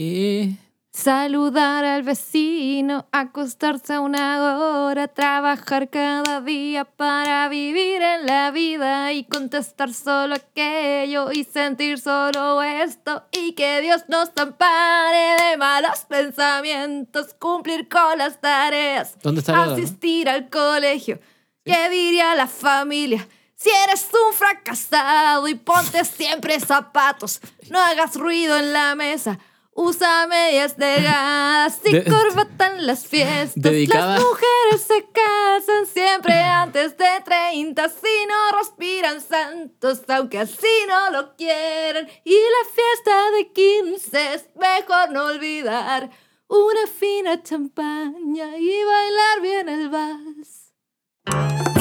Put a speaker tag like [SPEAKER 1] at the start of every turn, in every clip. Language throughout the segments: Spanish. [SPEAKER 1] Eh,
[SPEAKER 2] Saludar al vecino, acostarse a una hora, trabajar cada día para vivir en la vida y contestar solo aquello y sentir solo esto y que Dios nos ampare de malos pensamientos, cumplir con las tareas,
[SPEAKER 1] ¿Dónde está la otra, no?
[SPEAKER 2] asistir al colegio, que diría la familia. Si eres un fracasado y ponte siempre zapatos, no hagas ruido en la mesa. Usa medias de gas y
[SPEAKER 1] De-
[SPEAKER 2] corbata en las fiestas.
[SPEAKER 1] Dedicada.
[SPEAKER 2] Las mujeres se casan siempre antes de 30. Si no respiran santos, aunque así no lo quieran. Y la fiesta de 15 es mejor no olvidar. Una fina champaña y bailar bien el vals.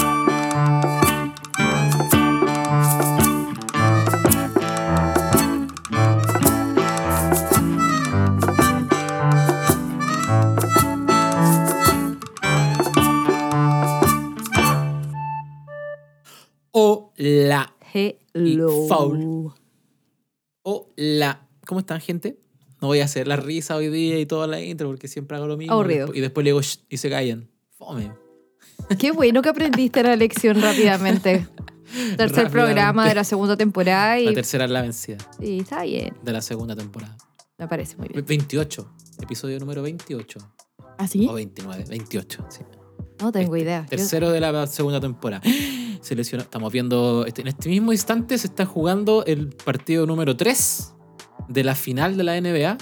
[SPEAKER 1] hola.
[SPEAKER 2] Hello.
[SPEAKER 1] foul. Hola. ¿Cómo están, gente? No voy a hacer la risa hoy día y toda la intro porque siempre hago lo mismo.
[SPEAKER 2] Aburrido.
[SPEAKER 1] Y después le digo "Shh", y se callan. Fome.
[SPEAKER 2] Qué bueno que aprendiste la lección rápidamente. Tercer
[SPEAKER 1] Rápidamente.
[SPEAKER 2] programa de la segunda temporada y,
[SPEAKER 1] La tercera es la vencida
[SPEAKER 2] y está bien,
[SPEAKER 1] de la segunda temporada.
[SPEAKER 2] me parece muy bien. Ah,
[SPEAKER 1] 28. Episodio número 28.
[SPEAKER 3] ¿Así?
[SPEAKER 1] O 29. 28. sí.
[SPEAKER 2] No tengo idea. Yo-
[SPEAKER 1] Tercero de la segunda temporada. Se lesionó. Estamos viendo. este- en este mismo instante se está jugando el partido número 3 de la final de la NBA.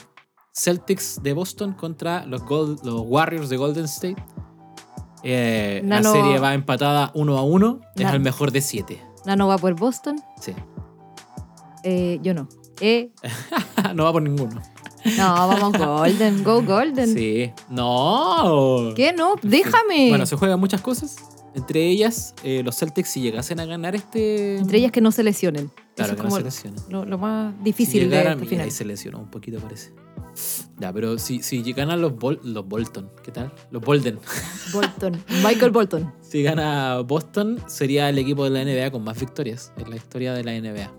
[SPEAKER 1] Celtics de Boston contra los, Gol- los Warriors de Golden State. Eh,
[SPEAKER 2] Nano-
[SPEAKER 1] La serie va empatada 1 a 1. Es
[SPEAKER 2] Nano.
[SPEAKER 1] el mejor de 7.
[SPEAKER 2] Nano va por Boston,
[SPEAKER 1] Sí.
[SPEAKER 2] eh, yo no. Eh,
[SPEAKER 1] no va por ninguno.
[SPEAKER 2] no, vamos Golden, go Golden.
[SPEAKER 1] Sí. No.
[SPEAKER 2] ¿Qué no? Déjame.
[SPEAKER 1] Bueno, se juegan muchas cosas. Entre ellas, eh, los Celtics, si llegasen a ganar este.
[SPEAKER 2] Entre ellas que no se lesionen.
[SPEAKER 1] Claro,
[SPEAKER 2] Eso es
[SPEAKER 1] que no
[SPEAKER 2] como
[SPEAKER 1] se lesionen.
[SPEAKER 2] lo, lo más
[SPEAKER 1] Si
[SPEAKER 2] difícil de
[SPEAKER 1] llegaran-
[SPEAKER 2] este
[SPEAKER 1] y
[SPEAKER 2] final.
[SPEAKER 1] Ahí se lesionó un poquito, parece. Ya, pero si, si ganan los, Bol- los Bolton, ¿qué tal? Los Bolden.
[SPEAKER 3] Bolton.
[SPEAKER 2] Michael Bolton.
[SPEAKER 1] Si gana Boston, sería el equipo de la NBA con más victorias en la historia de la NBA.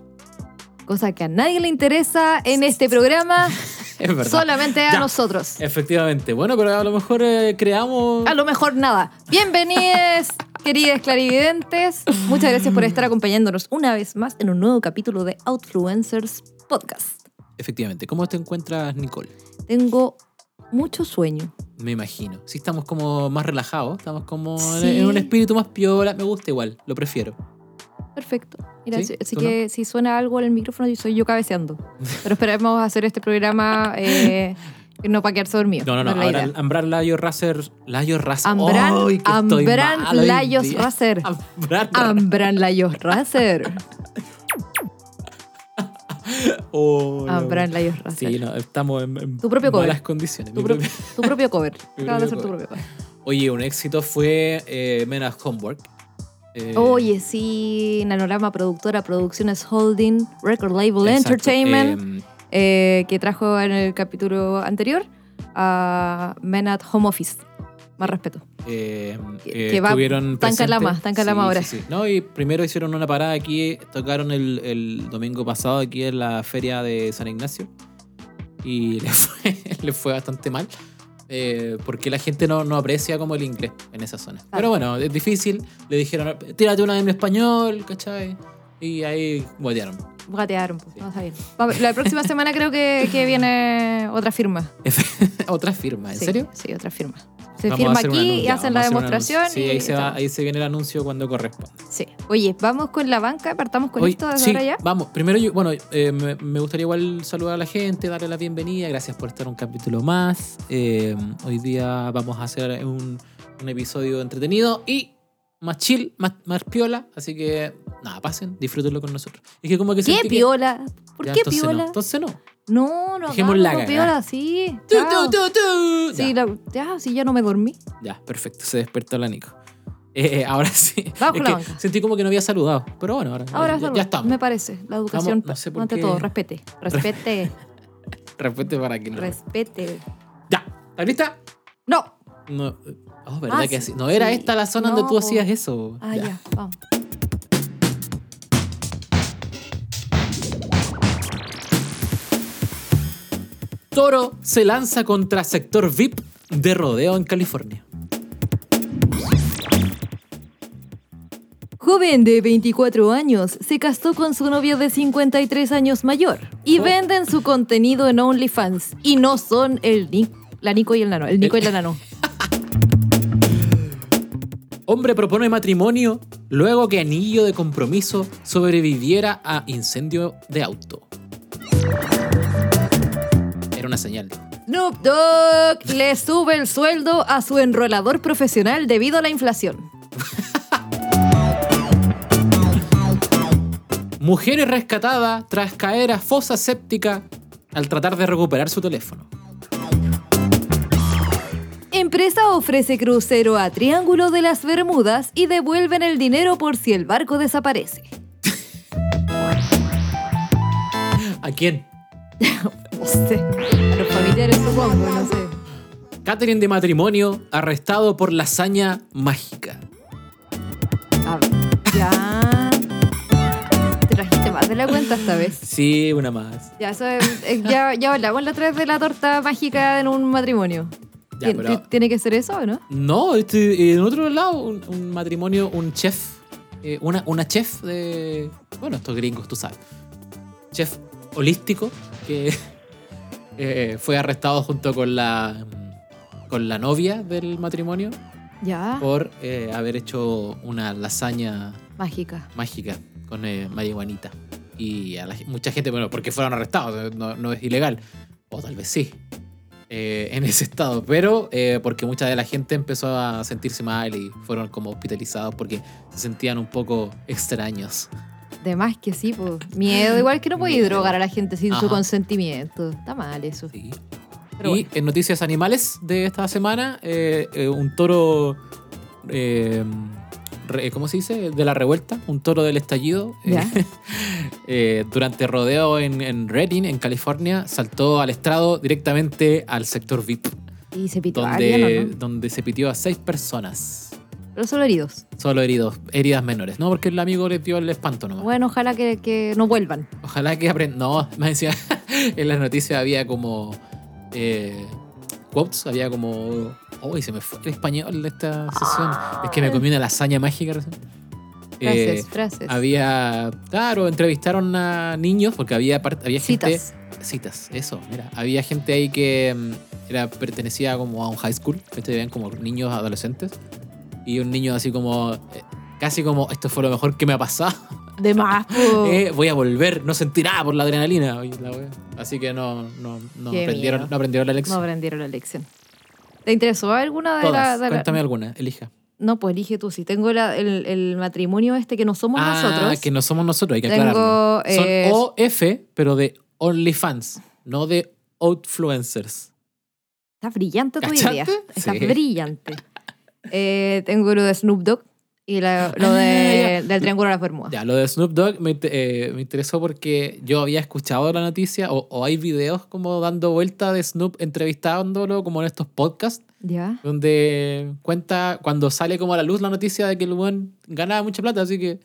[SPEAKER 2] Cosa que a nadie le interesa en este programa,
[SPEAKER 1] Es verdad.
[SPEAKER 2] solamente a
[SPEAKER 1] Ya.
[SPEAKER 2] nosotros.
[SPEAKER 1] Efectivamente. Bueno, pero a lo mejor eh, creamos.
[SPEAKER 2] A lo mejor nada. Bienvenidos, queridas clarividentes. Muchas gracias por estar acompañándonos una vez más en un nuevo capítulo de Outfluencers Podcast.
[SPEAKER 1] Efectivamente. ¿Cómo te encuentras, Nicole?
[SPEAKER 2] Tengo mucho sueño.
[SPEAKER 1] Me imagino. Si estamos como más relajados, estamos como en-
[SPEAKER 2] Sí.
[SPEAKER 1] en un espíritu más piola. Me gusta igual, lo prefiero.
[SPEAKER 2] Perfecto. Mira,
[SPEAKER 1] ¿Sí?
[SPEAKER 2] si- así
[SPEAKER 1] ¿Tú
[SPEAKER 2] que si suena algo en el micrófono, yo soy yo cabeceando. Pero esperemos hacer este programa eh, que no para quedarse dormido.
[SPEAKER 1] No, no, no.
[SPEAKER 2] es la
[SPEAKER 1] Ahora,
[SPEAKER 2] idea.
[SPEAKER 1] Ambran Layo Racer. Layo Racer.
[SPEAKER 2] Ambran,
[SPEAKER 1] ¡Ay, que estoy
[SPEAKER 2] Ambran
[SPEAKER 1] mal hoy
[SPEAKER 2] Layos
[SPEAKER 1] día!
[SPEAKER 2] Racer.
[SPEAKER 1] Ambran
[SPEAKER 2] Ambran Layos Racer.
[SPEAKER 1] Oh, no.
[SPEAKER 2] Ambran Layos Racer.
[SPEAKER 1] Sí, no, estamos en, en
[SPEAKER 2] Ah, Tu propio
[SPEAKER 1] malas
[SPEAKER 2] cover.
[SPEAKER 1] condiciones.
[SPEAKER 2] Tu,
[SPEAKER 1] Mi
[SPEAKER 2] pro-
[SPEAKER 1] propio-
[SPEAKER 2] tu propio cover.
[SPEAKER 1] Mi
[SPEAKER 2] Acabas
[SPEAKER 1] propio
[SPEAKER 2] de hacer tu
[SPEAKER 1] cover.
[SPEAKER 2] propio cover.
[SPEAKER 1] Oye, un éxito fue eh, Men at Homework. Eh,
[SPEAKER 2] Oye, sí, Nanorama Productora, Producciones Holding, Record Label
[SPEAKER 1] exacto.
[SPEAKER 2] Entertainment,
[SPEAKER 1] Eh,
[SPEAKER 2] eh, que trajo en el capítulo anterior a Men at Home Office. Más respeto.
[SPEAKER 1] eh,
[SPEAKER 2] Que-
[SPEAKER 1] eh,
[SPEAKER 2] que va
[SPEAKER 1] estuvieron
[SPEAKER 2] tan
[SPEAKER 1] presentes.
[SPEAKER 2] calama, tan calama
[SPEAKER 1] Sí,
[SPEAKER 2] ahora.
[SPEAKER 1] sí, sí. No, y primero hicieron una parada aquí, tocaron el, el domingo pasado aquí en la feria de San Ignacio. Y le fue, le fue bastante mal. eh, porque la gente no, no aprecia como el inglés en esa zona. Pero bueno, es difícil. Le dijeron, tírate una en español, ¿cachai? Y ahí botearon.
[SPEAKER 2] Gatearon, pues. No, está bien. Va- La próxima semana creo que, que viene otra firma.
[SPEAKER 1] Otra firma, ¿Ah, ¿en
[SPEAKER 2] Sí,
[SPEAKER 1] serio?
[SPEAKER 2] sí, otra firma. Se
[SPEAKER 1] Vamos a
[SPEAKER 2] firma
[SPEAKER 1] hacer un
[SPEAKER 2] aquí
[SPEAKER 1] anuncio,
[SPEAKER 2] y hacen
[SPEAKER 1] vamos a
[SPEAKER 2] la
[SPEAKER 1] hacer un
[SPEAKER 2] demostración.
[SPEAKER 1] anuncio. Sí,
[SPEAKER 2] y
[SPEAKER 1] ahí se, va,
[SPEAKER 2] todo.
[SPEAKER 1] ahí se viene el anuncio cuando corresponde.
[SPEAKER 2] Sí. Oye, vamos con la banca, partamos con
[SPEAKER 1] Oye,
[SPEAKER 2] esto desde
[SPEAKER 1] sí,
[SPEAKER 2] ahora ya.
[SPEAKER 1] Vamos, primero yo, bueno, eh, me, me gustaría igual saludar a la gente, darle la bienvenida, gracias por estar un capítulo más. Eh, hoy día vamos a hacer un, un episodio entretenido y más chill, más, más piola, así que nada, pasen, disfrútenlo con nosotros. Es que como que
[SPEAKER 2] ¿Qué
[SPEAKER 1] sentí que-
[SPEAKER 2] piola? ¿Por
[SPEAKER 1] Ya,
[SPEAKER 2] qué
[SPEAKER 1] entonces no,
[SPEAKER 2] piola?
[SPEAKER 1] entonces no.
[SPEAKER 2] No, no,
[SPEAKER 1] Dejemos
[SPEAKER 2] hagamos
[SPEAKER 1] la cagá.
[SPEAKER 2] piola, sí.
[SPEAKER 1] Tu,
[SPEAKER 2] chao.
[SPEAKER 1] tu, tu, tu.
[SPEAKER 2] Sí,
[SPEAKER 1] ya,
[SPEAKER 2] la- ya, sí, ya no me dormí.
[SPEAKER 1] ya, perfecto, se despertó la Nico. Eh, ahora sí.
[SPEAKER 2] Bajo
[SPEAKER 1] Es
[SPEAKER 2] la
[SPEAKER 1] que
[SPEAKER 2] banca.
[SPEAKER 1] sentí como que no había saludado, pero bueno, ahora,
[SPEAKER 2] Ahora
[SPEAKER 1] ya- ya,
[SPEAKER 2] salud.
[SPEAKER 1] estamos.
[SPEAKER 2] Me parece. La educación,
[SPEAKER 1] Estamos- no sé por
[SPEAKER 2] ante
[SPEAKER 1] qué-
[SPEAKER 2] todo, respete. Respete,
[SPEAKER 1] Respete para que no.
[SPEAKER 2] respete.
[SPEAKER 1] Ya, ¿estás lista?
[SPEAKER 2] No.
[SPEAKER 1] No, eh, oh, verdad
[SPEAKER 2] Ah,
[SPEAKER 1] que
[SPEAKER 2] sí,
[SPEAKER 1] así. No era
[SPEAKER 2] sí.
[SPEAKER 1] esta la zona
[SPEAKER 2] No,
[SPEAKER 1] donde tú
[SPEAKER 2] po.
[SPEAKER 1] hacías eso.
[SPEAKER 2] Ah, ya, vamos.
[SPEAKER 1] Toro se lanza contra sector VIP de rodeo en California.
[SPEAKER 2] Joven de 24 años se casó con su novio de 53 años mayor y
[SPEAKER 1] Oh.
[SPEAKER 2] venden su contenido en OnlyFans. Y no son el Ni- la Nico y el Nano. El Nico y la Nano.
[SPEAKER 1] Hombre propone matrimonio luego que anillo de compromiso sobreviviera a incendio de auto. Era una señal.
[SPEAKER 2] Snoop Dogg le sube el sueldo a su enrolador profesional debido a la inflación.
[SPEAKER 1] Mujer es rescatada tras caer a fosa séptica al tratar de recuperar su teléfono.
[SPEAKER 2] Empresa ofrece crucero a Triángulo de las Bermudas y devuelven el dinero por si el barco desaparece.
[SPEAKER 1] ¿A quién?
[SPEAKER 2] No sé. Los familiares supongo, no sé.
[SPEAKER 1] Catherine de matrimonio arrestado por la hazaña mágica.
[SPEAKER 2] A ver, ya. Te trajiste más de la cuenta esta vez.
[SPEAKER 1] Sí, una más.
[SPEAKER 2] Ya, eso es- es- ya, ya hablamos la otra vez de la torta mágica en un matrimonio.
[SPEAKER 1] Ya,
[SPEAKER 2] Tien-
[SPEAKER 1] pero-
[SPEAKER 2] ti- ¿Tiene que ser eso o no?
[SPEAKER 1] No, este, en otro lado, un, un matrimonio, un chef, eh, una, una chef de. Bueno, estos gringos, tú sabes. Chef holístico que eh, fue arrestado junto con la. con la novia del matrimonio
[SPEAKER 2] Ya.
[SPEAKER 1] por eh, haber hecho una lasaña
[SPEAKER 2] Mágica.
[SPEAKER 1] mágica con eh, marihuanita. Y a la gen- mucha gente, bueno, porque fueron arrestados, eh, no, no es ilegal. O tal vez sí, eh, en ese estado. Pero eh, porque mucha de la gente empezó a sentirse mal y fueron como hospitalizados porque se sentían un poco extraños.
[SPEAKER 2] De más que sí, pues. Miedo. Igual que no podéis
[SPEAKER 1] Miedo.
[SPEAKER 2] drogar a la gente sin
[SPEAKER 1] Ajá.
[SPEAKER 2] su consentimiento. Está mal eso.
[SPEAKER 1] Sí.
[SPEAKER 2] Pero
[SPEAKER 1] y
[SPEAKER 2] bueno.
[SPEAKER 1] en noticias animales de esta semana, eh, eh, un toro. eh, re- ¿Cómo se dice? De la revuelta, un toro del estallido.
[SPEAKER 2] Ya.
[SPEAKER 1] eh, durante rodeo en, en Redding, en California, saltó al estrado directamente al sector VIP,
[SPEAKER 2] Y se pitó a alguien, ¿o
[SPEAKER 1] donde,
[SPEAKER 2] no?
[SPEAKER 1] donde se pitió a seis personas.
[SPEAKER 2] Pero solo heridos.
[SPEAKER 1] Solo heridos, heridas menores, ¿no? Porque el amigo le dio el espanto nomás.
[SPEAKER 2] Bueno, ojalá que, que no vuelvan.
[SPEAKER 1] Ojalá que aprendan. No, más encima, en las noticias había como. eh, quotes, había como. Uy, se me fue el español de esta sesión. Es que me comí una lasaña mágica recién. Eh,
[SPEAKER 2] Frases, frases.
[SPEAKER 1] había. Claro, entrevistaron a niños porque había, par- había gente.
[SPEAKER 2] Citas.
[SPEAKER 1] Citas, eso, mira. Había gente ahí que mm, era, pertenecía como a un high school, ¿cachai? Eran como niños adolescentes. Y un niño así como, eh, casi como, esto fue lo mejor que me ha pasado.
[SPEAKER 2] De más, po.
[SPEAKER 1] Eh, voy a volver, no sentir nada por la adrenalina. Oye, la wea. Así que no, no, no,
[SPEAKER 2] Qué
[SPEAKER 1] aprendieron,
[SPEAKER 2] miedo.
[SPEAKER 1] no aprendieron la
[SPEAKER 2] No
[SPEAKER 1] lección.
[SPEAKER 2] aprendieron la lección. ¿Te interesó alguna de
[SPEAKER 1] Todas.
[SPEAKER 2] las.? La,
[SPEAKER 1] Cuéntame alguna, elija.
[SPEAKER 2] No, pues elige tú. Si tengo la- el, el matrimonio este que no somos
[SPEAKER 1] ah,
[SPEAKER 2] nosotros.
[SPEAKER 1] que no somos nosotros, hay que
[SPEAKER 2] Tengo,
[SPEAKER 1] aclararlo. Son
[SPEAKER 2] eh,
[SPEAKER 1] OF, pero de OnlyFans, no de Outfluencers.
[SPEAKER 2] Está brillante tu
[SPEAKER 1] ¿Cachaste?
[SPEAKER 2] idea. Está
[SPEAKER 1] Sí.
[SPEAKER 2] brillante. Eh, tengo lo de Snoop Dogg y la- lo de,
[SPEAKER 1] Ah, ya.
[SPEAKER 2] del Triángulo de las Bermudas.
[SPEAKER 1] Ya, lo de Snoop Dogg me, inter- eh, me interesó porque yo había escuchado la noticia o, o hay videos como dando vuelta de Snoop entrevistándolo como en estos podcasts
[SPEAKER 2] Ya.
[SPEAKER 1] donde cuenta cuando sale como a la luz la noticia de que el buen ganaba mucha plata, así que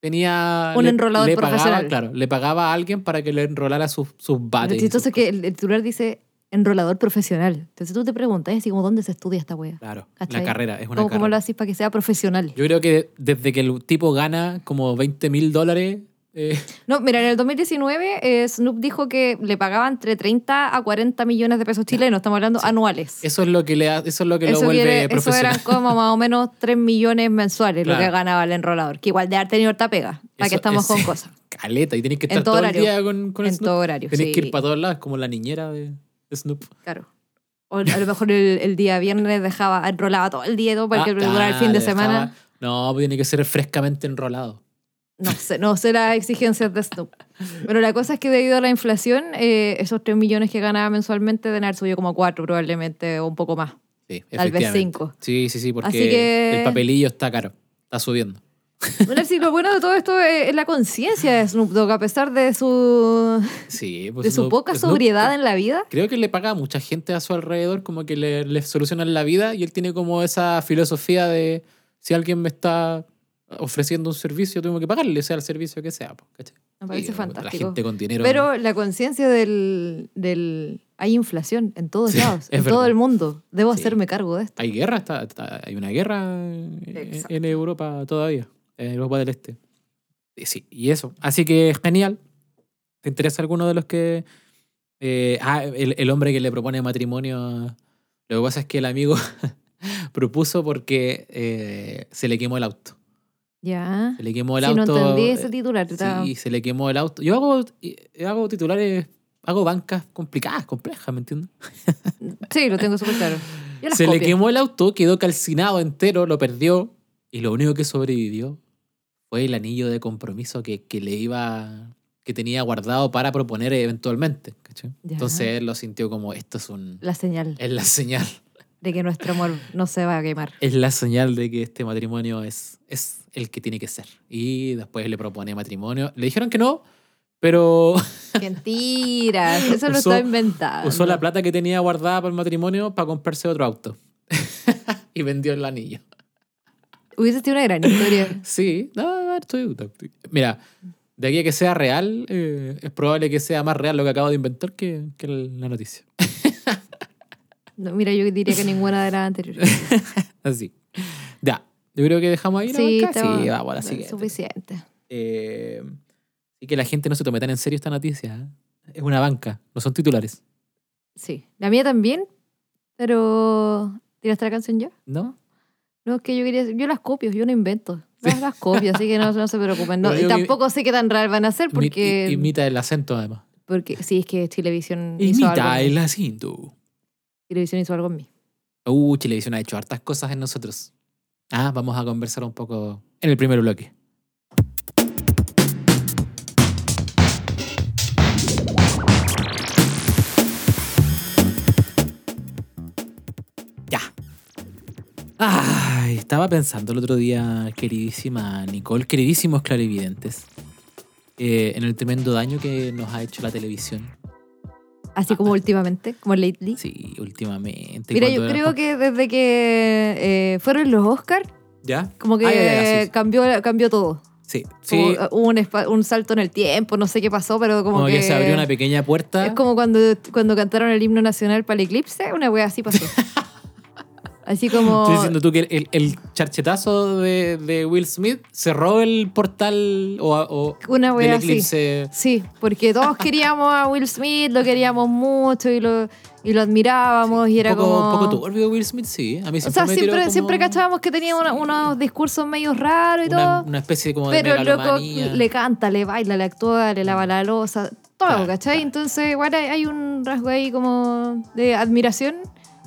[SPEAKER 1] tenía...
[SPEAKER 2] Un enrolador
[SPEAKER 1] pagaba,
[SPEAKER 2] profesional.
[SPEAKER 1] Claro, le pagaba a alguien para que le enrolara sus, sus
[SPEAKER 2] Lo
[SPEAKER 1] bates. y
[SPEAKER 2] chistoso
[SPEAKER 1] sus
[SPEAKER 2] es que el, el titular dice enrolador profesional. Entonces tú te preguntas, así como, ¿dónde se estudia esta wea?
[SPEAKER 1] cosas. Claro,
[SPEAKER 2] ¿Cachai?
[SPEAKER 1] la carrera, es una
[SPEAKER 2] ¿Cómo,
[SPEAKER 1] carrera.
[SPEAKER 2] cómo lo haces para que sea profesional?
[SPEAKER 1] Yo creo que desde que el tipo gana como 20 mil dólares... eh,
[SPEAKER 2] No, mira, en el 2019 eh, Snoop dijo que le pagaba entre 30 a 40 millones de pesos chilenos, estamos hablando anuales.
[SPEAKER 1] eso es lo que, le, ha- eso es lo que lo
[SPEAKER 2] eso,
[SPEAKER 1] vuelve
[SPEAKER 2] quiere- eso
[SPEAKER 1] profesional.
[SPEAKER 2] eran como más o menos 3 millones mensuales lo
[SPEAKER 1] Claro.
[SPEAKER 2] que ganaba el enrolador, que igual de haber tenido harta pega, para
[SPEAKER 1] Eso
[SPEAKER 2] que estamos
[SPEAKER 1] es-
[SPEAKER 2] con cosas.
[SPEAKER 1] Caleta, y tenés que
[SPEAKER 2] En
[SPEAKER 1] estar
[SPEAKER 2] todo
[SPEAKER 1] todo, el
[SPEAKER 2] horario.
[SPEAKER 1] día con, con
[SPEAKER 2] en
[SPEAKER 1] Snoop.
[SPEAKER 2] todo horario.
[SPEAKER 1] Tenés
[SPEAKER 2] sí,
[SPEAKER 1] que ir para todos lados, como la niñera de, de Snoop.
[SPEAKER 2] Claro. O a lo mejor el, el día viernes dejaba, enrolaba todo el día y todo para que
[SPEAKER 1] Ah,
[SPEAKER 2] durara el
[SPEAKER 1] ah,
[SPEAKER 2] fin de
[SPEAKER 1] le dejaba-
[SPEAKER 2] semana.
[SPEAKER 1] No, pues tiene que ser frescamente enrolado.
[SPEAKER 2] No sé, no sé las exigencias de Snoop. Pero la cosa es que debido a la inflación, eh, esos 3 millones que ganaba mensualmente deben haber subido como a 4 probablemente o un poco más.
[SPEAKER 1] Sí,
[SPEAKER 2] Tal vez
[SPEAKER 1] efectivamente.
[SPEAKER 2] cinco.
[SPEAKER 1] Sí, sí, sí, porque
[SPEAKER 2] Así que-
[SPEAKER 1] el papelillo está caro. Está subiendo.
[SPEAKER 2] Bueno, sí, lo bueno de todo esto es, es la conciencia de Snoop Dogg, a pesar de su,
[SPEAKER 1] Sí, pues
[SPEAKER 2] de su
[SPEAKER 1] Snoop-
[SPEAKER 2] poca
[SPEAKER 1] Snoop-
[SPEAKER 2] sobriedad en la vida.
[SPEAKER 1] Creo que le paga a mucha gente a su alrededor, como que le, le solucionan la vida y él tiene como esa filosofía de si alguien me está ofreciendo un servicio, tengo que pagarle, sea el servicio que sea. pues, ¿cachai?
[SPEAKER 2] Me parece
[SPEAKER 1] Sí,
[SPEAKER 2] fantástico.
[SPEAKER 1] La gente con dinero.
[SPEAKER 2] Pero la conciencia del, del Hay inflación en todos
[SPEAKER 1] Sí,
[SPEAKER 2] lados,
[SPEAKER 1] es
[SPEAKER 2] en todo
[SPEAKER 1] verdad.
[SPEAKER 2] el mundo. Debo
[SPEAKER 1] Sí.
[SPEAKER 2] hacerme cargo de esto.
[SPEAKER 1] Hay guerra, está- está- hay una guerra en,
[SPEAKER 2] Exacto.
[SPEAKER 1] en Europa todavía, en Europa del Este. Y Sí, y eso. Así que genial. ¿Te interesa alguno de los que... eh, ah, el, el hombre que le propone matrimonio... a- Lo que pasa es que el amigo propuso porque eh, se le quemó el auto.
[SPEAKER 2] Ya.
[SPEAKER 1] Se le quemó el
[SPEAKER 2] si
[SPEAKER 1] auto. eh,
[SPEAKER 2] no entendí ese titular. estaba-
[SPEAKER 1] Sí, se le quemó el auto. Yo hago, eh, hago titulares, hago bancas complicadas, complejas, ¿me entiendes?
[SPEAKER 2] Sí, lo tengo súper claro. Yo las
[SPEAKER 1] Se le
[SPEAKER 2] copio.
[SPEAKER 1] quemó el auto, quedó calcinado entero, lo perdió y lo único que sobrevivió fue el anillo de compromiso que, que le iba que tenía guardado para proponer eventualmente. ¿cachai?
[SPEAKER 2] Ya.
[SPEAKER 1] Entonces él lo sintió como esto es un
[SPEAKER 2] La señal
[SPEAKER 1] es la señal,
[SPEAKER 2] de que nuestro amor no se va a quemar.
[SPEAKER 1] es la señal de que este matrimonio es es el que tiene que ser. Y después le propone matrimonio, le dijeron que no, pero
[SPEAKER 2] Mentiras. Eso lo
[SPEAKER 1] Usó-
[SPEAKER 2] está inventando.
[SPEAKER 1] usó la plata que tenía guardada para el matrimonio para comprarse otro auto y vendió el anillo.
[SPEAKER 2] Hubiese sido una gran historia.
[SPEAKER 1] Sí, no, a ver, estoy- estoy- Mira, de aquí a que sea real, eh, es probable que sea más real lo que acabo de inventar que, que la noticia.
[SPEAKER 2] No, mira, yo diría que ninguna de las anteriores.
[SPEAKER 1] Así. Ya, yo creo que dejamos ahí la
[SPEAKER 2] Sí,
[SPEAKER 1] banca.
[SPEAKER 2] estaba-
[SPEAKER 1] Sí, vamos a la siguiente.
[SPEAKER 2] Suficiente.
[SPEAKER 1] Eh, y que la gente no se tome tan en serio esta noticia. ¿eh? Es una banca, no son titulares.
[SPEAKER 2] Sí. La mía también, pero... ¿Tiraste la canción yo?
[SPEAKER 1] ¿No?
[SPEAKER 2] No, es que yo quería... Yo las copio, yo no invento. Las, las copio, así que no, no se preocupen. No,
[SPEAKER 1] Pero
[SPEAKER 2] y
[SPEAKER 1] yo que-
[SPEAKER 2] tampoco sé qué tan real van a ser
[SPEAKER 1] Imi-
[SPEAKER 2] porque...
[SPEAKER 1] i- imita el acento, además.
[SPEAKER 2] Porque sí, es que Chilevisión hizo algo.
[SPEAKER 1] Imita
[SPEAKER 2] en mí.
[SPEAKER 1] el acento.
[SPEAKER 2] Chilevisión hizo algo en mí.
[SPEAKER 1] Uh, Chilevisión ha hecho hartas cosas en nosotros. Ah, vamos a conversar un poco en el primer bloque. Ya. Ay, estaba pensando el otro día, queridísima Nicole, queridísimos clarividentes, eh, en el tremendo daño que nos ha hecho la televisión.
[SPEAKER 2] Así como últimamente, como lately.
[SPEAKER 1] Sí, últimamente.
[SPEAKER 2] Mira, yo
[SPEAKER 1] cuando-
[SPEAKER 2] creo que desde que eh, fueron los Oscars,
[SPEAKER 1] ¿Ya?
[SPEAKER 2] como que
[SPEAKER 1] Ah, ya, ya, sí,
[SPEAKER 2] cambió, cambió todo.
[SPEAKER 1] sí. Sí,
[SPEAKER 2] Como, eh, hubo un, espa- un salto en el tiempo, no sé qué pasó, pero como,
[SPEAKER 1] Como, que, se abrió una pequeña puerta.
[SPEAKER 2] Es como cuando, cuando cantaron el himno nacional para el eclipse, una wea así pasó. así como...
[SPEAKER 1] Estoy diciendo tú que el, el charchetazo de, de Will Smith cerró el portal o, o
[SPEAKER 2] Una
[SPEAKER 1] del
[SPEAKER 2] wea así.
[SPEAKER 1] eclipse.
[SPEAKER 2] Sí, porque todos queríamos a Will Smith, lo queríamos mucho y lo, y lo admirábamos y era
[SPEAKER 1] un, poco,
[SPEAKER 2] como...
[SPEAKER 1] un poco turbio Will Smith, sí. A mí siempre
[SPEAKER 2] O sea,
[SPEAKER 1] me tiró
[SPEAKER 2] siempre,
[SPEAKER 1] como
[SPEAKER 2] siempre cachábamos que tenía una- unos discursos medio raros y
[SPEAKER 1] una,
[SPEAKER 2] todo.
[SPEAKER 1] una especie como de
[SPEAKER 2] pero el loco
[SPEAKER 1] megalomanía.
[SPEAKER 2] le canta, le baila, le actúa, le lava la losa, todo,
[SPEAKER 1] Claro,
[SPEAKER 2] ¿cachai?
[SPEAKER 1] claro.
[SPEAKER 2] Entonces, igual hay, hay un rasgo ahí como de admiración,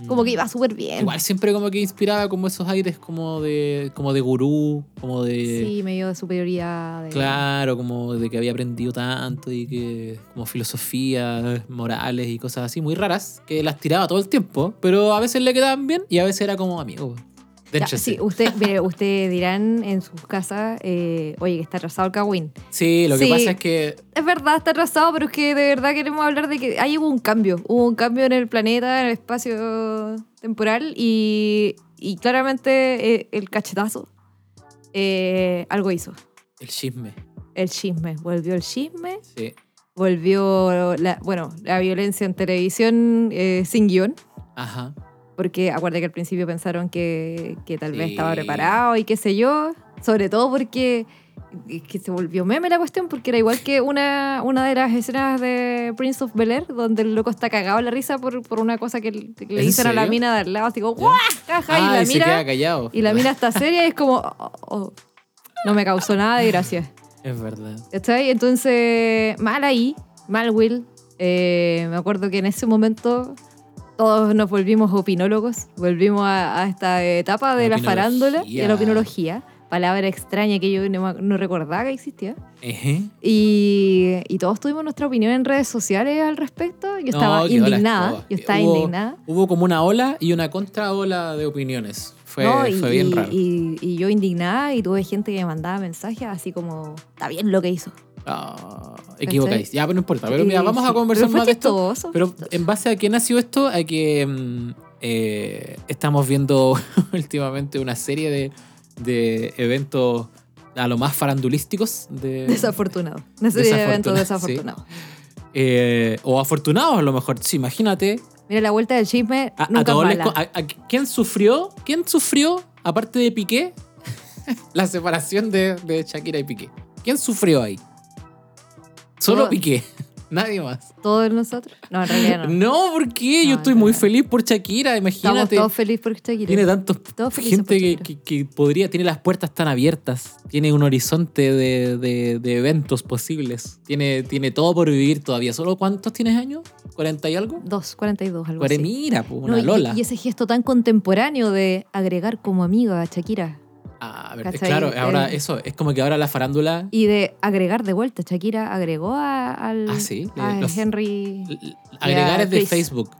[SPEAKER 2] como que iba súper bien.
[SPEAKER 1] Mm. Igual siempre como que inspiraba como esos aires como de como de gurú, como de
[SPEAKER 2] Sí, medio de superioridad. de-
[SPEAKER 1] claro, como de que había aprendido tanto y que como filosofías, morales y cosas así muy raras que las tiraba todo el tiempo, pero a veces le quedaban bien y a veces era como amigo.
[SPEAKER 2] Ya,
[SPEAKER 1] dénchese".
[SPEAKER 2] sí, usted, mire, usted dirán en sus casas, eh, oye, que está atrasado el Kawin.
[SPEAKER 1] Sí, lo que
[SPEAKER 2] Sí.
[SPEAKER 1] pasa es que
[SPEAKER 2] Es verdad, está atrasado, pero es que de verdad queremos hablar de que ahí hubo un cambio, hubo un cambio en el planeta, en el espacio temporal y, y claramente eh, el cachetazo eh, algo hizo.
[SPEAKER 1] el chisme,
[SPEAKER 2] El chisme, volvió el chisme,
[SPEAKER 1] sí.
[SPEAKER 2] volvió la, bueno, la violencia en televisión eh, sin guión,
[SPEAKER 1] Ajá.
[SPEAKER 2] porque acuérdate que al principio pensaron que, que tal vez
[SPEAKER 1] Sí.
[SPEAKER 2] estaba preparado y qué sé yo, sobre todo porque es que se volvió meme la cuestión, porque era igual que una, una de las escenas de Prince of Bel Air, donde el loco está cagado en la risa por, por una cosa que le que le
[SPEAKER 1] ¿En
[SPEAKER 2] dicen a la
[SPEAKER 1] serio?
[SPEAKER 2] mina de al lado, así como, ¡guau! Caja, y
[SPEAKER 1] Ah,
[SPEAKER 2] la
[SPEAKER 1] y se
[SPEAKER 2] mira,
[SPEAKER 1] queda callado.
[SPEAKER 2] y la mina está seria y es como, "Oh, oh, oh". no me causó nada de gracia.
[SPEAKER 1] Es verdad.
[SPEAKER 2] ¿Cachai? Entonces, mal ahí, mal Will. Eh, me acuerdo que en ese momento todos nos volvimos opinólogos, volvimos a, a esta etapa de
[SPEAKER 1] La
[SPEAKER 2] la farándula y de la
[SPEAKER 1] opinología.
[SPEAKER 2] opinología, palabra extraña que yo no, me ac- no recordaba que existía.
[SPEAKER 1] Ejé.
[SPEAKER 2] Y, y todos tuvimos nuestra opinión en redes sociales al respecto. Yo
[SPEAKER 1] No,
[SPEAKER 2] estaba
[SPEAKER 1] quedó la
[SPEAKER 2] indignada,
[SPEAKER 1] escoba.
[SPEAKER 2] yo estaba
[SPEAKER 1] Eh, Hubo-
[SPEAKER 2] indignada.
[SPEAKER 1] Hubo como una ola y una contraola de opiniones. Fue,
[SPEAKER 2] No, y,
[SPEAKER 1] fue bien
[SPEAKER 2] y-
[SPEAKER 1] raro.
[SPEAKER 2] y- y yo indignada y tuve gente que me mandaba mensajes así como, está bien lo que hizo.
[SPEAKER 1] Ah, equivocáis.
[SPEAKER 2] ¿Cachai?
[SPEAKER 1] Ya, pero no importa. Pero mira,
[SPEAKER 2] Y
[SPEAKER 1] vamos a
[SPEAKER 2] sí,
[SPEAKER 1] conversar
[SPEAKER 2] pero fue
[SPEAKER 1] más de esto.
[SPEAKER 2] chistoso,
[SPEAKER 1] Pero
[SPEAKER 2] chistoso.
[SPEAKER 1] en base a qué nació esto, a que mm, eh, estamos viendo últimamente una serie de, de eventos a lo más farandulísticos de,
[SPEAKER 2] Desafortunado. Una serie de eventos
[SPEAKER 1] Desafortunado,
[SPEAKER 2] desafortunados.
[SPEAKER 1] Eh, o afortunados a lo mejor. Sí, imagínate.
[SPEAKER 2] Mira la vuelta del chisme.
[SPEAKER 1] Ah, A, a
[SPEAKER 2] nunca es
[SPEAKER 1] todos les
[SPEAKER 2] mala.
[SPEAKER 1] co- a- a- ¿Quién sufrió? ¿Quién sufrió, aparte de Piqué, la separación de, de Shakira y Piqué? ¿Quién sufrió ahí? Solo
[SPEAKER 2] Todos.
[SPEAKER 1] Piqué. Nadie más.
[SPEAKER 2] Todos nosotros. No, en realidad no.
[SPEAKER 1] No, porque
[SPEAKER 2] No,
[SPEAKER 1] yo
[SPEAKER 2] es
[SPEAKER 1] estoy muy
[SPEAKER 2] verdad.
[SPEAKER 1] feliz por Shakira,
[SPEAKER 2] Estamos
[SPEAKER 1] imagínate.
[SPEAKER 2] todos felices por Shakira.
[SPEAKER 1] Tiene tantos
[SPEAKER 2] Todos felices
[SPEAKER 1] gente
[SPEAKER 2] por
[SPEAKER 1] que,
[SPEAKER 2] Shakira.
[SPEAKER 1] que- que podría, tiene las puertas tan abiertas, tiene un horizonte de, de- de eventos posibles, tiene, tiene todo por vivir todavía. ¿Solo cuántos tienes años? ¿40 y algo?
[SPEAKER 2] Dos, 42, algo
[SPEAKER 1] Cuare-
[SPEAKER 2] así.
[SPEAKER 1] Mira, po,
[SPEAKER 2] No,
[SPEAKER 1] una
[SPEAKER 2] y-
[SPEAKER 1] Lola.
[SPEAKER 2] Y, ese gesto tan contemporáneo de agregar como amiga a Shakira
[SPEAKER 1] Ah, a ver,
[SPEAKER 2] ¿Cachai?
[SPEAKER 1] claro, ahora
[SPEAKER 2] Eh.
[SPEAKER 1] eso, es como que ahora la farándula.
[SPEAKER 2] y de agregar de vuelta. Shakira agregó a- al
[SPEAKER 1] Ah, sí, le-
[SPEAKER 2] a
[SPEAKER 1] los-
[SPEAKER 2] Henry.
[SPEAKER 1] l- l- Agregar es de
[SPEAKER 2] Chris.
[SPEAKER 1] Facebook,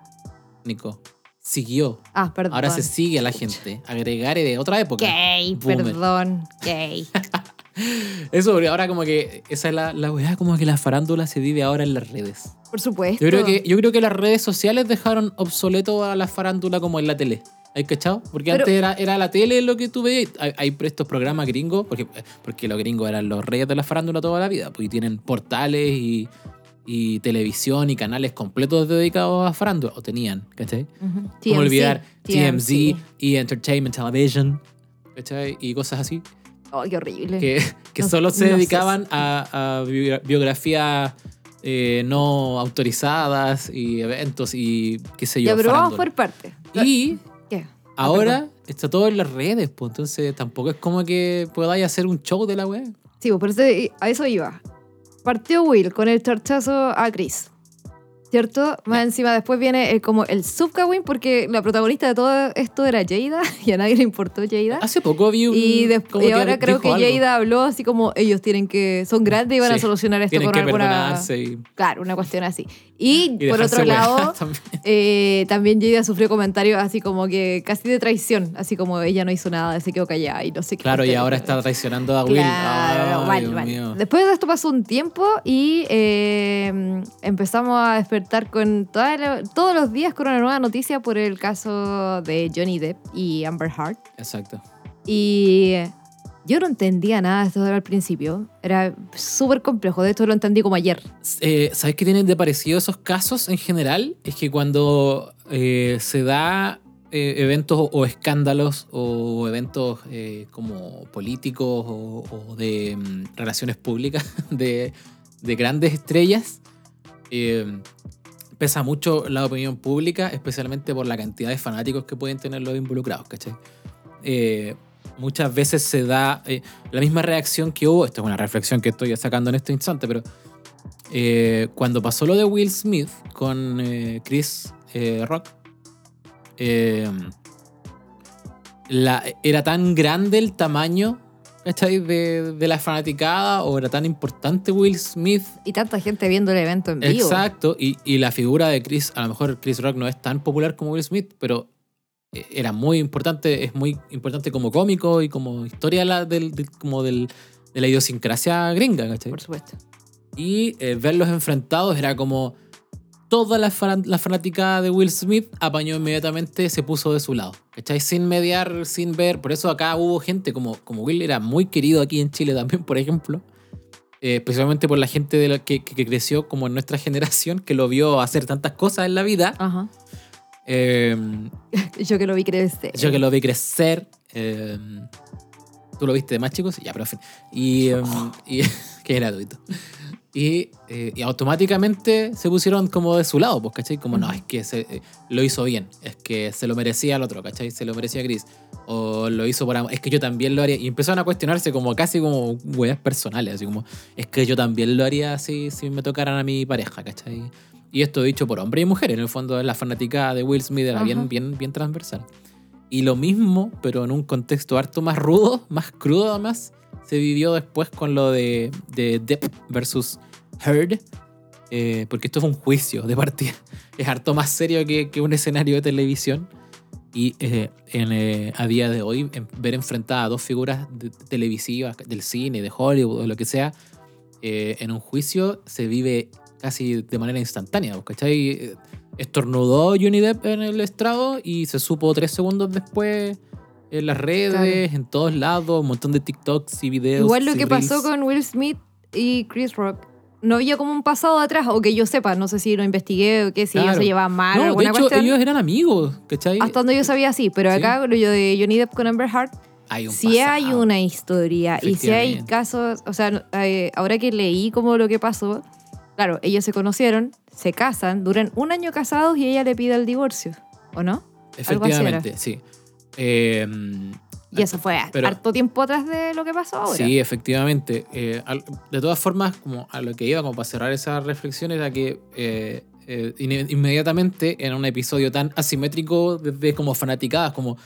[SPEAKER 1] Nico. Siguió.
[SPEAKER 2] Ah, perdón.
[SPEAKER 1] Ahora se sigue a la gente. Agregar es de otra época.
[SPEAKER 2] Gay,
[SPEAKER 1] Boomer.
[SPEAKER 2] perdón, gay.
[SPEAKER 1] Eso, ahora como que esa es la, la weá, como que la farándula se vive ahora en las redes.
[SPEAKER 2] Por supuesto.
[SPEAKER 1] Yo creo, que, yo creo que las redes sociales dejaron obsoleto a la farándula como en la tele. ¿Hay cachado? Porque
[SPEAKER 2] Pero-
[SPEAKER 1] antes era, era la tele lo que tú veías. Hay, hay estos programas gringos, porque, porque los gringos eran los reyes de la farándula toda la vida, porque tienen portales y, y televisión y canales completos dedicados a farándula. O tenían, ¿cachai?
[SPEAKER 2] Ujú.
[SPEAKER 1] Como olvidar TMZ
[SPEAKER 2] TMZ.
[SPEAKER 1] y Entertainment Television, ¿cachai? Y cosas así
[SPEAKER 2] Oh, qué horrible.
[SPEAKER 1] que, que
[SPEAKER 2] No-
[SPEAKER 1] solo se
[SPEAKER 2] no sé.
[SPEAKER 1] dedicaban a, a biogra- biografías eh, no autorizadas y eventos y qué sé yo.
[SPEAKER 2] ya, pero vamos por
[SPEAKER 1] farándula.
[SPEAKER 2] parte.
[SPEAKER 1] Y
[SPEAKER 2] ¿Qué?
[SPEAKER 1] ahora está todo en las redes, pues entonces tampoco es como que podáis hacer un show de la web.
[SPEAKER 2] Sí, pues, por eso, a eso iba. Partió Will con el charchazo a Chris. ¿Cierto? Más encima después viene el- como el subcawin porque la protagonista de todo esto era Jada y a nadie le importó Jada.
[SPEAKER 1] Hace poco vi Ah, un.
[SPEAKER 2] Y, des-
[SPEAKER 1] como
[SPEAKER 2] y ahora creo
[SPEAKER 1] dijo
[SPEAKER 2] que
[SPEAKER 1] algo.
[SPEAKER 2] Jada habló así como ellos tienen que son grandes y van a
[SPEAKER 1] Sí,
[SPEAKER 2] solucionar esto
[SPEAKER 1] Tienen
[SPEAKER 2] con
[SPEAKER 1] que
[SPEAKER 2] alguna
[SPEAKER 1] perdonarse y,
[SPEAKER 2] claro, una cuestión así. Y,
[SPEAKER 1] y
[SPEAKER 2] por
[SPEAKER 1] dejarse
[SPEAKER 2] otro
[SPEAKER 1] wear
[SPEAKER 2] lado,
[SPEAKER 1] también.
[SPEAKER 2] eh, también Jada sufrió comentarios así como que casi de traición, así como ella no hizo nada, se quedó callada y no sé qué.
[SPEAKER 1] Claro, y
[SPEAKER 2] cuestión.
[SPEAKER 1] ahora está traicionando a Will.
[SPEAKER 2] Claro,
[SPEAKER 1] Ay,
[SPEAKER 2] vale,
[SPEAKER 1] Dios
[SPEAKER 2] vale.
[SPEAKER 1] mío.
[SPEAKER 2] Después de esto pasó un tiempo y eh, empezamos a despertar con toda la- todos los días con una nueva noticia por el caso de Johnny Depp y Amber Heard.
[SPEAKER 1] Exacto.
[SPEAKER 2] Y yo no entendía nada de esto al principio. Era súper complejo. De esto lo entendí como ayer.
[SPEAKER 1] Eh, ¿Sabes qué tienen de parecido esos casos en general? Es que cuando eh, se da eh, eventos o, o escándalos o eventos eh, como políticos o, o de mm, relaciones públicas de, de grandes estrellas, eh, pesa mucho la opinión pública, especialmente por la cantidad de fanáticos que pueden tener los involucrados, ¿cachai? Eh, muchas veces se da eh, la misma reacción que hubo, esto es una reflexión que estoy sacando en este instante, pero eh, cuando pasó lo de Will Smith con eh, Chris eh, Rock, eh, la- era tan grande el tamaño ¿cachai? de, de la fanaticada o era tan importante Will Smith
[SPEAKER 2] Y tanta gente viendo el evento en vivo.
[SPEAKER 1] Exacto, y, y la figura de Chris, a lo mejor Chris Rock no es tan popular como Will Smith, pero eh, era muy importante, es muy importante como cómico y como historia de la, del, del- como del- de la idiosincrasia gringa, ¿cachai?
[SPEAKER 2] Por supuesto.
[SPEAKER 1] Y eh, verlos enfrentados era como toda la, fan- la fanaticada de Will Smith apañó inmediatamente, se puso de su lado, ¿cachai? Sin mediar, sin ver, por eso acá hubo gente como, como Will era muy querido aquí en Chile también, por ejemplo. eh, especialmente por la gente de la que, que- que creció como en nuestra generación, que lo vio hacer tantas cosas en la vida.
[SPEAKER 2] Ajá.
[SPEAKER 1] Eh,
[SPEAKER 2] Yo que lo vi crecer.
[SPEAKER 1] yo que lo vi crecer. eh, Tú lo viste de más chicos, ya, pero en fin. Y, eh, y- que era gratuito. Y, eh, y automáticamente se pusieron como de su lado, pues, ¿cachai? Como, no,
[SPEAKER 2] Ujú.
[SPEAKER 1] es que se, eh, lo hizo bien, es que se lo merecía el otro, ¿cachai? Se lo merecía Chris. O lo hizo por amor, es que yo también lo haría. Y empezaron a cuestionarse como casi como weas personales, así como, es que yo también lo haría si, si me tocaran a mi pareja, ¿cachai? Y esto dicho por hombre y mujer, en el fondo la fanática de Will Smith era
[SPEAKER 2] Ajá.
[SPEAKER 1] bien, bien, bien transversal. Y lo mismo, pero en un contexto harto más rudo, más crudo además, se vivió después con lo de, de Depp versus Heard, eh, porque esto fue un juicio de partida. Es harto más serio que, que un escenario de televisión. Y eh, en, eh, a día de hoy, en- ver enfrentadas a dos figuras de- televisivas del cine, de Hollywood, de lo que sea, eh, en un juicio se vive casi de manera instantánea, ¿cachai? Eh, Estornudó Johnny Depp en el estrado y se supo tres segundos después en las redes,
[SPEAKER 2] Claro.
[SPEAKER 1] en todos lados, un montón de TikToks y videos.
[SPEAKER 2] Igual lo
[SPEAKER 1] y
[SPEAKER 2] que pasó
[SPEAKER 1] reels.
[SPEAKER 2] con Will Smith y Chris Rock. no había como un pasado atrás, o que yo sepa, no sé si lo investigué o qué, si ellos
[SPEAKER 1] Claro.
[SPEAKER 2] se llevaban mal o
[SPEAKER 1] No, de
[SPEAKER 2] alguna
[SPEAKER 1] hecho,
[SPEAKER 2] cuestión.
[SPEAKER 1] ellos eran amigos, ¿cachai?
[SPEAKER 2] Hasta donde yo sabía, sí, pero
[SPEAKER 1] Sí.
[SPEAKER 2] acá lo de Johnny Depp con Amber Heard,
[SPEAKER 1] hay un
[SPEAKER 2] si hay
[SPEAKER 1] pasado.
[SPEAKER 2] una historia y si hay
[SPEAKER 1] Efectivamente.
[SPEAKER 2] casos, o sea, no- eh, ahora que leí como lo que pasó, claro, ellos se conocieron, se casan, duran un año casados y ella le pide el divorcio, ¿o no? algo así era.
[SPEAKER 1] Efectivamente, sí. Eh,
[SPEAKER 2] Y eso fue a-
[SPEAKER 1] Ah, Pero-
[SPEAKER 2] harto tiempo atrás de lo que pasó ahora.
[SPEAKER 1] Sí, efectivamente. Eh, al- de todas formas, como a lo que iba, como para cerrar esa reflexión, era que eh, eh, ine- inmediatamente en un episodio tan asimétrico de, de como fanaticadas, como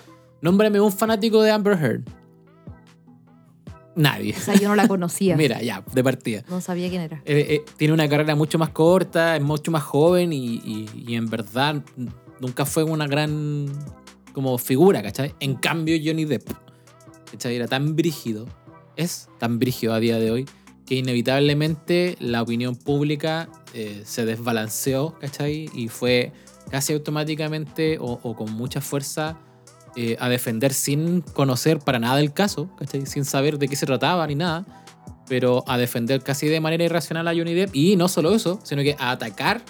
[SPEAKER 1] nómbrame un fanático de Amber Heard. Nadie.
[SPEAKER 2] O sea, yo no la conocía.
[SPEAKER 1] Mira, ya, de partida.
[SPEAKER 2] No sabía quién era.
[SPEAKER 1] Eh, eh, tiene una carrera mucho más corta, es mucho más joven y, y- y en verdad n- nunca fue una gran como figura, ¿cachai? En cambio, Johnny Depp, ¿cachai? Era tan brígido, es tan brígido a día de hoy, que inevitablemente la opinión pública eh, se desbalanceó, ¿cachai? Y fue casi automáticamente o, o con mucha fuerza eh, a defender sin conocer para nada el caso, ¿cachai? Sin saber de qué se trataba ni nada pero a defender casi de manera irracional a Johnny Depp. Y no solo eso, sino que a atacar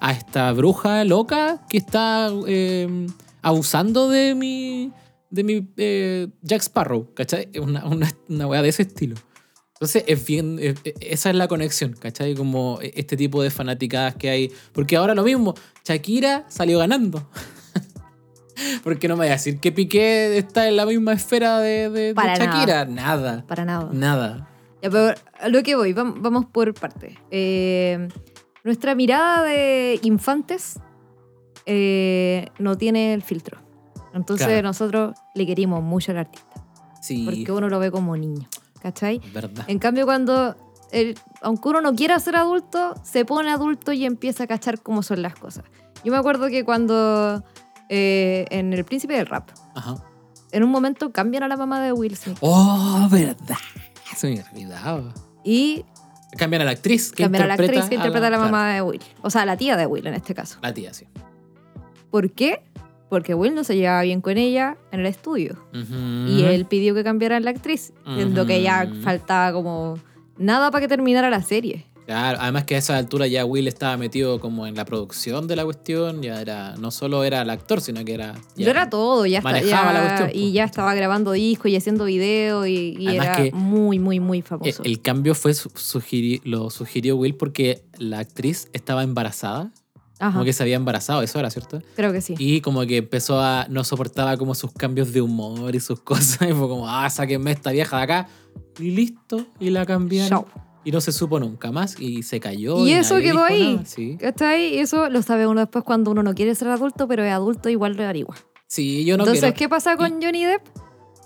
[SPEAKER 1] a esta bruja loca que está eh, abusando de mi, de mi eh, Jack Sparrow, ¿cachai? Una, una, una weá de ese estilo. Entonces, es bien, es- es- esa es la conexión, ¿cachai? Como este tipo de fanaticadas que hay. Porque ahora lo mismo, Shakira salió ganando. Porque no me voy a decir que Piqué está en la misma esfera de, de- de
[SPEAKER 2] Para nada.
[SPEAKER 1] Shakira. Nada.
[SPEAKER 2] Para nada.
[SPEAKER 1] Nada.
[SPEAKER 2] Ya, pero a lo que voy, vam- vamos por partes. Eh, nuestra mirada de infantes eh, no tiene el filtro. Entonces
[SPEAKER 1] Claro.
[SPEAKER 2] nosotros le querimos mucho al artista,
[SPEAKER 1] Sí.
[SPEAKER 2] porque uno lo ve como niño, ¿cachai?
[SPEAKER 1] Verdad.
[SPEAKER 2] En cambio, cuando, el- aunque uno no quiera ser adulto, se pone adulto y empieza a cachar cómo son las cosas. Yo me acuerdo que cuando eh, en El Príncipe del Rap,
[SPEAKER 1] Ajá.
[SPEAKER 2] en un momento cambian a la mamá de Will Smith
[SPEAKER 1] Oh, verdad. Se me olvidaba.
[SPEAKER 2] y
[SPEAKER 1] Cambian a la actriz que
[SPEAKER 2] cambian a la
[SPEAKER 1] interpreta
[SPEAKER 2] actriz que interpreta a la, mamá
[SPEAKER 1] claro,
[SPEAKER 2] de Will. O sea, a la tía de Will en este caso.
[SPEAKER 1] la tía, sí.
[SPEAKER 2] ¿Por qué? Porque Will no se llevaba bien con ella en el estudio.
[SPEAKER 1] Ujú.
[SPEAKER 2] Y él pidió que cambiaran la actriz, siendo que ya
[SPEAKER 1] Ujú.
[SPEAKER 2] faltaba como nada para que terminara la serie.
[SPEAKER 1] Claro, además que a esa altura ya Will estaba metido como en la producción de la cuestión. Ya era. No solo era el actor, sino que era. ya-
[SPEAKER 2] Yo era todo, ya está-
[SPEAKER 1] Manejaba
[SPEAKER 2] ya-
[SPEAKER 1] la cuestión, po.
[SPEAKER 2] Y ya estaba grabando discos y haciendo videos y, y
[SPEAKER 1] Además
[SPEAKER 2] era
[SPEAKER 1] que-
[SPEAKER 2] muy, muy, muy
[SPEAKER 1] Eh,
[SPEAKER 2] famoso.
[SPEAKER 1] El cambio fue su- sugiri- lo sugirió Will porque la actriz estaba embarazada,
[SPEAKER 2] Ajá,
[SPEAKER 1] como que se había embarazado, eso era, ¿cierto?
[SPEAKER 2] creo que sí.
[SPEAKER 1] Y como que empezó a. No soportaba como sus cambios de humor y sus cosas. Y fue como, ah, sáquenme esta vieja de acá. Y listo. Y la cambiaron.
[SPEAKER 2] Chao.
[SPEAKER 1] Y no se supo nunca más. Y se cayó.
[SPEAKER 2] Y eso
[SPEAKER 1] nadie
[SPEAKER 2] quedó
[SPEAKER 1] dijo
[SPEAKER 2] ahí.
[SPEAKER 1] nada. Sí.
[SPEAKER 2] ¿Cachai? Y Eso lo sabe uno después cuando uno no quiere ser adulto, pero es adulto igual lo averigua.
[SPEAKER 1] Sí, yo no
[SPEAKER 2] Entonces,
[SPEAKER 1] quiero.
[SPEAKER 2] ¿qué pasa con Johnny Depp?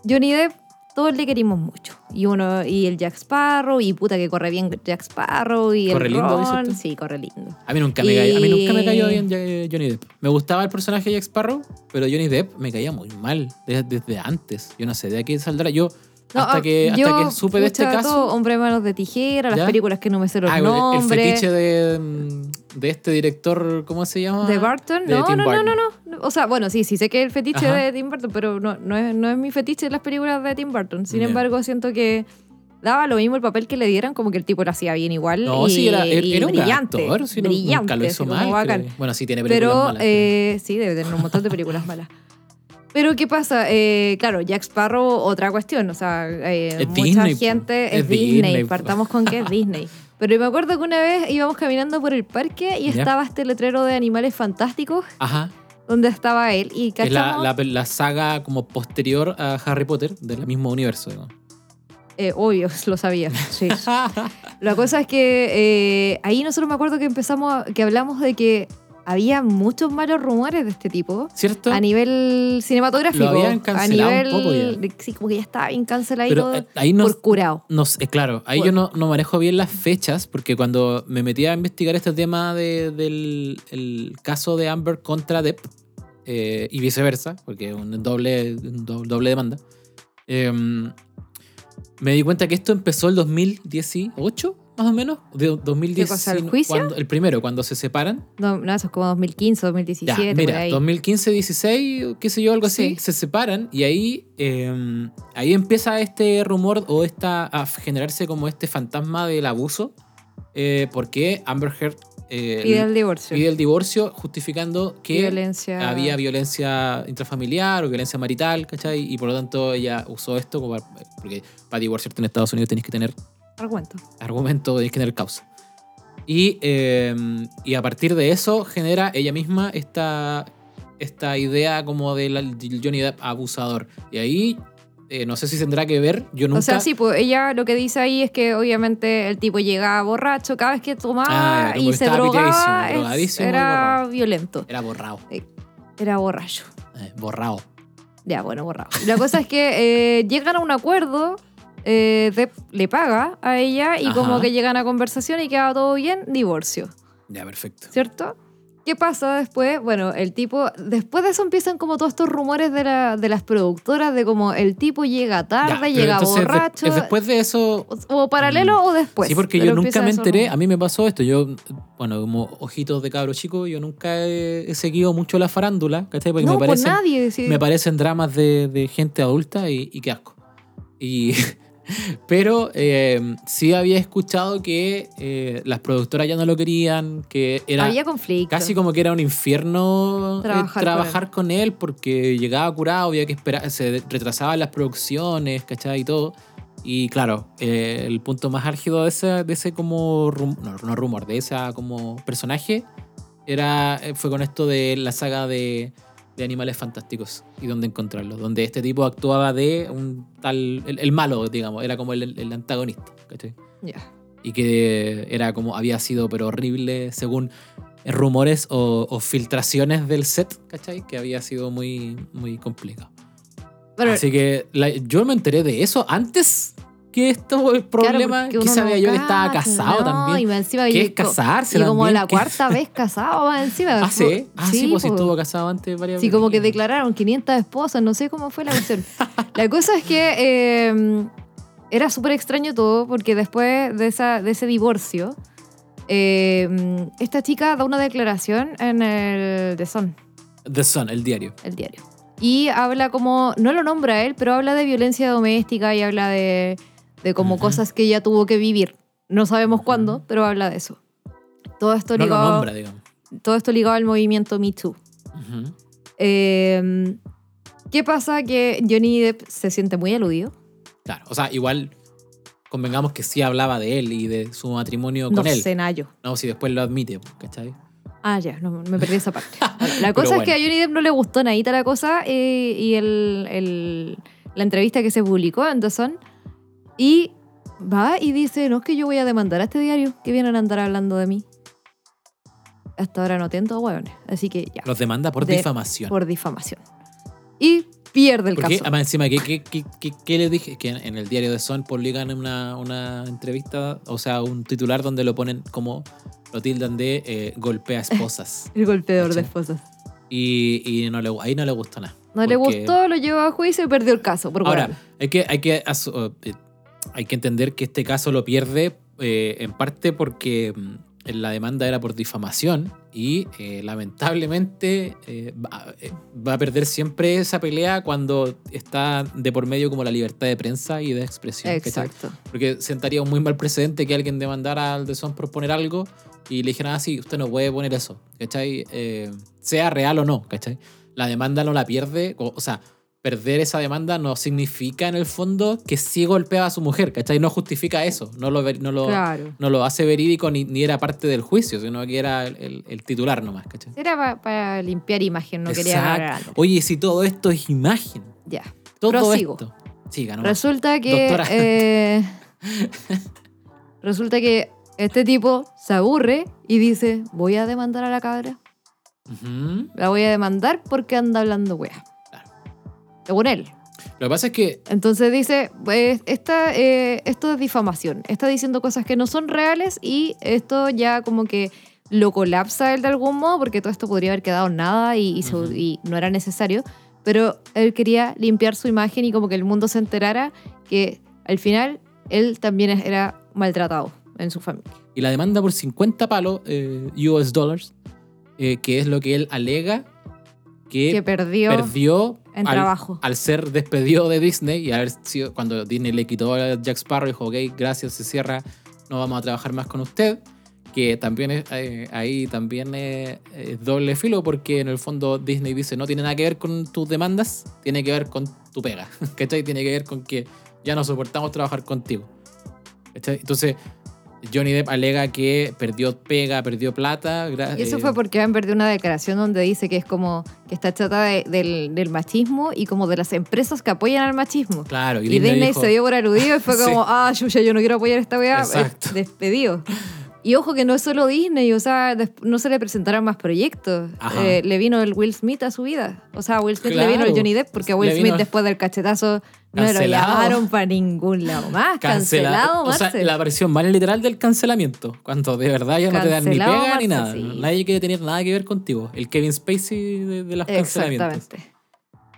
[SPEAKER 2] Johnny Depp, todos le querimos mucho. Y uno, y el Jack Sparrow, y puta que corre bien Jack Sparrow, y
[SPEAKER 1] Corre
[SPEAKER 2] el
[SPEAKER 1] lindo,
[SPEAKER 2] Ron.
[SPEAKER 1] dices tú.
[SPEAKER 2] Sí, corre lindo.
[SPEAKER 1] A mí, nunca me
[SPEAKER 2] Y-
[SPEAKER 1] cayó, a mí nunca me cayó bien eh, Johnny Depp. Me gustaba el personaje de Jack Sparrow, pero Johnny Depp me caía muy mal de- desde, antes. Yo no sé, de aquí saldrá. Yo,
[SPEAKER 2] No,
[SPEAKER 1] hasta,
[SPEAKER 2] ah,
[SPEAKER 1] que,
[SPEAKER 2] yo,
[SPEAKER 1] hasta que supe de este
[SPEAKER 2] pucha, todo
[SPEAKER 1] caso.
[SPEAKER 2] Hombre Manos de Tijera, las
[SPEAKER 1] ¿Ya?
[SPEAKER 2] películas que no me sé los
[SPEAKER 1] Ah, el- el
[SPEAKER 2] nombres.
[SPEAKER 1] fetiche de, mm, de este director, ¿cómo se llama?
[SPEAKER 2] ¿De Barton?
[SPEAKER 1] De
[SPEAKER 2] No,
[SPEAKER 1] Tim
[SPEAKER 2] no,
[SPEAKER 1] Burton.
[SPEAKER 2] no, no, no. O sea, bueno, sí, sí sé que es el fetiche
[SPEAKER 1] Ajá.
[SPEAKER 2] de Tim Burton, pero no, no, es, no es mi fetiche las películas de Tim Burton. Sin
[SPEAKER 1] Ya.
[SPEAKER 2] embargo, siento que daba lo mismo el papel que le dieran, como que el tipo lo hacía bien igual.
[SPEAKER 1] No,
[SPEAKER 2] y,
[SPEAKER 1] sí, era, er-
[SPEAKER 2] y
[SPEAKER 1] era un
[SPEAKER 2] brillante,
[SPEAKER 1] actor, sí, no-
[SPEAKER 2] brillante,
[SPEAKER 1] nunca lo hizo
[SPEAKER 2] así como
[SPEAKER 1] mal.
[SPEAKER 2] bacán.
[SPEAKER 1] creo. Bueno, sí tiene películas
[SPEAKER 2] Pero
[SPEAKER 1] malas.
[SPEAKER 2] eh, sí, debe tener un montón de películas malas. Pero ¿qué pasa? Eh, claro, Jack Sparrow, otra cuestión. O sea, eh,
[SPEAKER 1] Es
[SPEAKER 2] mucha
[SPEAKER 1] Disney, po.
[SPEAKER 2] gente es,
[SPEAKER 1] Es
[SPEAKER 2] Disney.
[SPEAKER 1] Disney, po.
[SPEAKER 2] Partamos con que es Disney. Pero me acuerdo que una vez íbamos caminando por el parque y
[SPEAKER 1] Ya.
[SPEAKER 2] estaba este letrero de animales fantásticos
[SPEAKER 1] Ajá.
[SPEAKER 2] donde estaba él y
[SPEAKER 1] Que es la,
[SPEAKER 2] cachamos,
[SPEAKER 1] la pel- la saga como posterior a Harry Potter del mismo universo. ¿no?
[SPEAKER 2] eh, obvio, lo sabía. sí. la cosa es que eh, ahí nosotros me acuerdo que empezamos, a- que hablamos de que había muchos malos rumores de este tipo.
[SPEAKER 1] ¿Cierto?
[SPEAKER 2] A nivel cinematográfico.
[SPEAKER 1] Lo habían cancelado
[SPEAKER 2] a
[SPEAKER 1] un
[SPEAKER 2] nivel,
[SPEAKER 1] poco ya.
[SPEAKER 2] de- Sí, como que ya estaba bien canceladito
[SPEAKER 1] Pero eh, ahí no,
[SPEAKER 2] por curado.
[SPEAKER 1] no sé, claro, ahí yo no, no manejo bien las fechas porque cuando me metí a investigar este tema de- del el caso de Amber contra Depp eh, y viceversa, porque es un doble, un do- doble demanda, eh, me di cuenta que esto empezó el 2018, más o menos, de
[SPEAKER 2] ¿Qué cosa,
[SPEAKER 1] 2019,
[SPEAKER 2] el juicio?
[SPEAKER 1] cuando- el primero, cuando se separan.
[SPEAKER 2] No, no, eso es como 2015, 2017,
[SPEAKER 1] Ya,
[SPEAKER 2] por
[SPEAKER 1] mira,
[SPEAKER 2] ahí.
[SPEAKER 1] 2015, 16, o qué sé yo, algo
[SPEAKER 2] Sí.
[SPEAKER 1] así, se separan y ahí, eh, ahí empieza este rumor o esta, a generarse como este fantasma del abuso eh, por qué Amber Heard eh,
[SPEAKER 2] Pide el divorcio.
[SPEAKER 1] pide el divorcio justificando que
[SPEAKER 2] violencia.
[SPEAKER 1] había violencia intrafamiliar o violencia marital, ¿cachai? Y por lo tanto ella usó esto como para, porque para divorciarte en Estados Unidos tenés que tener
[SPEAKER 2] Argumento.
[SPEAKER 1] argumento, tenés que tener causa. Y, eh, y a partir de eso genera ella misma esta, esta idea como del del Johnny Depp abusador. Y ahí eh, no sé si tendrá que ver, yo nunca...
[SPEAKER 2] O sea, sí, pues ella lo que dice ahí es que obviamente el tipo llegaba borracho cada vez que
[SPEAKER 1] Ah,
[SPEAKER 2] tomaba
[SPEAKER 1] era como
[SPEAKER 2] y
[SPEAKER 1] que
[SPEAKER 2] se
[SPEAKER 1] estaba
[SPEAKER 2] drogaba.
[SPEAKER 1] piteadísimo,
[SPEAKER 2] es-
[SPEAKER 1] drogadísimo y
[SPEAKER 2] era
[SPEAKER 1] borracho.
[SPEAKER 2] violento.
[SPEAKER 1] Era borrado,
[SPEAKER 2] Era borracho.
[SPEAKER 1] eh, borrado.
[SPEAKER 2] Ya, bueno, borrado. La cosa es que eh, llegan a un acuerdo, eh, Depp le paga a ella y
[SPEAKER 1] Ajá.
[SPEAKER 2] como que llegan a conversación y queda todo bien, divorcio,
[SPEAKER 1] Ya, perfecto.
[SPEAKER 2] ¿cierto? ¿Qué pasa después? Bueno, el tipo, después de eso empiezan como todos estos rumores de, la- de las productoras de como el tipo llega
[SPEAKER 1] Ya,
[SPEAKER 2] tarde,
[SPEAKER 1] pero
[SPEAKER 2] llega
[SPEAKER 1] entonces, de-
[SPEAKER 2] borracho,
[SPEAKER 1] es después de eso...
[SPEAKER 2] o, o paralelo o después.
[SPEAKER 1] sí, porque
[SPEAKER 2] pero
[SPEAKER 1] yo nunca
[SPEAKER 2] empiezan
[SPEAKER 1] me
[SPEAKER 2] esos
[SPEAKER 1] enteré,
[SPEAKER 2] rumores.
[SPEAKER 1] a mí me pasó esto, yo, bueno, como ojitos de cabro chico, yo nunca he, he seguido mucho la farándula, ¿cachai? Porque
[SPEAKER 2] no, pues
[SPEAKER 1] me
[SPEAKER 2] por
[SPEAKER 1] parecen,
[SPEAKER 2] nadie. sí.
[SPEAKER 1] me parecen dramas de, de gente adulta y, y qué asco. Y, pero eh, sí había escuchado que eh, las productoras ya no lo querían, que era
[SPEAKER 2] Había conflicto.
[SPEAKER 1] casi como que era un infierno eh, trabajar,
[SPEAKER 2] Trabajar con
[SPEAKER 1] con, él. porque llegaba curado, había que esperar, se retrasaban las producciones, ¿cachai? Y todo. Y claro, eh, el punto más álgido de ese, de ese como rum- no, no rumor, de esa como personaje era eh, fue con esto de la saga de, de Animales Fantásticos y dónde encontrarlos, donde este tipo actuaba de un tal, el, el malo, digamos, era como el, el antagonista, ¿cachai?
[SPEAKER 2] Ya.
[SPEAKER 1] y que era como había sido pero horrible según rumores o, o filtraciones del set, ¿cachai? Que había sido muy, muy complicado.
[SPEAKER 2] Pero-
[SPEAKER 1] Así que la- yo me enteré de eso antes que esto el
[SPEAKER 2] Claro,
[SPEAKER 1] problema,
[SPEAKER 2] porque uno
[SPEAKER 1] quizá
[SPEAKER 2] no
[SPEAKER 1] veía yo que estaba
[SPEAKER 2] cacha, pues,
[SPEAKER 1] casado
[SPEAKER 2] no,
[SPEAKER 1] también.
[SPEAKER 2] Y encima
[SPEAKER 1] Que
[SPEAKER 2] yo
[SPEAKER 1] es
[SPEAKER 2] co-
[SPEAKER 1] casarse
[SPEAKER 2] Y como
[SPEAKER 1] también,
[SPEAKER 2] la
[SPEAKER 1] que-
[SPEAKER 2] cuarta vez casado, más encima.
[SPEAKER 1] Ah, sí, ah, sí, pues si
[SPEAKER 2] po.
[SPEAKER 1] estuvo casado antes varias
[SPEAKER 2] Sí, como que
[SPEAKER 1] veces.
[SPEAKER 2] declararon 500 esposas, no sé cómo fue la cuestión. la cosa es que eh, era súper extraño todo, porque después de, esa, de ese divorcio, eh, esta chica da una declaración en el The Sun,
[SPEAKER 1] The Sun, el diario.
[SPEAKER 2] el diario. Y habla como, no lo nombra él, pero habla de violencia doméstica y habla de, de como
[SPEAKER 1] Ujú.
[SPEAKER 2] cosas que ella tuvo que vivir. No sabemos
[SPEAKER 1] Ujú.
[SPEAKER 2] cuándo, pero habla de eso. Todo esto,
[SPEAKER 1] No lo
[SPEAKER 2] ligado,
[SPEAKER 1] nombra, digamos.
[SPEAKER 2] todo esto ligado al movimiento Me Too.
[SPEAKER 1] Ujú.
[SPEAKER 2] Eh, ¿Qué pasa? Que Johnny Depp se siente muy aludido.
[SPEAKER 1] Claro, o sea, igual convengamos que sí hablaba de él y de su matrimonio con
[SPEAKER 2] No
[SPEAKER 1] él.
[SPEAKER 2] sé, Nayo.
[SPEAKER 1] No, si después lo admite, ¿cachai?
[SPEAKER 2] Ah, ya, no, me perdí esa parte. Bueno, la
[SPEAKER 1] Pero
[SPEAKER 2] cosa es que a
[SPEAKER 1] bueno.
[SPEAKER 2] Johnny Depp no le gustó nadita la cosa eh, y el, el- la entrevista que se publicó en The Sun. Y va y dice, no, es que yo voy a demandar a este diario que vienen a andar hablando de mí. Hasta ahora no tiento hueones. Así que ya,
[SPEAKER 1] Los demanda por
[SPEAKER 2] De-
[SPEAKER 1] difamación.
[SPEAKER 2] por difamación. Y pierde el
[SPEAKER 1] Porque
[SPEAKER 2] caso.
[SPEAKER 1] además encima, ¿qué, qué, qué- qué- qué le dije? Que en, en el diario de Son publican una, una entrevista, o sea, un titular donde lo ponen como, lo tildan de eh, golpea esposas.
[SPEAKER 2] El golpeador de
[SPEAKER 1] ¿Cachai?
[SPEAKER 2] esposas.
[SPEAKER 1] y y no le, ahí no le gustó nada.
[SPEAKER 2] No le
[SPEAKER 1] Porque-
[SPEAKER 2] gustó, lo llevó a juicio y perdió el caso. Por
[SPEAKER 1] Ahora,
[SPEAKER 2] hueón.
[SPEAKER 1] hay que, hay, que asu- eh, hay que entender que este caso lo pierde eh, en parte porque mm, la demanda era por difamación y eh, lamentablemente eh, va, eh, va a perder siempre esa pelea cuando está de por medio como la libertad de prensa y de expresión. ¿cachai?
[SPEAKER 2] Exacto.
[SPEAKER 1] Porque sentaría un muy mal precedente que alguien demandara al de Son por poner algo y le dijeran, ah, sí, usted no puede poner eso, ¿cachai? Eh, sea real o no, ¿cachai? La demanda no la pierde, o, o sea, perder esa demanda no significa en el fondo que sí golpeaba a su mujer, ¿cachai? No justifica eso, no lo, ver- no lo,
[SPEAKER 2] Claro.
[SPEAKER 1] no lo hace verídico ni, ni era parte del juicio, sino que era el, el- el titular nomás, ¿cachai?
[SPEAKER 2] Era pa- para limpiar imagen, no quería
[SPEAKER 1] Exacto.
[SPEAKER 2] ganar antes.
[SPEAKER 1] Oye, si todo esto es imagen,
[SPEAKER 2] Ya.
[SPEAKER 1] todo
[SPEAKER 2] Prosigo.
[SPEAKER 1] esto. Siga nomás.
[SPEAKER 2] Resulta que.
[SPEAKER 1] Doctora.
[SPEAKER 2] eh, resulta que este tipo se aburre y dice: Voy a demandar a la cabra.
[SPEAKER 1] Ujú.
[SPEAKER 2] La voy a demandar porque anda hablando wea.
[SPEAKER 1] Claro.
[SPEAKER 2] Según él.
[SPEAKER 1] Lo que pasa es que
[SPEAKER 2] Entonces dice: pues, esta, eh, Esto es difamación. Está diciendo cosas que no son reales y esto ya como que. Lo colapsa él de algún modo porque todo esto podría haber quedado en nada y, y se-
[SPEAKER 1] Ujú.
[SPEAKER 2] y no era necesario. pero él quería limpiar su imagen y como que el mundo se enterara que al final él también era maltratado en su familia.
[SPEAKER 1] y la demanda por 50 palos eh, US dollars, eh, que es lo que él alega que,
[SPEAKER 2] que perdió,
[SPEAKER 1] perdió
[SPEAKER 2] en
[SPEAKER 1] al,
[SPEAKER 2] trabajo.
[SPEAKER 1] al ser despedido de Disney y haber sido cuando Disney le quitó a Jack Sparrow dijo, ok, gracias, se cierra no vamos a trabajar más con usted. Que también es, eh, ahí también es, es doble filo porque en el fondo Disney dice no tiene nada que ver con tus demandas, tiene que ver con tu pega. ¿Cachai? Tiene que ver con que ya no soportamos trabajar contigo. ¿Cachai? Entonces Johnny Depp alega que perdió pega, perdió plata. gra-
[SPEAKER 2] Y eso
[SPEAKER 1] eh,
[SPEAKER 2] fue porque han perdido una declaración donde dice que es como que está chata de- del, del machismo y como de las empresas que apoyan al machismo.
[SPEAKER 1] Claro, y,
[SPEAKER 2] Y,
[SPEAKER 1] Disney,
[SPEAKER 2] Disney
[SPEAKER 1] dijo-
[SPEAKER 2] se dio por aludido y fue
[SPEAKER 1] Sí.
[SPEAKER 2] como, ah, Yuya, yo no quiero apoyar esta weá, eh,
[SPEAKER 1] Exacto.
[SPEAKER 2] despedido. Y ojo que no es solo Disney, o sea, des- no se le presentaron más proyectos.
[SPEAKER 1] Ajá.
[SPEAKER 2] Eh, le vino el Will Smith a su vida. O sea, a Will Smith le vino el
[SPEAKER 1] Claro.
[SPEAKER 2] Johnny Depp porque a Will
[SPEAKER 1] Le
[SPEAKER 2] Smith
[SPEAKER 1] vino-
[SPEAKER 2] después del cachetazo no lo
[SPEAKER 1] Cancelado.
[SPEAKER 2] llamaron para ningún lado más. Cancelado,
[SPEAKER 1] Cancelado, o
[SPEAKER 2] Marce.
[SPEAKER 1] sea, la versión más literal del cancelamiento. Cuando de verdad ya no te dan ni
[SPEAKER 2] Cancelado,
[SPEAKER 1] pega
[SPEAKER 2] Marce,
[SPEAKER 1] ni nada.
[SPEAKER 2] sí.
[SPEAKER 1] Nadie quiere tener nada que ver contigo. El Kevin Spacey de, de los cancelamientos.
[SPEAKER 2] Exactamente.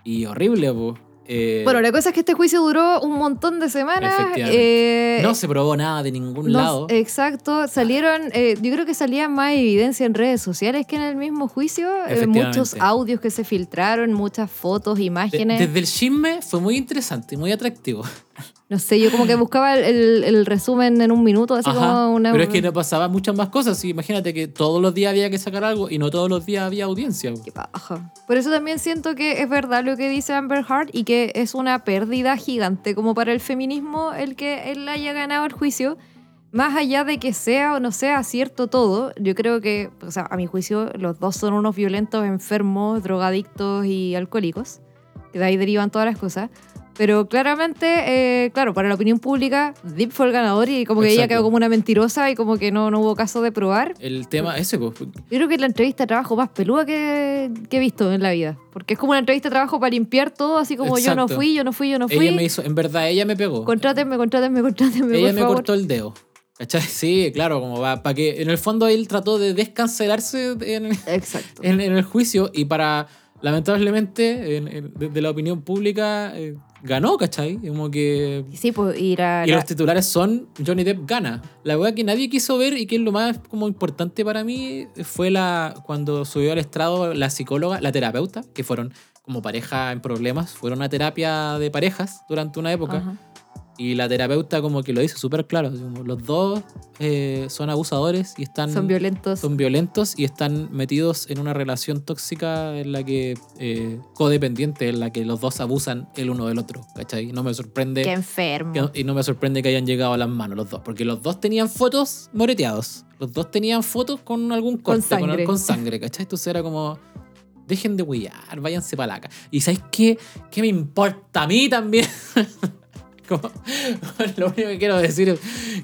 [SPEAKER 1] Y horrible, po. Eh,
[SPEAKER 2] Bueno, la cosa es que este juicio duró un montón de semanas.
[SPEAKER 1] Efectivamente.
[SPEAKER 2] eh,
[SPEAKER 1] no se probó nada de ningún
[SPEAKER 2] no-
[SPEAKER 1] lado.
[SPEAKER 2] Exacto. Salieron, eh, yo creo que salía más evidencia en redes sociales que en el mismo juicio. eh,
[SPEAKER 1] Efectivamente.
[SPEAKER 2] muchos audios que se filtraron, muchas fotos,
[SPEAKER 1] De-
[SPEAKER 2] imágenes.
[SPEAKER 1] desde el chisme fue muy interesante y muy atractivo.
[SPEAKER 2] No sé, yo como que buscaba el, el- el resumen en un minuto, así
[SPEAKER 1] Ajá,
[SPEAKER 2] como una.
[SPEAKER 1] Pero es que no pasaba muchas más cosas. Y imagínate que todos los días había que sacar algo y no todos los días había audiencia. po.
[SPEAKER 2] Qué paja. Por eso también siento que es verdad lo que dice Amber Heard y que es una pérdida gigante como para el feminismo el que él haya ganado el juicio. Más allá de que sea o no sea cierto todo, yo creo que, o sea, a mi juicio, los dos son unos violentos, enfermos, drogadictos y alcohólicos, que de ahí derivan todas las cosas. Pero claramente, eh, claro, para la opinión pública, Deep fue el ganador y como que ella
[SPEAKER 1] Exacto.
[SPEAKER 2] quedó como una mentirosa y como que no, no hubo caso de probar.
[SPEAKER 1] El tema ese, po.
[SPEAKER 2] Yo creo que es la entrevista de trabajo más peluda que, que he visto en la vida. Porque es como una entrevista de trabajo para limpiar todo, así como yo no
[SPEAKER 1] Exacto.
[SPEAKER 2] fui, yo no fui, yo no fui.
[SPEAKER 1] ella me hizo, en verdad, ella me pegó.
[SPEAKER 2] Contrátenme, contrátenme, contrátenme,
[SPEAKER 1] Ella
[SPEAKER 2] por
[SPEAKER 1] me
[SPEAKER 2] favor.
[SPEAKER 1] cortó el dedo. ¿Cachai? Sí, claro, como va. Para que en el fondo él trató de descancelarse en,
[SPEAKER 2] Exacto.
[SPEAKER 1] en- en el juicio y para, lamentablemente, en- en- desde la opinión pública, eh, ganó, ¿cachai? Como que.
[SPEAKER 2] Y sí, pues ir a.
[SPEAKER 1] Y
[SPEAKER 2] la-
[SPEAKER 1] los titulares son Johnny Depp gana. La weá que nadie quiso ver y que es lo más como importante para mí fue la cuando subió al estrado la psicóloga, la terapeuta, que fueron como pareja en problemas, fueron a terapia de parejas durante una época.
[SPEAKER 2] Ajá.
[SPEAKER 1] Y la terapeuta como que lo dice súper claro. así como, los dos eh, son abusadores y están...
[SPEAKER 2] Son violentos.
[SPEAKER 1] son violentos y están metidos en una relación tóxica en la que... eh, codependiente, en la que los dos abusan el uno del otro. ¿Cachai? No me sorprende...
[SPEAKER 2] Qué enfermo.
[SPEAKER 1] que no- y no me sorprende que hayan llegado a las manos los dos. Porque los dos tenían fotos moreteados. Los dos tenían fotos con algún
[SPEAKER 2] Con
[SPEAKER 1] corte. Con,
[SPEAKER 2] sangre.
[SPEAKER 1] con sangre, ¿cachai? Entonces era como... Dejen de huear, váyanse para la ca-". Y ¿sabes qué? ¿Qué me importa a mí también? Como, lo único que quiero decir es,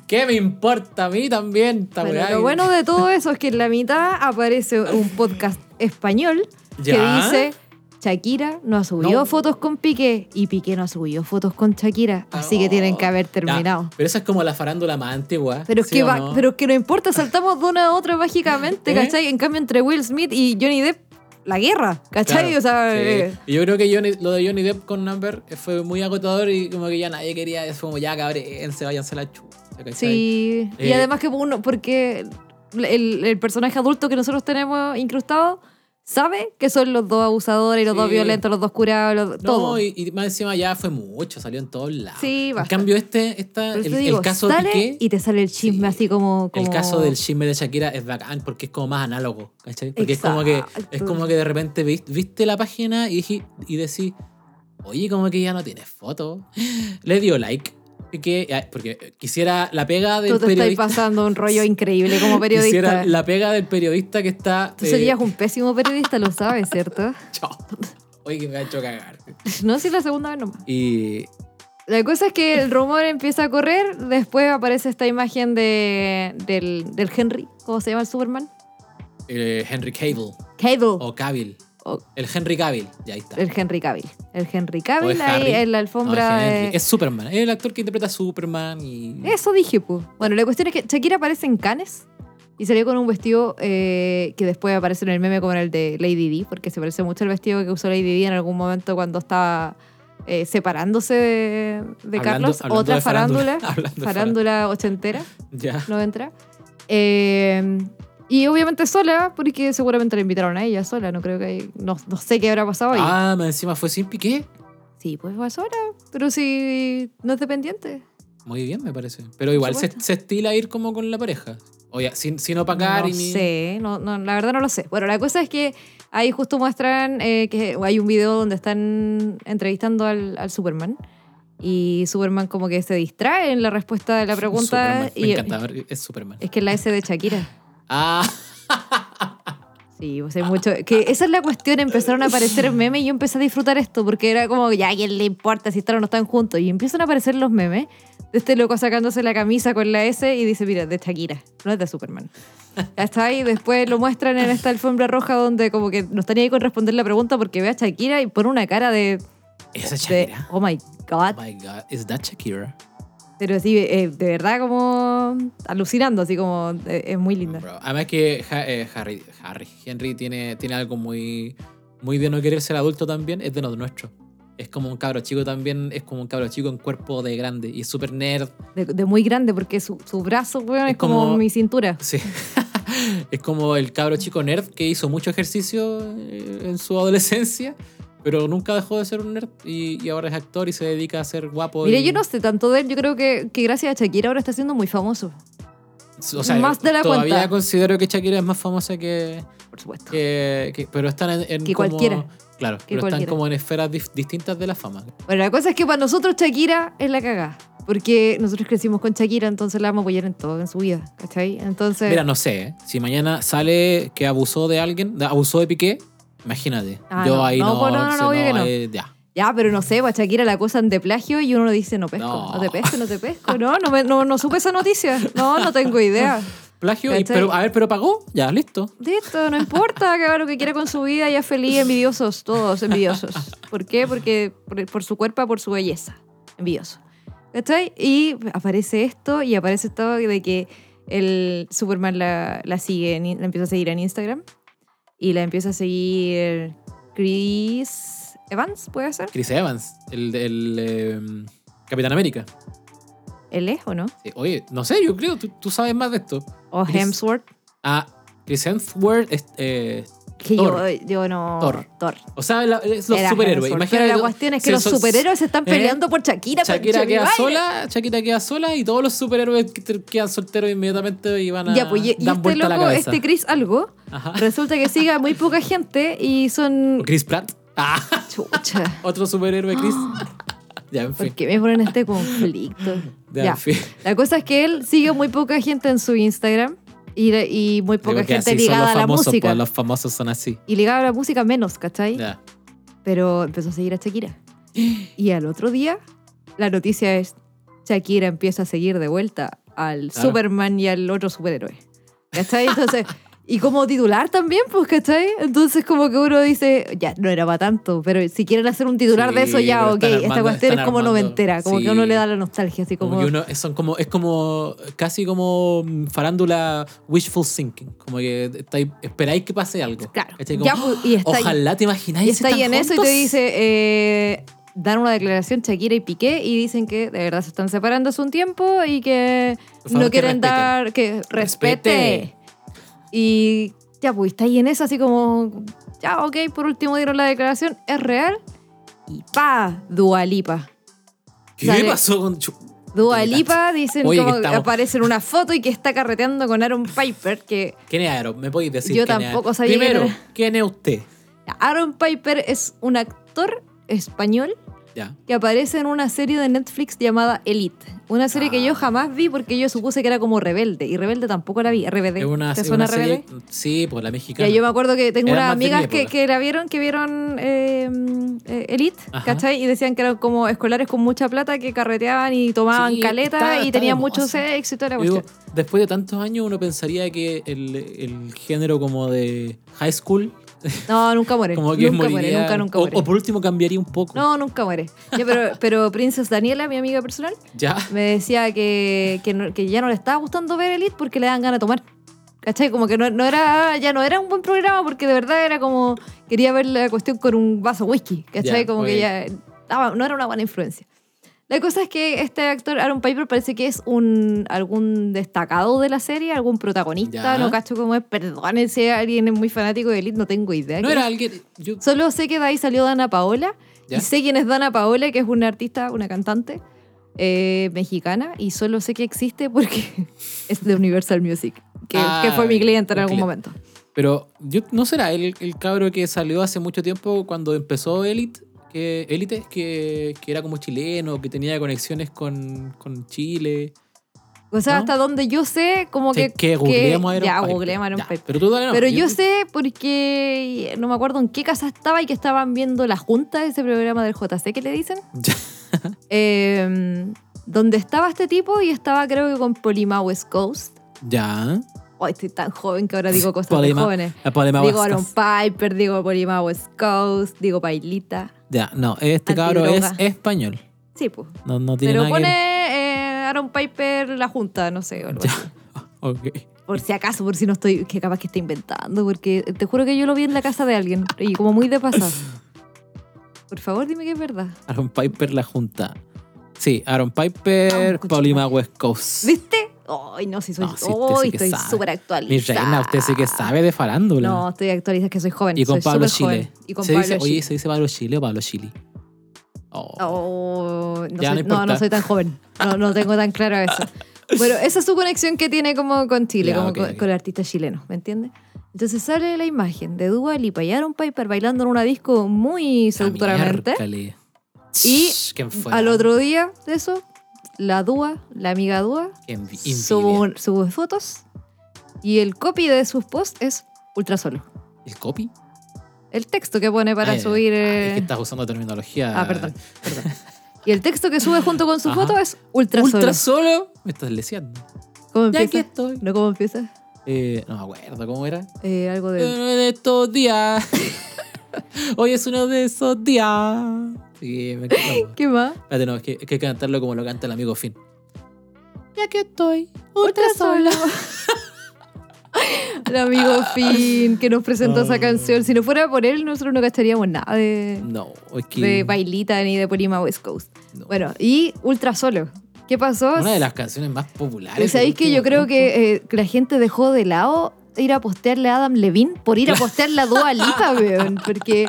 [SPEAKER 1] ¿qué me importa a mí también? esta
[SPEAKER 2] Bueno,
[SPEAKER 1] weá?
[SPEAKER 2] lo bueno de todo eso es que en la mitad aparece un podcast español
[SPEAKER 1] Ya.
[SPEAKER 2] que dice. Shakira no subió
[SPEAKER 1] No.
[SPEAKER 2] fotos con Piqué y Piqué no subió fotos con Shakira, así que tienen que haber
[SPEAKER 1] Oh, Ya,
[SPEAKER 2] terminado.
[SPEAKER 1] pero esa es como la farándula más antigua.
[SPEAKER 2] Pero es,
[SPEAKER 1] ¿sí
[SPEAKER 2] que
[SPEAKER 1] o
[SPEAKER 2] va-
[SPEAKER 1] no?
[SPEAKER 2] pero es que no importa, saltamos de una a otra mágicamente,
[SPEAKER 1] ¿Eh?
[SPEAKER 2] ¿cachai? En cambio, entre Will Smith y Johnny Depp, la guerra, ¿cachai?
[SPEAKER 1] Claro,
[SPEAKER 2] o sea,
[SPEAKER 1] sí.
[SPEAKER 2] eh,
[SPEAKER 1] Y yo creo que Johnny- lo de Johnny Depp con Amber fue muy agotador y como que ya nadie quería eso, como ya cabrense, váyanse a la chucha. ¿cachai?
[SPEAKER 2] sí. Y
[SPEAKER 1] Eh.
[SPEAKER 2] además que uno, porque el, el personaje adulto que nosotros tenemos incrustado sabe que son los dos abusadores, los
[SPEAKER 1] Sí.
[SPEAKER 2] dos violentos, los dos curados, los,
[SPEAKER 1] No,
[SPEAKER 2] todo.
[SPEAKER 1] Y, y más encima ya fue mucho, salió en todos lados.
[SPEAKER 2] Sí,
[SPEAKER 1] en
[SPEAKER 2] basta.
[SPEAKER 1] cambio, este, esta,
[SPEAKER 2] Pero
[SPEAKER 1] el,
[SPEAKER 2] te
[SPEAKER 1] el
[SPEAKER 2] digo,
[SPEAKER 1] caso de
[SPEAKER 2] sale
[SPEAKER 1] Piqué,
[SPEAKER 2] y te sale el chisme
[SPEAKER 1] Sí.
[SPEAKER 2] así como,
[SPEAKER 1] el
[SPEAKER 2] como-
[SPEAKER 1] caso del chisme de Shakira es bacán porque es como más análogo, ¿cachai? Porque es como, que, es
[SPEAKER 2] Exacto.
[SPEAKER 1] como que de repente vi- viste la página y, dij- y decís, oye, como que ya no tienes foto. Le dio like. Piqué, ah, porque quisiera la pega del
[SPEAKER 2] Tú te estás
[SPEAKER 1] periodista.
[SPEAKER 2] pasando un rollo increíble como periodista.
[SPEAKER 1] Hiciera la pega del periodista que está.
[SPEAKER 2] Tú
[SPEAKER 1] eh,
[SPEAKER 2] serías un pésimo periodista, lo sabes, ¿cierto?
[SPEAKER 1] chao. Oye, que me ha hecho cagar.
[SPEAKER 2] No, si la segunda vez nomás.
[SPEAKER 1] Y.
[SPEAKER 2] La cosa es que el rumor empieza a correr, después aparece esta imagen de, del, del Henry, ¿cómo se llama el Superman?
[SPEAKER 1] eh, Henry Cable.
[SPEAKER 2] Cable.
[SPEAKER 1] O Cavill.
[SPEAKER 2] O-
[SPEAKER 1] El Henry Cavill. Ya ahí está.
[SPEAKER 2] oh, el Henry Cavill. El Henry
[SPEAKER 1] O
[SPEAKER 2] Cavill
[SPEAKER 1] Oh, es
[SPEAKER 2] ahí
[SPEAKER 1] Harry.
[SPEAKER 2] en la
[SPEAKER 1] No, es
[SPEAKER 2] alfombra de-
[SPEAKER 1] Henry. Es Superman. Es el actor que interpreta a Superman. Y...
[SPEAKER 2] Eso dije, pu. Bueno, la cuestión es que Shakira aparece en Cannes y salió con un vestido eh, que después aparece en el meme como en el de Lady D, porque se parece mucho al vestido que usó Lady D en algún momento cuando estaba eh, separándose de, de
[SPEAKER 1] Hablando-
[SPEAKER 2] Carlos.
[SPEAKER 1] hablando
[SPEAKER 2] Otra
[SPEAKER 1] de
[SPEAKER 2] farándula,
[SPEAKER 1] farándula. Hablando de
[SPEAKER 2] farándula ochentera.
[SPEAKER 1] Ya.
[SPEAKER 2] no entra. Eh, y obviamente sola, porque seguramente la invitaron a ella sola, no creo que hay- no, no sé qué habrá pasado ahí.
[SPEAKER 1] Ah, más encima fue sin piqué.
[SPEAKER 2] Sí, pues va sola, pero si no es dependiente.
[SPEAKER 1] Muy bien, me parece. Pero igual se,
[SPEAKER 2] supuesto.
[SPEAKER 1] se estila ir como con la pareja. Oye, sin, sin opacar
[SPEAKER 2] No
[SPEAKER 1] y ni.
[SPEAKER 2] sé, no, no, la verdad no lo sé. Bueno, la cosa es que ahí justo muestran eh, que hay un video donde están entrevistando al, al Superman y Superman como que se distrae en la respuesta de la pregunta.
[SPEAKER 1] Superman. Me
[SPEAKER 2] y
[SPEAKER 1] encanta, ver, es Superman.
[SPEAKER 2] Es que es la S de Shakira.
[SPEAKER 1] Ah,
[SPEAKER 2] Sí, pues hay mucho. Que esa es la cuestión, empezaron a aparecer memes y yo empecé a disfrutar esto porque era como, ya, ¿a quién le importa si están o no están juntos? Y empiezan a aparecer los memes de este loco sacándose la camisa con la S y dice, mira, de Shakira, no es de Superman. Ya está ahí, después lo muestran en esta alfombra roja donde como que no están ni ahí con responder la pregunta porque ve a Shakira y pone una cara de,
[SPEAKER 1] esa
[SPEAKER 2] de,
[SPEAKER 1] Shakira.
[SPEAKER 2] oh my god.
[SPEAKER 1] Oh my god, is that Shakira?
[SPEAKER 2] Pero sí, eh, de verdad como alucinando, así como, eh, es muy linda.
[SPEAKER 1] Bro, Además que Ha- eh, Harry, Harry, Henry tiene, tiene algo muy, muy de no querer ser adulto también, es de los nuestros. Es como un cabro chico también, es como un cabro chico en cuerpo de grande y es súper nerd.
[SPEAKER 2] De, de muy grande porque su, su brazo, weón,
[SPEAKER 1] Es
[SPEAKER 2] es como
[SPEAKER 1] como-
[SPEAKER 2] mi cintura.
[SPEAKER 1] Sí. es como el cabro chico nerd que hizo mucho ejercicio eh, en su adolescencia, pero nunca dejó de ser un nerd y, y ahora es actor y se dedica a ser guapo.
[SPEAKER 2] Mira,
[SPEAKER 1] y-
[SPEAKER 2] yo no sé tanto de él. Yo creo que, que gracias a Shakira ahora está siendo muy famoso,
[SPEAKER 1] o sea,
[SPEAKER 2] más de la
[SPEAKER 1] todavía
[SPEAKER 2] cuenta.
[SPEAKER 1] considero que Shakira es más famosa que,
[SPEAKER 2] por supuesto.
[SPEAKER 1] que- que- pero están en, en
[SPEAKER 2] Que
[SPEAKER 1] como-
[SPEAKER 2] cualquiera.
[SPEAKER 1] Claro,
[SPEAKER 2] Que
[SPEAKER 1] pero
[SPEAKER 2] cualquiera.
[SPEAKER 1] están como en esferas dif- distintas de la fama.
[SPEAKER 2] Bueno, la cosa es que para nosotros Shakira es la cagada. Porque nosotros crecimos con Shakira, entonces la vamos a apoyar en todo, en su vida, ¿cachai? Entonces...
[SPEAKER 1] Mira, no sé, ¿eh? si mañana sale que abusó de alguien, de- abusó de Piqué, imagínate.
[SPEAKER 2] Ah,
[SPEAKER 1] yo
[SPEAKER 2] no.
[SPEAKER 1] ahí
[SPEAKER 2] No,
[SPEAKER 1] no,
[SPEAKER 2] pues no, no,
[SPEAKER 1] sé,
[SPEAKER 2] no, obvio que no.
[SPEAKER 1] eh, ya.
[SPEAKER 2] Ya, pero no sé, para Shakira la acusan de plagio y uno dice, no pesco, no,
[SPEAKER 1] No.
[SPEAKER 2] te pesco, no te pesco. No, no, me- no, no supe esa noticia. No, no tengo idea.
[SPEAKER 1] Plagio, y-
[SPEAKER 2] ¿Cachai?
[SPEAKER 1] pero, a ver, pero pagó, ya, listo.
[SPEAKER 2] Listo, no importa, que haga lo que quiera con su vida, ya feliz, envidiosos, todos envidiosos. ¿Por qué? Porque por, por su cuerpo, por su belleza, envidioso. ¿Cachai? Y aparece esto y aparece esto de que el Superman la, la sigue, en in- la empieza a seguir en Instagram y la empieza a seguir Chris Evans, ¿puede ser?
[SPEAKER 1] Chris Evans, el, el eh, Capitán América.
[SPEAKER 2] ¿Él es o no?
[SPEAKER 1] Sí, Oye, no sé, yo creo, tú, tú sabes más de esto.
[SPEAKER 2] ¿O
[SPEAKER 1] Chris-
[SPEAKER 2] Hemsworth?
[SPEAKER 1] Ah, Chris Hemsworth, es- eh,
[SPEAKER 2] Que
[SPEAKER 1] Thor.
[SPEAKER 2] yo, yo no...
[SPEAKER 1] Thor. o sea, la- es los
[SPEAKER 2] Era
[SPEAKER 1] superhéroes.
[SPEAKER 2] Hemsworth,
[SPEAKER 1] Imagínate,
[SPEAKER 2] pero la
[SPEAKER 1] yo-
[SPEAKER 2] cuestión es que
[SPEAKER 1] si
[SPEAKER 2] los
[SPEAKER 1] so-
[SPEAKER 2] superhéroes se están
[SPEAKER 1] ¿Eh?
[SPEAKER 2] peleando por Shakira. por
[SPEAKER 1] Shakira
[SPEAKER 2] Chiribay.
[SPEAKER 1] queda sola, Shakira queda sola y todos los superhéroes que te- quedan solteros inmediatamente y van a
[SPEAKER 2] Ya, pues, y, y
[SPEAKER 1] dan
[SPEAKER 2] este
[SPEAKER 1] vuelta a la
[SPEAKER 2] loco,
[SPEAKER 1] cabeza.
[SPEAKER 2] este Chris algo,
[SPEAKER 1] Ajá.
[SPEAKER 2] resulta que sigue a muy poca gente y son...
[SPEAKER 1] Chris Pratt. Ah,
[SPEAKER 2] Chucha,
[SPEAKER 1] otro superhéroe, Chris. ya, en
[SPEAKER 2] ¿por
[SPEAKER 1] fin.
[SPEAKER 2] qué me ponen este conflicto?
[SPEAKER 1] Ya,
[SPEAKER 2] Ya.
[SPEAKER 1] en fin.
[SPEAKER 2] La cosa es que él sigue a muy poca gente en su Instagram y, y muy poca
[SPEAKER 1] Digo que
[SPEAKER 2] gente
[SPEAKER 1] así son
[SPEAKER 2] ligada
[SPEAKER 1] los
[SPEAKER 2] a la
[SPEAKER 1] famosos,
[SPEAKER 2] música.
[SPEAKER 1] pues, los famosos son así.
[SPEAKER 2] Y ligada a la música menos, ¿cachai?
[SPEAKER 1] Ya.
[SPEAKER 2] Pero empezó a seguir a Shakira. Y al otro día, la noticia es, Shakira empieza a seguir de vuelta al
[SPEAKER 1] Claro.
[SPEAKER 2] Superman y al otro superhéroe. ¿Cachai? Entonces, y como titular también, pues, ¿cachai? Entonces como que uno dice, ya, no era para tanto, pero si quieren hacer un titular de
[SPEAKER 1] Sí,
[SPEAKER 2] eso, ya,
[SPEAKER 1] pero
[SPEAKER 2] ok,
[SPEAKER 1] están
[SPEAKER 2] esta
[SPEAKER 1] armando-
[SPEAKER 2] cuestión es
[SPEAKER 1] están
[SPEAKER 2] como
[SPEAKER 1] armando,
[SPEAKER 2] noventera, como
[SPEAKER 1] sí.
[SPEAKER 2] que a uno le da la nostalgia, así
[SPEAKER 1] Como
[SPEAKER 2] como...
[SPEAKER 1] que uno, es- son como, es como casi como mm, farándula wishful thinking. Como que estáis- esperáis que pase algo.
[SPEAKER 2] Claro.
[SPEAKER 1] ¿Cachai? Como,
[SPEAKER 2] Ya, pues, y está ahí.
[SPEAKER 1] Ojalá te imagináis.
[SPEAKER 2] Y
[SPEAKER 1] si
[SPEAKER 2] está ahí en
[SPEAKER 1] están
[SPEAKER 2] eso y te
[SPEAKER 1] juntos".
[SPEAKER 2] dice, eh, dan una declaración Shakira y Piqué y dicen que de verdad se están separando hace un tiempo y que
[SPEAKER 1] Por favor,
[SPEAKER 2] no
[SPEAKER 1] que
[SPEAKER 2] quieren
[SPEAKER 1] respeten.
[SPEAKER 2] dar, que respete.
[SPEAKER 1] Respete.
[SPEAKER 2] Y ya, pues está ahí en eso, así como, ya, ok, por último dieron la declaración, es real. Y pa, Dualipa.
[SPEAKER 1] ¿Qué
[SPEAKER 2] sale-
[SPEAKER 1] pasó con Chu-
[SPEAKER 2] Dualipa dicen
[SPEAKER 1] Oye, que
[SPEAKER 2] como que
[SPEAKER 1] estamos-
[SPEAKER 2] aparece en una foto y que está carreteando con Aaron Piper, que
[SPEAKER 1] ¿Quién es Aaron? ¿Me podéis decir
[SPEAKER 2] Yo
[SPEAKER 1] quién es
[SPEAKER 2] tampoco
[SPEAKER 1] Aaron?
[SPEAKER 2] sabía
[SPEAKER 1] Primero,
[SPEAKER 2] quién
[SPEAKER 1] ¿quién es usted?
[SPEAKER 2] Aaron Piper es un actor español
[SPEAKER 1] Ya.
[SPEAKER 2] que aparece en una serie de Netflix llamada Elite. Una serie que yo
[SPEAKER 1] Ah.
[SPEAKER 2] jamás vi porque yo supuse que era como rebelde. Y rebelde tampoco la vi. Rebelde.
[SPEAKER 1] Es una,
[SPEAKER 2] ¿Te
[SPEAKER 1] es
[SPEAKER 2] suena
[SPEAKER 1] una serie.
[SPEAKER 2] rebelde?
[SPEAKER 1] Sí, pues la
[SPEAKER 2] Ya,
[SPEAKER 1] mexicana.
[SPEAKER 2] yo me acuerdo que tengo
[SPEAKER 1] Era
[SPEAKER 2] unas
[SPEAKER 1] más de mi
[SPEAKER 2] amigas que,
[SPEAKER 1] época.
[SPEAKER 2] que la vieron, que vieron eh, eh, Elite,
[SPEAKER 1] Ajá.
[SPEAKER 2] ¿cachai? Y decían que eran como escolares con mucha plata que carreteaban y tomaban
[SPEAKER 1] Sí,
[SPEAKER 2] caleta
[SPEAKER 1] está-
[SPEAKER 2] y
[SPEAKER 1] está
[SPEAKER 2] tenían
[SPEAKER 1] de
[SPEAKER 2] mucho
[SPEAKER 1] moda.
[SPEAKER 2] sexo y toda la
[SPEAKER 1] Yo
[SPEAKER 2] cuestión.
[SPEAKER 1] digo, después de tantos años uno pensaría que el, el género como de high school
[SPEAKER 2] No, nunca muere.
[SPEAKER 1] como que
[SPEAKER 2] nunca muere,
[SPEAKER 1] moriría
[SPEAKER 2] nunca, nunca
[SPEAKER 1] o,
[SPEAKER 2] muere.
[SPEAKER 1] o por último cambiaría un poco
[SPEAKER 2] No, nunca muere. Ya, pero, pero Princess Daniela, mi amiga personal,
[SPEAKER 1] ya
[SPEAKER 2] me decía que, que, no- que ya no le estaba gustando ver Elite porque le dan ganas de tomar. ¿Cachai? Como que no, no era, ya no era un buen programa porque de verdad era como, quería ver la cuestión con un vaso de whisky. ¿Cachai?
[SPEAKER 1] Ya,
[SPEAKER 2] como que
[SPEAKER 1] ok.
[SPEAKER 2] ya daba- no era una buena influencia. La cosa es que este actor, Aaron Piper, parece que es un algún destacado de la serie, algún protagonista,
[SPEAKER 1] Ya.
[SPEAKER 2] no cacho cómo es, perdonen si alguien es muy fanático de Elite, no tengo idea.
[SPEAKER 1] no
[SPEAKER 2] quién
[SPEAKER 1] era
[SPEAKER 2] es.
[SPEAKER 1] alguien yo-
[SPEAKER 2] Solo sé que de ahí salió Dana Paola
[SPEAKER 1] Ya.
[SPEAKER 2] y sé quién es Dana Paola, que es una artista, una cantante. eh, mexicana y solo sé que existe porque es de Universal Music, que,
[SPEAKER 1] Ah,
[SPEAKER 2] que fue mi cliente en
[SPEAKER 1] un
[SPEAKER 2] algún
[SPEAKER 1] cliente.
[SPEAKER 2] momento.
[SPEAKER 1] Pero yo, ¿no será el, el cabro que salió hace mucho tiempo cuando empezó Elite? Que, Elite, que, que era como chileno, que tenía conexiones con, con Chile.
[SPEAKER 2] O sea,
[SPEAKER 1] ¿No?
[SPEAKER 2] hasta donde yo sé, como
[SPEAKER 1] Sí,
[SPEAKER 2] que... que-
[SPEAKER 1] googleemos Iron
[SPEAKER 2] Ya,
[SPEAKER 1] Pipe.
[SPEAKER 2] googleemos Iron
[SPEAKER 1] Ya,
[SPEAKER 2] Pipe.
[SPEAKER 1] Pero tú dale, no,
[SPEAKER 2] Pero yo sé porque no me acuerdo en qué casa estaba y que estaban viendo la junta de ese programa del JC que le dicen.
[SPEAKER 1] Ya.
[SPEAKER 2] Eh, donde estaba este tipo y estaba creo que con Polima West Coast.
[SPEAKER 1] Ya.
[SPEAKER 2] Oh, estoy tan joven que ahora digo cosas de
[SPEAKER 1] Polima,
[SPEAKER 2] jóvenes.
[SPEAKER 1] La Paloma
[SPEAKER 2] Digo Aaron
[SPEAKER 1] Bastas.
[SPEAKER 2] Piper, digo Polima West Coast, digo Pailita.
[SPEAKER 1] Ya, no, este cabro es
[SPEAKER 2] Antidroga.
[SPEAKER 1] español.
[SPEAKER 2] Sí, pues.
[SPEAKER 1] No, no tiene
[SPEAKER 2] Pero
[SPEAKER 1] nada
[SPEAKER 2] pone eh, Aaron Piper la junta, no sé. o algo
[SPEAKER 1] Ya.
[SPEAKER 2] así.
[SPEAKER 1] que... ver. Ok.
[SPEAKER 2] Por si acaso, por si no estoy, que capaz que esté inventando, porque te juro que yo lo vi en la casa de alguien y como muy de pasada. Por favor, dime que es verdad.
[SPEAKER 1] Aaron Piper, la junta. Sí, Aaron Piper,
[SPEAKER 2] Vamos,
[SPEAKER 1] Paulina West Coast.
[SPEAKER 2] ¿Viste? Ay, no, si soy.
[SPEAKER 1] No, sí, usted
[SPEAKER 2] Ay,
[SPEAKER 1] sí que
[SPEAKER 2] estoy
[SPEAKER 1] sabe.
[SPEAKER 2] súper
[SPEAKER 1] Mi
[SPEAKER 2] actualizada.
[SPEAKER 1] reina, usted sí que sabe de farándula.
[SPEAKER 2] No, estoy actualizada, es que soy joven.
[SPEAKER 1] Y con
[SPEAKER 2] soy
[SPEAKER 1] Pablo
[SPEAKER 2] súper joven.
[SPEAKER 1] Chile.
[SPEAKER 2] Y con
[SPEAKER 1] ¿Se
[SPEAKER 2] Pablo
[SPEAKER 1] dice,
[SPEAKER 2] Chile.
[SPEAKER 1] Oye, ¿se dice Pablo Chile o Pablo Chile? Oh.
[SPEAKER 2] Oh, no,
[SPEAKER 1] Ya, no
[SPEAKER 2] soy, no,
[SPEAKER 1] importa.
[SPEAKER 2] no soy tan joven. No, no tengo tan claro eso. Bueno, esa es su conexión que tiene como con Chile,
[SPEAKER 1] Ya,
[SPEAKER 2] como
[SPEAKER 1] ok,
[SPEAKER 2] con,
[SPEAKER 1] ok.
[SPEAKER 2] con el artista chileno, ¿me entiendes? Entonces sale la imagen de Dua Lipa y Aaron Piper bailando en una disco muy seductoramente.
[SPEAKER 1] Miércale.
[SPEAKER 2] Y
[SPEAKER 1] Shh, ¿Quién fue?
[SPEAKER 2] Al otro día de eso, la Dua, la amiga Dua,
[SPEAKER 1] Qué envi- envidia.
[SPEAKER 2] sube, sube fotos y el copy de sus posts es ultra solo.
[SPEAKER 1] ¿El copy?
[SPEAKER 2] El texto que pone para
[SPEAKER 1] Ah,
[SPEAKER 2] subir...
[SPEAKER 1] eh, ah, es
[SPEAKER 2] eh,
[SPEAKER 1] que estás usando terminología.
[SPEAKER 2] Ah, perdón, perdón. Y el texto que sube junto con su
[SPEAKER 1] Ajá.
[SPEAKER 2] foto es ultra,
[SPEAKER 1] ¿Ultra
[SPEAKER 2] solo.
[SPEAKER 1] solo? Me estás leseando.
[SPEAKER 2] ¿Cómo
[SPEAKER 1] Ya aquí
[SPEAKER 2] empieza?
[SPEAKER 1] estoy.
[SPEAKER 2] ¿No cómo empieza?
[SPEAKER 1] Eh, no me acuerdo, ¿cómo era?
[SPEAKER 2] Eh, algo
[SPEAKER 1] Eh,
[SPEAKER 2] de...
[SPEAKER 1] De estos días. Hoy es uno de esos días. Sí, me encanta.
[SPEAKER 2] ¿Qué más?
[SPEAKER 1] Espérate, no, es que, es que hay que cantarlo como lo canta el amigo Finn. Ya que estoy, ultra,
[SPEAKER 2] Ultra
[SPEAKER 1] sola.
[SPEAKER 2] El amigo Finn que nos presentó
[SPEAKER 1] Ah.
[SPEAKER 2] esa canción. Si no fuera por él, nosotros no gastaríamos nada de,
[SPEAKER 1] No, es que.
[SPEAKER 2] de bailita ni de Polima West Coast.
[SPEAKER 1] no.
[SPEAKER 2] Bueno, y Ultra Solo. ¿Qué pasó?
[SPEAKER 1] Una de las canciones más populares.
[SPEAKER 2] Y sabéis
[SPEAKER 1] del
[SPEAKER 2] que yo
[SPEAKER 1] último
[SPEAKER 2] creo
[SPEAKER 1] tiempo.
[SPEAKER 2] que eh, la gente dejó de lado ir a postearle a Adam Levine por ir a postearle a Dua Lipa, weón. Porque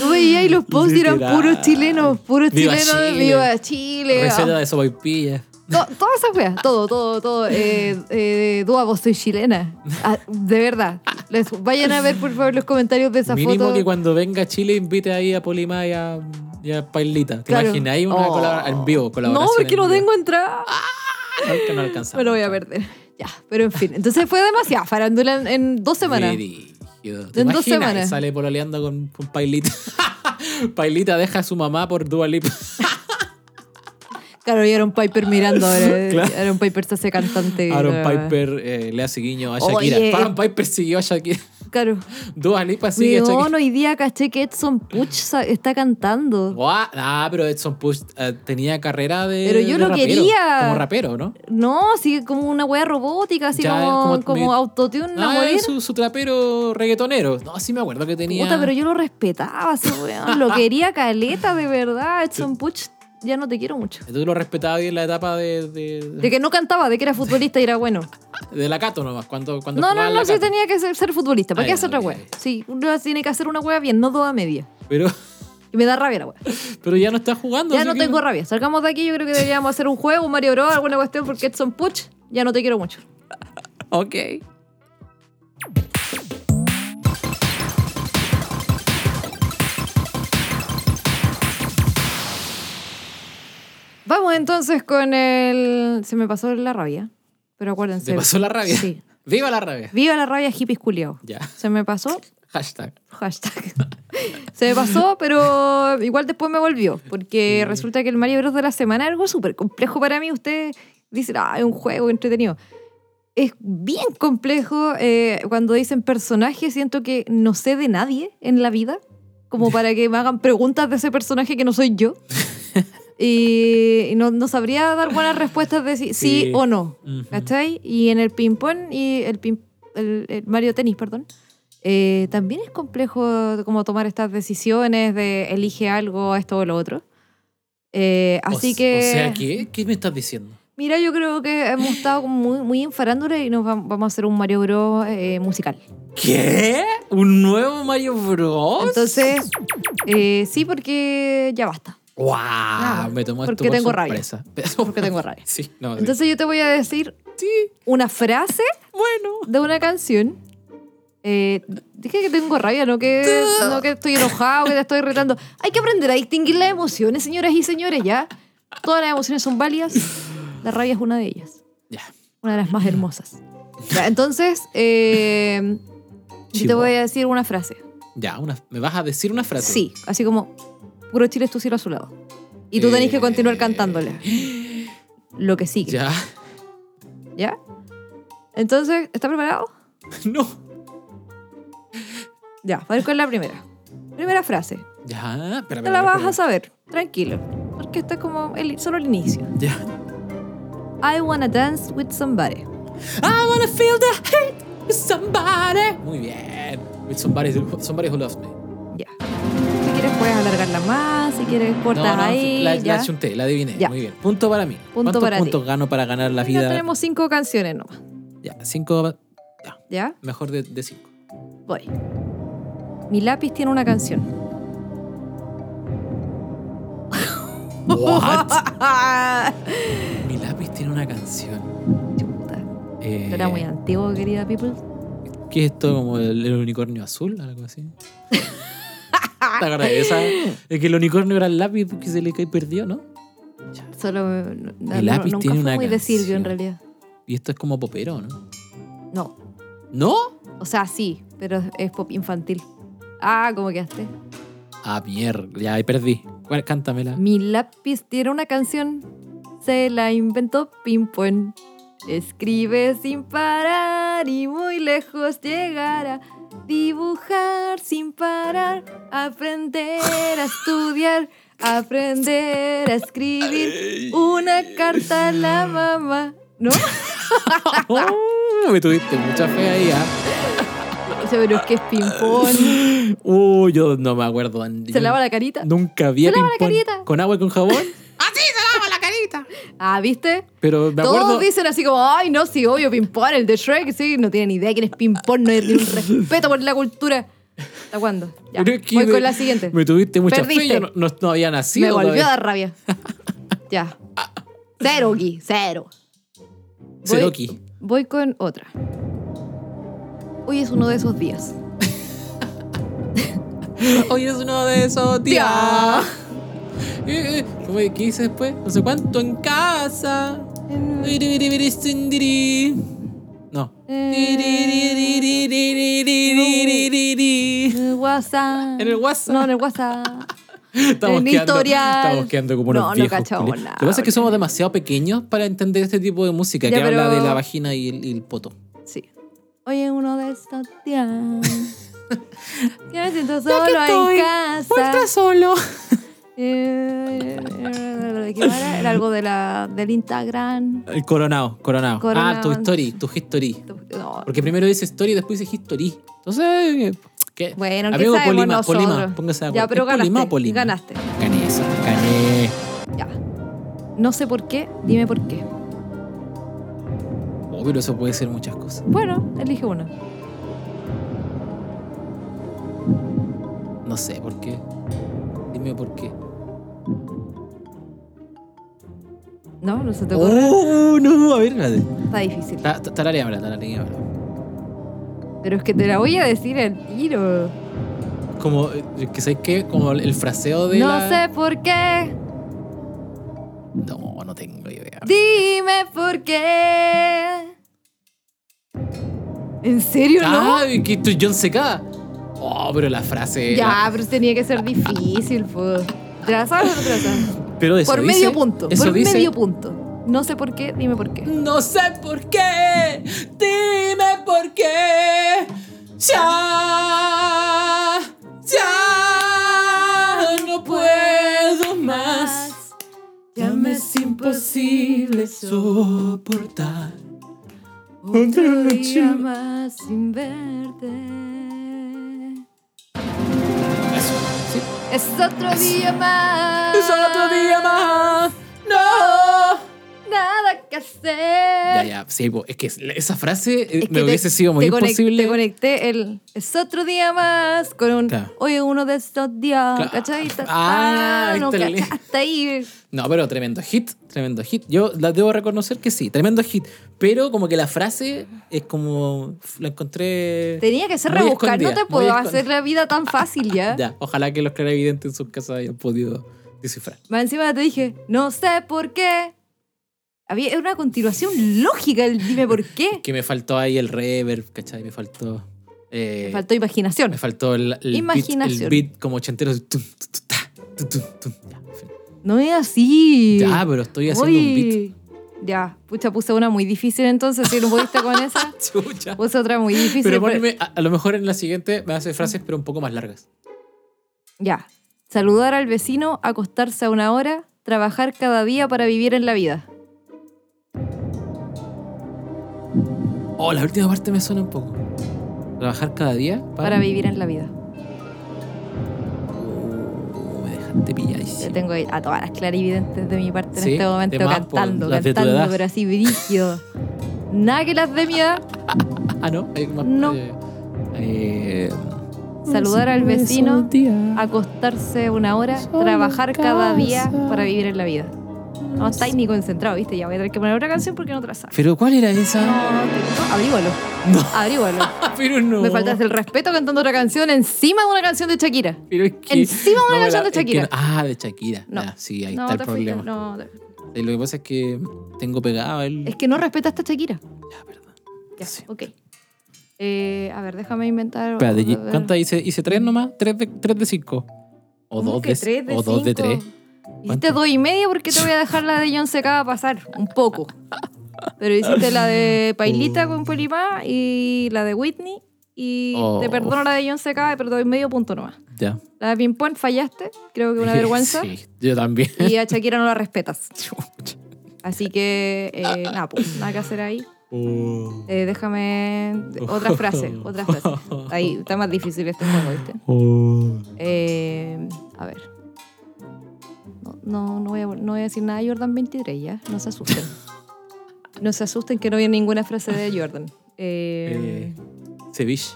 [SPEAKER 2] no veía y los posts y eran
[SPEAKER 1] Literal.
[SPEAKER 2] puros chilenos, puros
[SPEAKER 1] Viva
[SPEAKER 2] chilenos de
[SPEAKER 1] Chile.
[SPEAKER 2] Viva Chile.
[SPEAKER 1] Receta de sopa y pilla.
[SPEAKER 2] To- todas esas weas, todo, todo, todo. Eh, eh, Dua, vos soy chilena. Ah, de verdad. Les- vayan a ver, por favor, los comentarios de esa
[SPEAKER 1] Mínimo
[SPEAKER 2] foto.
[SPEAKER 1] que cuando venga a Chile invite ahí a Polima y a, y a Pailita. ¿Te
[SPEAKER 2] Claro.
[SPEAKER 1] imaginas? Ahí una
[SPEAKER 2] Oh.
[SPEAKER 1] colabora- en vivo colaboración.
[SPEAKER 2] No, porque
[SPEAKER 1] en
[SPEAKER 2] no
[SPEAKER 1] vivo. Ah,
[SPEAKER 2] tengo entrada.
[SPEAKER 1] No, que no alcanzamos.
[SPEAKER 2] Me lo voy a perder. Ya, pero en fin. Entonces fue demasiado farándula en, en dos semanas.
[SPEAKER 1] Brígido. ¿Te
[SPEAKER 2] En dos
[SPEAKER 1] imaginas?
[SPEAKER 2] semanas.
[SPEAKER 1] Y Sale pololeando con, con Pailita. Pailita deja a su mamá por Dua Lipa.
[SPEAKER 2] Claro, y Aaron Piper mirando ahora.
[SPEAKER 1] Claro.
[SPEAKER 2] Aaron Piper se hace cantante.
[SPEAKER 1] Aaron
[SPEAKER 2] Claro.
[SPEAKER 1] Piper eh, le hace guiño a Shakira.
[SPEAKER 2] Oye. eh,
[SPEAKER 1] Aaron Piper siguió a Shakira.
[SPEAKER 2] Claro.
[SPEAKER 1] Dua Lipa sigue a Shakira.
[SPEAKER 2] Weón, hoy día caché que Edson Puch sa- está cantando.
[SPEAKER 1] Guau, Ah, pero Edson Push eh, tenía carrera de.
[SPEAKER 2] Pero yo
[SPEAKER 1] de
[SPEAKER 2] lo
[SPEAKER 1] rapero,
[SPEAKER 2] quería.
[SPEAKER 1] Como rapero, ¿no?
[SPEAKER 2] No, sigue como una wea robótica, así
[SPEAKER 1] Ya,
[SPEAKER 2] como,
[SPEAKER 1] como-
[SPEAKER 2] como
[SPEAKER 1] me-
[SPEAKER 2] autotune a
[SPEAKER 1] Ah,
[SPEAKER 2] morir.
[SPEAKER 1] su, su trapero reggaetonero. No, sí me acuerdo que tenía.
[SPEAKER 2] Puta, pero yo lo respetaba, ese weón. Lo quería caleta, de verdad. Edson Puch, ya no te quiero mucho.
[SPEAKER 1] Tú lo respetabas bien en la etapa de, de,
[SPEAKER 2] De que no cantaba, de que era futbolista y era bueno.
[SPEAKER 1] de la Cato nomás. Cuando, cuando
[SPEAKER 2] No,
[SPEAKER 1] jugaba
[SPEAKER 2] no,
[SPEAKER 1] en
[SPEAKER 2] no,
[SPEAKER 1] la
[SPEAKER 2] sí
[SPEAKER 1] Cato.
[SPEAKER 2] tenía que ser, ser futbolista. ¿Para
[SPEAKER 1] Ah,
[SPEAKER 2] qué
[SPEAKER 1] ya,
[SPEAKER 2] hacer otra
[SPEAKER 1] ok.
[SPEAKER 2] wea? Sí, uno tiene que hacer una wea bien, no dos a media.
[SPEAKER 1] Pero,
[SPEAKER 2] Y me da rabia la wea.
[SPEAKER 1] pero ya no está jugando.
[SPEAKER 2] Ya
[SPEAKER 1] así
[SPEAKER 2] no
[SPEAKER 1] que-
[SPEAKER 2] tengo rabia. Salgamos de aquí, yo creo que deberíamos hacer un juego, un Mario Bros, alguna cuestión, porque Edson Puch, ya no te quiero mucho.
[SPEAKER 1] Ok.
[SPEAKER 2] Vamos entonces con el. Se me pasó la rabia. Pero acuérdense.
[SPEAKER 1] ¿Te pasó la rabia?
[SPEAKER 2] Sí.
[SPEAKER 1] ¡Viva la rabia!
[SPEAKER 2] Viva la rabia hippies culiao.
[SPEAKER 1] Ya.
[SPEAKER 2] Se me pasó.
[SPEAKER 1] Hashtag.
[SPEAKER 2] Hashtag. Se me pasó, pero igual después me volvió. Porque resulta que el Mario Bros de la semana es algo súper complejo para mí. Usted dice, ah, es un juego entretenido. Es bien complejo eh, cuando dicen personaje. Siento que no sé de nadie en la vida. Como para que me hagan preguntas de ese personaje que no soy yo. Y no, no sabría dar buenas respuestas de si- sí
[SPEAKER 1] Sí.
[SPEAKER 2] o no.
[SPEAKER 1] Ujú.
[SPEAKER 2] ¿Cachai? Y en el ping-pong y el, ping- el- el Mario Tenis, perdón. eh, también es complejo como tomar estas decisiones de elige algo, esto o lo otro. Eh,
[SPEAKER 1] O-
[SPEAKER 2] así que,
[SPEAKER 1] O sea, ¿qué? ¿Qué me estás diciendo?
[SPEAKER 2] mira, yo creo que hemos estado como muy, muy en farándula y nos vam- vamos a hacer un Mario Bros eh, musical.
[SPEAKER 1] ¿Qué? ¿Un nuevo Mario Bros?
[SPEAKER 2] Entonces, eh, sí, porque ya basta.
[SPEAKER 1] ¡Wow!
[SPEAKER 2] Ah,
[SPEAKER 1] me tomó esto
[SPEAKER 2] porque
[SPEAKER 1] por
[SPEAKER 2] tengo rabia.
[SPEAKER 1] sorpresa.
[SPEAKER 2] Porque tengo rabia.
[SPEAKER 1] Sí, no, sí.
[SPEAKER 2] Entonces yo te voy a decir
[SPEAKER 1] sí,
[SPEAKER 2] una frase
[SPEAKER 1] bueno.
[SPEAKER 2] de una canción. Eh, dije que tengo rabia, no que, no que estoy enojado, que te estoy retando. Hay que aprender a distinguir las emociones, señoras y señores, ¿ya? Todas las emociones son válidas. La rabia es una de ellas.
[SPEAKER 1] Ya.
[SPEAKER 2] Una de las más hermosas. Ya, entonces, eh, yo te
[SPEAKER 1] Chivo.
[SPEAKER 2] voy a decir una frase.
[SPEAKER 1] Ya, una- ¿me vas a decir una frase?
[SPEAKER 2] Sí, así como, puro Chile es tu cielo azulado. Y tú tenés que continuar
[SPEAKER 1] Eh,
[SPEAKER 2] cantándole. Lo que sigue, ¿ya?
[SPEAKER 1] Ya.
[SPEAKER 2] Entonces, ¿está preparado?
[SPEAKER 1] No.
[SPEAKER 2] Ya, vamos con la primera. Primera frase.
[SPEAKER 1] Ya, espera,
[SPEAKER 2] Te
[SPEAKER 1] espera,
[SPEAKER 2] la vas
[SPEAKER 1] espera,
[SPEAKER 2] a saber, tranquilo. Porque esto es como el, solo el inicio.
[SPEAKER 1] espera. Ya.
[SPEAKER 2] I wanna dance with somebody.
[SPEAKER 1] I wanna feel the hate with somebody. Muy bien. With somebody, somebody who loves me.
[SPEAKER 2] Ya. Si quieres puedes alargarla más, si quieres cortas
[SPEAKER 1] no, no,
[SPEAKER 2] ahí.
[SPEAKER 1] la,
[SPEAKER 2] ya.
[SPEAKER 1] la chunté, la adiviné.
[SPEAKER 2] Ya.
[SPEAKER 1] Muy bien. Punto para mí. ¿Cuántos
[SPEAKER 2] para ti.
[SPEAKER 1] puntos gano para ganar la
[SPEAKER 2] Ya
[SPEAKER 1] vida?
[SPEAKER 2] tenemos cinco canciones nomás.
[SPEAKER 1] Ya, cinco. Ya,
[SPEAKER 2] ¿Ya?
[SPEAKER 1] mejor de, de cinco.
[SPEAKER 2] Voy. Mi lápiz tiene una canción.
[SPEAKER 1] What? Eh.
[SPEAKER 2] Puta.
[SPEAKER 1] Mi lápiz tiene una canción. Eh,
[SPEAKER 2] Esto Era muy antiguo, querida people.
[SPEAKER 1] ¿Qué es esto? ¿Como el, el unicornio azul? Algo así. ¿Te acuerdas de esa? Es que el unicornio era el lápiz que se le cae perdió, ¿no?
[SPEAKER 2] Solo eh, no, no-
[SPEAKER 1] lápiz
[SPEAKER 2] nunca
[SPEAKER 1] tiene
[SPEAKER 2] fue
[SPEAKER 1] una
[SPEAKER 2] muy de Silvio
[SPEAKER 1] canción.
[SPEAKER 2] en realidad.
[SPEAKER 1] Y esto es como popero, ¿no?
[SPEAKER 2] No.
[SPEAKER 1] ¿No?
[SPEAKER 2] O sea, sí, pero es pop infantil. Ah, ¿cómo quedaste?
[SPEAKER 1] Ah, mierda. Ya, ahí perdí. ¿Cuál? Cántamela.
[SPEAKER 2] Mi lápiz tiene una canción, se la inventó Pimpón. Escribe sin parar y muy lejos llegará. Dibujar sin parar, aprender a estudiar, aprender a escribir una carta a la mamá. ¿No?
[SPEAKER 1] Oh, me tuviste mucha fe ahí, ¿ah?
[SPEAKER 2] O sea, pero es que es Pimpón.
[SPEAKER 1] Uh, yo no me acuerdo. Andy.
[SPEAKER 2] Se lava la carita.
[SPEAKER 1] Nunca vi a
[SPEAKER 2] Se lava la
[SPEAKER 1] Pimpón
[SPEAKER 2] carita.
[SPEAKER 1] con agua y con jabón,
[SPEAKER 2] Ah, ¿viste?
[SPEAKER 1] pero me
[SPEAKER 2] Todos
[SPEAKER 1] acuerdo...
[SPEAKER 2] dicen así como, ay, no, sí, obvio, Pimpón, el de Shrek, sí, no tienen ni idea quién es Pimpón, no tienen un respeto por la cultura. ¿Hasta cuándo? Ya,
[SPEAKER 1] Pero es que
[SPEAKER 2] voy
[SPEAKER 1] me-
[SPEAKER 2] con la siguiente.
[SPEAKER 1] Me tuviste mucha fe,
[SPEAKER 2] Perdiste.
[SPEAKER 1] yo no, no- no había nacido.
[SPEAKER 2] Me volvió
[SPEAKER 1] todavía.
[SPEAKER 2] a dar rabia. ya. Cero, Gui, cero. Voy-
[SPEAKER 1] Cero ki.
[SPEAKER 2] Voy con otra. Hoy es uno de esos días.
[SPEAKER 1] Hoy es uno de esos
[SPEAKER 2] Tía.
[SPEAKER 1] días. Eh, eh, ¿Cómo es? ¿Qué hice después? No sé cuánto en casa. Biribiribiristindiri. No.
[SPEAKER 2] Eh,
[SPEAKER 1] Biribiribiristindiri.
[SPEAKER 2] En el WhatsApp.
[SPEAKER 1] En el WhatsApp.
[SPEAKER 2] No, en el WhatsApp.
[SPEAKER 1] Estamos
[SPEAKER 2] En
[SPEAKER 1] quedando,
[SPEAKER 2] historial.
[SPEAKER 1] estamos quedando como unos
[SPEAKER 2] No, no
[SPEAKER 1] viejos.
[SPEAKER 2] cachamos
[SPEAKER 1] culiados.
[SPEAKER 2] nada,
[SPEAKER 1] Lo que pasa es que
[SPEAKER 2] porque-
[SPEAKER 1] somos demasiado pequeños para entender este tipo de música
[SPEAKER 2] Ya,
[SPEAKER 1] que habla
[SPEAKER 2] pero-
[SPEAKER 1] de la vagina y el, y el poto.
[SPEAKER 2] Sí. Hoy es uno de esos días. Ya me siento solo
[SPEAKER 1] estoy,
[SPEAKER 2] en casa.
[SPEAKER 1] solo.
[SPEAKER 2] Eh, eh, ¿qué era? Era algo de la, del Instagram.
[SPEAKER 1] El coronado, coronado. Ah,
[SPEAKER 2] Coronado.
[SPEAKER 1] tu history, tu history.
[SPEAKER 2] No.
[SPEAKER 1] Porque primero dice story y después dice history. Entonces, ¿qué?
[SPEAKER 2] Bueno, ¿qué
[SPEAKER 1] Amigo
[SPEAKER 2] sabemos
[SPEAKER 1] Polima,
[SPEAKER 2] nosotros?
[SPEAKER 1] Polima, póngase de acuerdo.
[SPEAKER 2] Ya, pero
[SPEAKER 1] ¿Es Polima o
[SPEAKER 2] ganaste.
[SPEAKER 1] Polima?
[SPEAKER 2] Ganaste.
[SPEAKER 1] Gané eso, gané.
[SPEAKER 2] Ya. No sé por qué, dime por qué.
[SPEAKER 1] Oh, pero eso puede ser muchas cosas.
[SPEAKER 2] Bueno, elige uno.
[SPEAKER 1] No sé por qué. Dime por qué.
[SPEAKER 2] No, no se te ocurre.
[SPEAKER 1] Oh, no, a ver, espérate.
[SPEAKER 2] Está difícil.
[SPEAKER 1] Ta- ta- Tarareámosla, tarareámosla.
[SPEAKER 2] Pero es que te la voy a decir al tiro.
[SPEAKER 1] Como, eh, que ¿sabes qué? Como el fraseo de
[SPEAKER 2] no
[SPEAKER 1] la...
[SPEAKER 2] sé por qué.
[SPEAKER 1] No, no tengo idea.
[SPEAKER 2] Dime por qué. ¿En serio no?
[SPEAKER 1] Ah, que esto es John C.K. Oh, pero la frase... la-
[SPEAKER 2] Ya, pero tenía que ser difícil, pues. ¿Te la sabes o no te la sabes?
[SPEAKER 1] Pero eso
[SPEAKER 2] Por
[SPEAKER 1] dice-
[SPEAKER 2] medio punto.
[SPEAKER 1] Eso
[SPEAKER 2] Por
[SPEAKER 1] dice...
[SPEAKER 2] medio punto. No sé por qué, dime por qué.
[SPEAKER 1] No sé por qué, dime por qué. Ya, ya no puedo más. Ya me es imposible soportar.
[SPEAKER 2] Otro
[SPEAKER 1] Otra noche.
[SPEAKER 2] día más sin verte.
[SPEAKER 1] Eso, sí.
[SPEAKER 2] Es otro día más.
[SPEAKER 1] Es otro día más. No,
[SPEAKER 2] nada que hacer.
[SPEAKER 1] Ya, ya, sí, po, es que esa frase eh,
[SPEAKER 2] Es que
[SPEAKER 1] me
[SPEAKER 2] te-
[SPEAKER 1] hubiese sido muy
[SPEAKER 2] te conec-
[SPEAKER 1] imposible.
[SPEAKER 2] Te conecté el. Es otro día más con un.
[SPEAKER 1] Claro.
[SPEAKER 2] Hoy es uno de estos días.
[SPEAKER 1] Claro.
[SPEAKER 2] ¿Cachai?
[SPEAKER 1] Ah,
[SPEAKER 2] no,
[SPEAKER 1] viste el-
[SPEAKER 2] cacha- hasta ahí.
[SPEAKER 1] No, pero tremendo hit, tremendo hit. Yo la debo reconocer que sí, tremendo hit. Pero como que la frase es como. La encontré.
[SPEAKER 2] Tenía que ser
[SPEAKER 1] muy
[SPEAKER 2] rebuscar. No
[SPEAKER 1] escondida,
[SPEAKER 2] te
[SPEAKER 1] muy
[SPEAKER 2] puedo
[SPEAKER 1] escondida.
[SPEAKER 2] hacer la vida tan fácil ya.
[SPEAKER 1] Ya, ojalá que los clarividentes en sus casas hayan podido descifrar.
[SPEAKER 2] Más encima te dije, no sé por qué. Había era una continuación lógica el dime por qué.
[SPEAKER 1] Que me faltó ahí el reverb, ¿cachai? Me faltó. eh,
[SPEAKER 2] Me faltó imaginación.
[SPEAKER 1] me faltó el, el Beat,
[SPEAKER 2] Imaginación.
[SPEAKER 1] el beat como ochentero. así, tum, tu, tu, ta, tu, tu, tu. Ya, en fin.
[SPEAKER 2] No es así.
[SPEAKER 1] Ya, pero estoy haciendo un beat.
[SPEAKER 2] Uy. Ya, pucha, puse una muy difícil entonces, si no pudiste con esa.
[SPEAKER 1] Chucha.
[SPEAKER 2] Puse otra muy difícil.
[SPEAKER 1] Pero
[SPEAKER 2] pero-
[SPEAKER 1] ponme, a, a lo mejor en la siguiente me hace frases, pero un poco más largas.
[SPEAKER 2] Ya. Saludar al vecino, acostarse a una hora, trabajar cada día para vivir en la vida.
[SPEAKER 1] Oh, la última parte me suena un poco. Trabajar cada día para.
[SPEAKER 2] Para vivir en la vida.
[SPEAKER 1] Oh, me dejaste
[SPEAKER 2] Yo
[SPEAKER 1] pilladísimo.
[SPEAKER 2] tengo ahí a todas las clarividentes de mi parte en
[SPEAKER 1] Sí,
[SPEAKER 2] este momento
[SPEAKER 1] de más, po,
[SPEAKER 2] cantando,
[SPEAKER 1] las de tu
[SPEAKER 2] cantando,
[SPEAKER 1] edad.
[SPEAKER 2] pero así brígido. Nada que las de mi edad.
[SPEAKER 1] Ah, no. Hay más,
[SPEAKER 2] No.
[SPEAKER 1] eh, eh,
[SPEAKER 2] Saludar al vecino,
[SPEAKER 1] Día.
[SPEAKER 2] acostarse una hora,
[SPEAKER 1] Solo
[SPEAKER 2] trabajar cada día
[SPEAKER 1] casa.
[SPEAKER 2] para vivir en la vida. No estáis ni concentrado, ¿viste? Ya voy a tener que poner otra canción porque no te la sabes.
[SPEAKER 1] Pero ¿cuál era
[SPEAKER 2] No,
[SPEAKER 1] esa?
[SPEAKER 2] no, abrígolo.
[SPEAKER 1] No.
[SPEAKER 2] Abrígolo.
[SPEAKER 1] Pero no.
[SPEAKER 2] Me faltas el respeto cantando otra canción encima de una canción de Shakira.
[SPEAKER 1] Pero es que.
[SPEAKER 2] Encima una
[SPEAKER 1] me
[SPEAKER 2] canción de
[SPEAKER 1] es que
[SPEAKER 2] Shakira.
[SPEAKER 1] no- ah, de Shakira.
[SPEAKER 2] No.
[SPEAKER 1] Ya, sí, ahí
[SPEAKER 2] no,
[SPEAKER 1] está el
[SPEAKER 2] te fuiste,
[SPEAKER 1] problema.
[SPEAKER 2] no, te-
[SPEAKER 1] Eh, Lo que pasa es que tengo pegado el.
[SPEAKER 2] Es que no respetaste a Shakira.
[SPEAKER 1] Ya, perdón.
[SPEAKER 2] Ya,
[SPEAKER 1] Sí.
[SPEAKER 2] ok. Eh, a ver, déjame inventar.
[SPEAKER 1] Espérate,
[SPEAKER 2] a
[SPEAKER 1] ¿y-
[SPEAKER 2] ver.
[SPEAKER 1] ¿cuántas hice? Hice tres nomás, tres de, tres de cinco. O
[SPEAKER 2] ¿Cómo
[SPEAKER 1] dos
[SPEAKER 2] que
[SPEAKER 1] de,
[SPEAKER 2] tres de
[SPEAKER 1] o dos de
[SPEAKER 2] cinco?
[SPEAKER 1] tres.
[SPEAKER 2] Hiciste
[SPEAKER 1] ¿Cuánto?
[SPEAKER 2] dos y media porque te voy a dejar la de John Secada pasar un poco. Pero hiciste la de Pailita
[SPEAKER 1] Uh.
[SPEAKER 2] con Polimá y la de Whitney. Y
[SPEAKER 1] Oh.
[SPEAKER 2] te perdono la de John Secada, pero te doy medio punto nomás.
[SPEAKER 1] Ya.
[SPEAKER 2] La de Ping Pong fallaste, creo que una vergüenza.
[SPEAKER 1] Sí, yo también.
[SPEAKER 2] Y a Shakira no la respetas. Así que, eh, nada, pues, nada que hacer ahí.
[SPEAKER 1] Oh.
[SPEAKER 2] Eh, déjame. Eh, Otra frase, otra frase. Ahí está más difícil este juego, ¿viste?
[SPEAKER 1] Oh.
[SPEAKER 2] Eh, a ver. No, no, no voy a, no voy a decir nada de Jordan 23, ya. No se asusten. No se asusten que no viene ninguna frase de Jordan. Eh,
[SPEAKER 1] Eh, ceviche.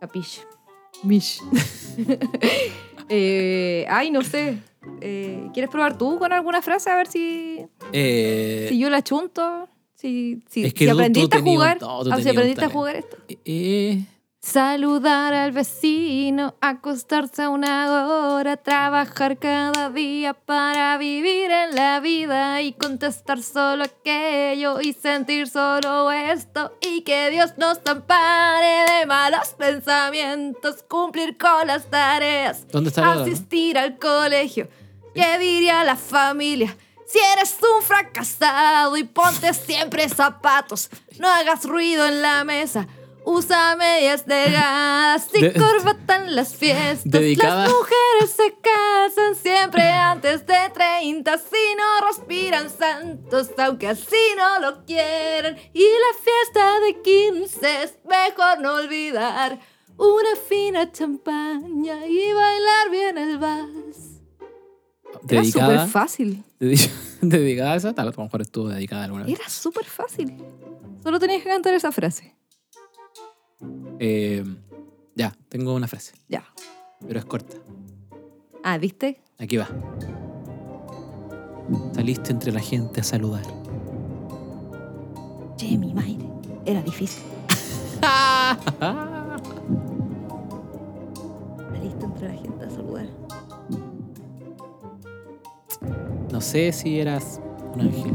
[SPEAKER 2] Capiche. Mish. Eh, ay, no sé. Eh, ¿Quieres probar tú con alguna frase? A ver si,
[SPEAKER 1] Eh,
[SPEAKER 2] si yo la chunto. Si, si,
[SPEAKER 1] Es que
[SPEAKER 2] si
[SPEAKER 1] tú- tú
[SPEAKER 2] aprendiste a
[SPEAKER 1] tenías un-
[SPEAKER 2] jugar.
[SPEAKER 1] no, tú
[SPEAKER 2] ah, si
[SPEAKER 1] tenías un
[SPEAKER 2] aprendiste a
[SPEAKER 1] talento.
[SPEAKER 2] jugar esto.
[SPEAKER 1] eh,
[SPEAKER 2] Saludar al vecino, acostarse a una hora, trabajar cada día para vivir en la vida y contestar solo aquello y sentir solo esto y que Dios nos ampare de malos pensamientos, cumplir con las tareas,
[SPEAKER 1] ¿Dónde está la otra?
[SPEAKER 2] asistir al colegio, que diría la familia. Si eres un fracasado y ponte siempre zapatos, no hagas ruido en la mesa. Usa medias de gas y
[SPEAKER 1] De-
[SPEAKER 2] corbata en las fiestas.
[SPEAKER 1] Dedicada.
[SPEAKER 2] Las mujeres se casan siempre antes de 30. Si no respiran santos, aunque así no lo quieran. Y la fiesta de 15 es mejor no olvidar. Una fina champaña y bailar bien el vals. Era súper
[SPEAKER 1] dedicada.
[SPEAKER 2] fácil.
[SPEAKER 1] dedi- dedicada a esa, tal vez a lo mejor estuvo dedicada alguna vez.
[SPEAKER 2] Era súper fácil. Solo tenías que cantar esa frase.
[SPEAKER 1] Eh, ya, tengo una frase,
[SPEAKER 2] Ya.
[SPEAKER 1] pero es corta.
[SPEAKER 2] Ah, ¿viste?
[SPEAKER 1] Aquí va. Saliste entre la gente a saludar.
[SPEAKER 2] Che, mi madre. Era difícil. Saliste entre la gente a saludar.
[SPEAKER 1] No sé si eras un ángel.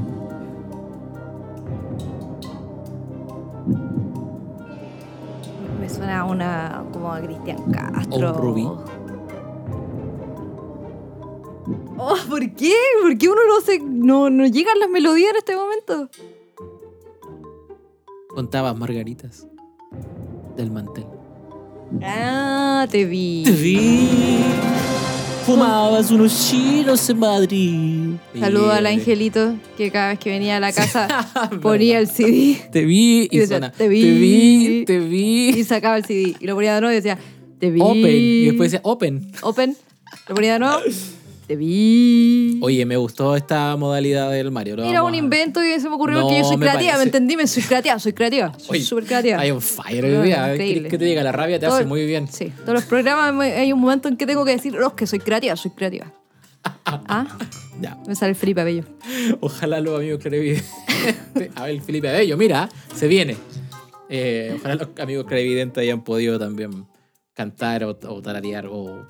[SPEAKER 2] Me suena a una como a Cristian Castro.
[SPEAKER 1] O un rubí.
[SPEAKER 2] Oh, ¿por qué? ¿Por qué uno no se no, no llegan las melodías en este momento?
[SPEAKER 1] Contabas margaritas del mantel.
[SPEAKER 2] Ah, te vi.
[SPEAKER 1] Fumabas unos chinos en Madrid.
[SPEAKER 2] Saludo al
[SPEAKER 1] Eh,
[SPEAKER 2] angelito que cada vez que venía a la casa ponía el CD
[SPEAKER 1] Te vi
[SPEAKER 2] Y
[SPEAKER 1] y
[SPEAKER 2] decía,
[SPEAKER 1] suena.
[SPEAKER 2] "Te
[SPEAKER 1] Te
[SPEAKER 2] vi".
[SPEAKER 1] vi, te
[SPEAKER 2] y
[SPEAKER 1] vi.
[SPEAKER 2] sacaba el CD y lo ponía de nuevo y decía, te vi.
[SPEAKER 1] Open. Y después decía open.
[SPEAKER 2] Open. Lo ponía de nuevo. Te vi.
[SPEAKER 1] Oye, me gustó esta modalidad del Mario. lo
[SPEAKER 2] Era
[SPEAKER 1] vamos
[SPEAKER 2] un
[SPEAKER 1] a-
[SPEAKER 2] invento y se me ocurrió
[SPEAKER 1] No,
[SPEAKER 2] que yo soy
[SPEAKER 1] me
[SPEAKER 2] creativa,
[SPEAKER 1] parece-
[SPEAKER 2] ¿me entendí? Me soy creativa, soy creativa, soy
[SPEAKER 1] Oye,
[SPEAKER 2] súper creativa.
[SPEAKER 1] Hay un fire
[SPEAKER 2] No,
[SPEAKER 1] hoy día.
[SPEAKER 2] increíble.
[SPEAKER 1] ¿Crees que te llega la rabia? Te
[SPEAKER 2] Todo-
[SPEAKER 1] hace muy bien.
[SPEAKER 2] Sí, todos los programas me- hay un momento en que tengo que decir, los que soy creativa, soy creativa. Ah,
[SPEAKER 1] Ya.
[SPEAKER 2] me sale el Felipe Bello.
[SPEAKER 1] Ojalá los amigos clarividentes. A ver, Felipe Abello, mira, se viene. Eh, ojalá los amigos clarividentes hayan podido también cantar o, o tararear o,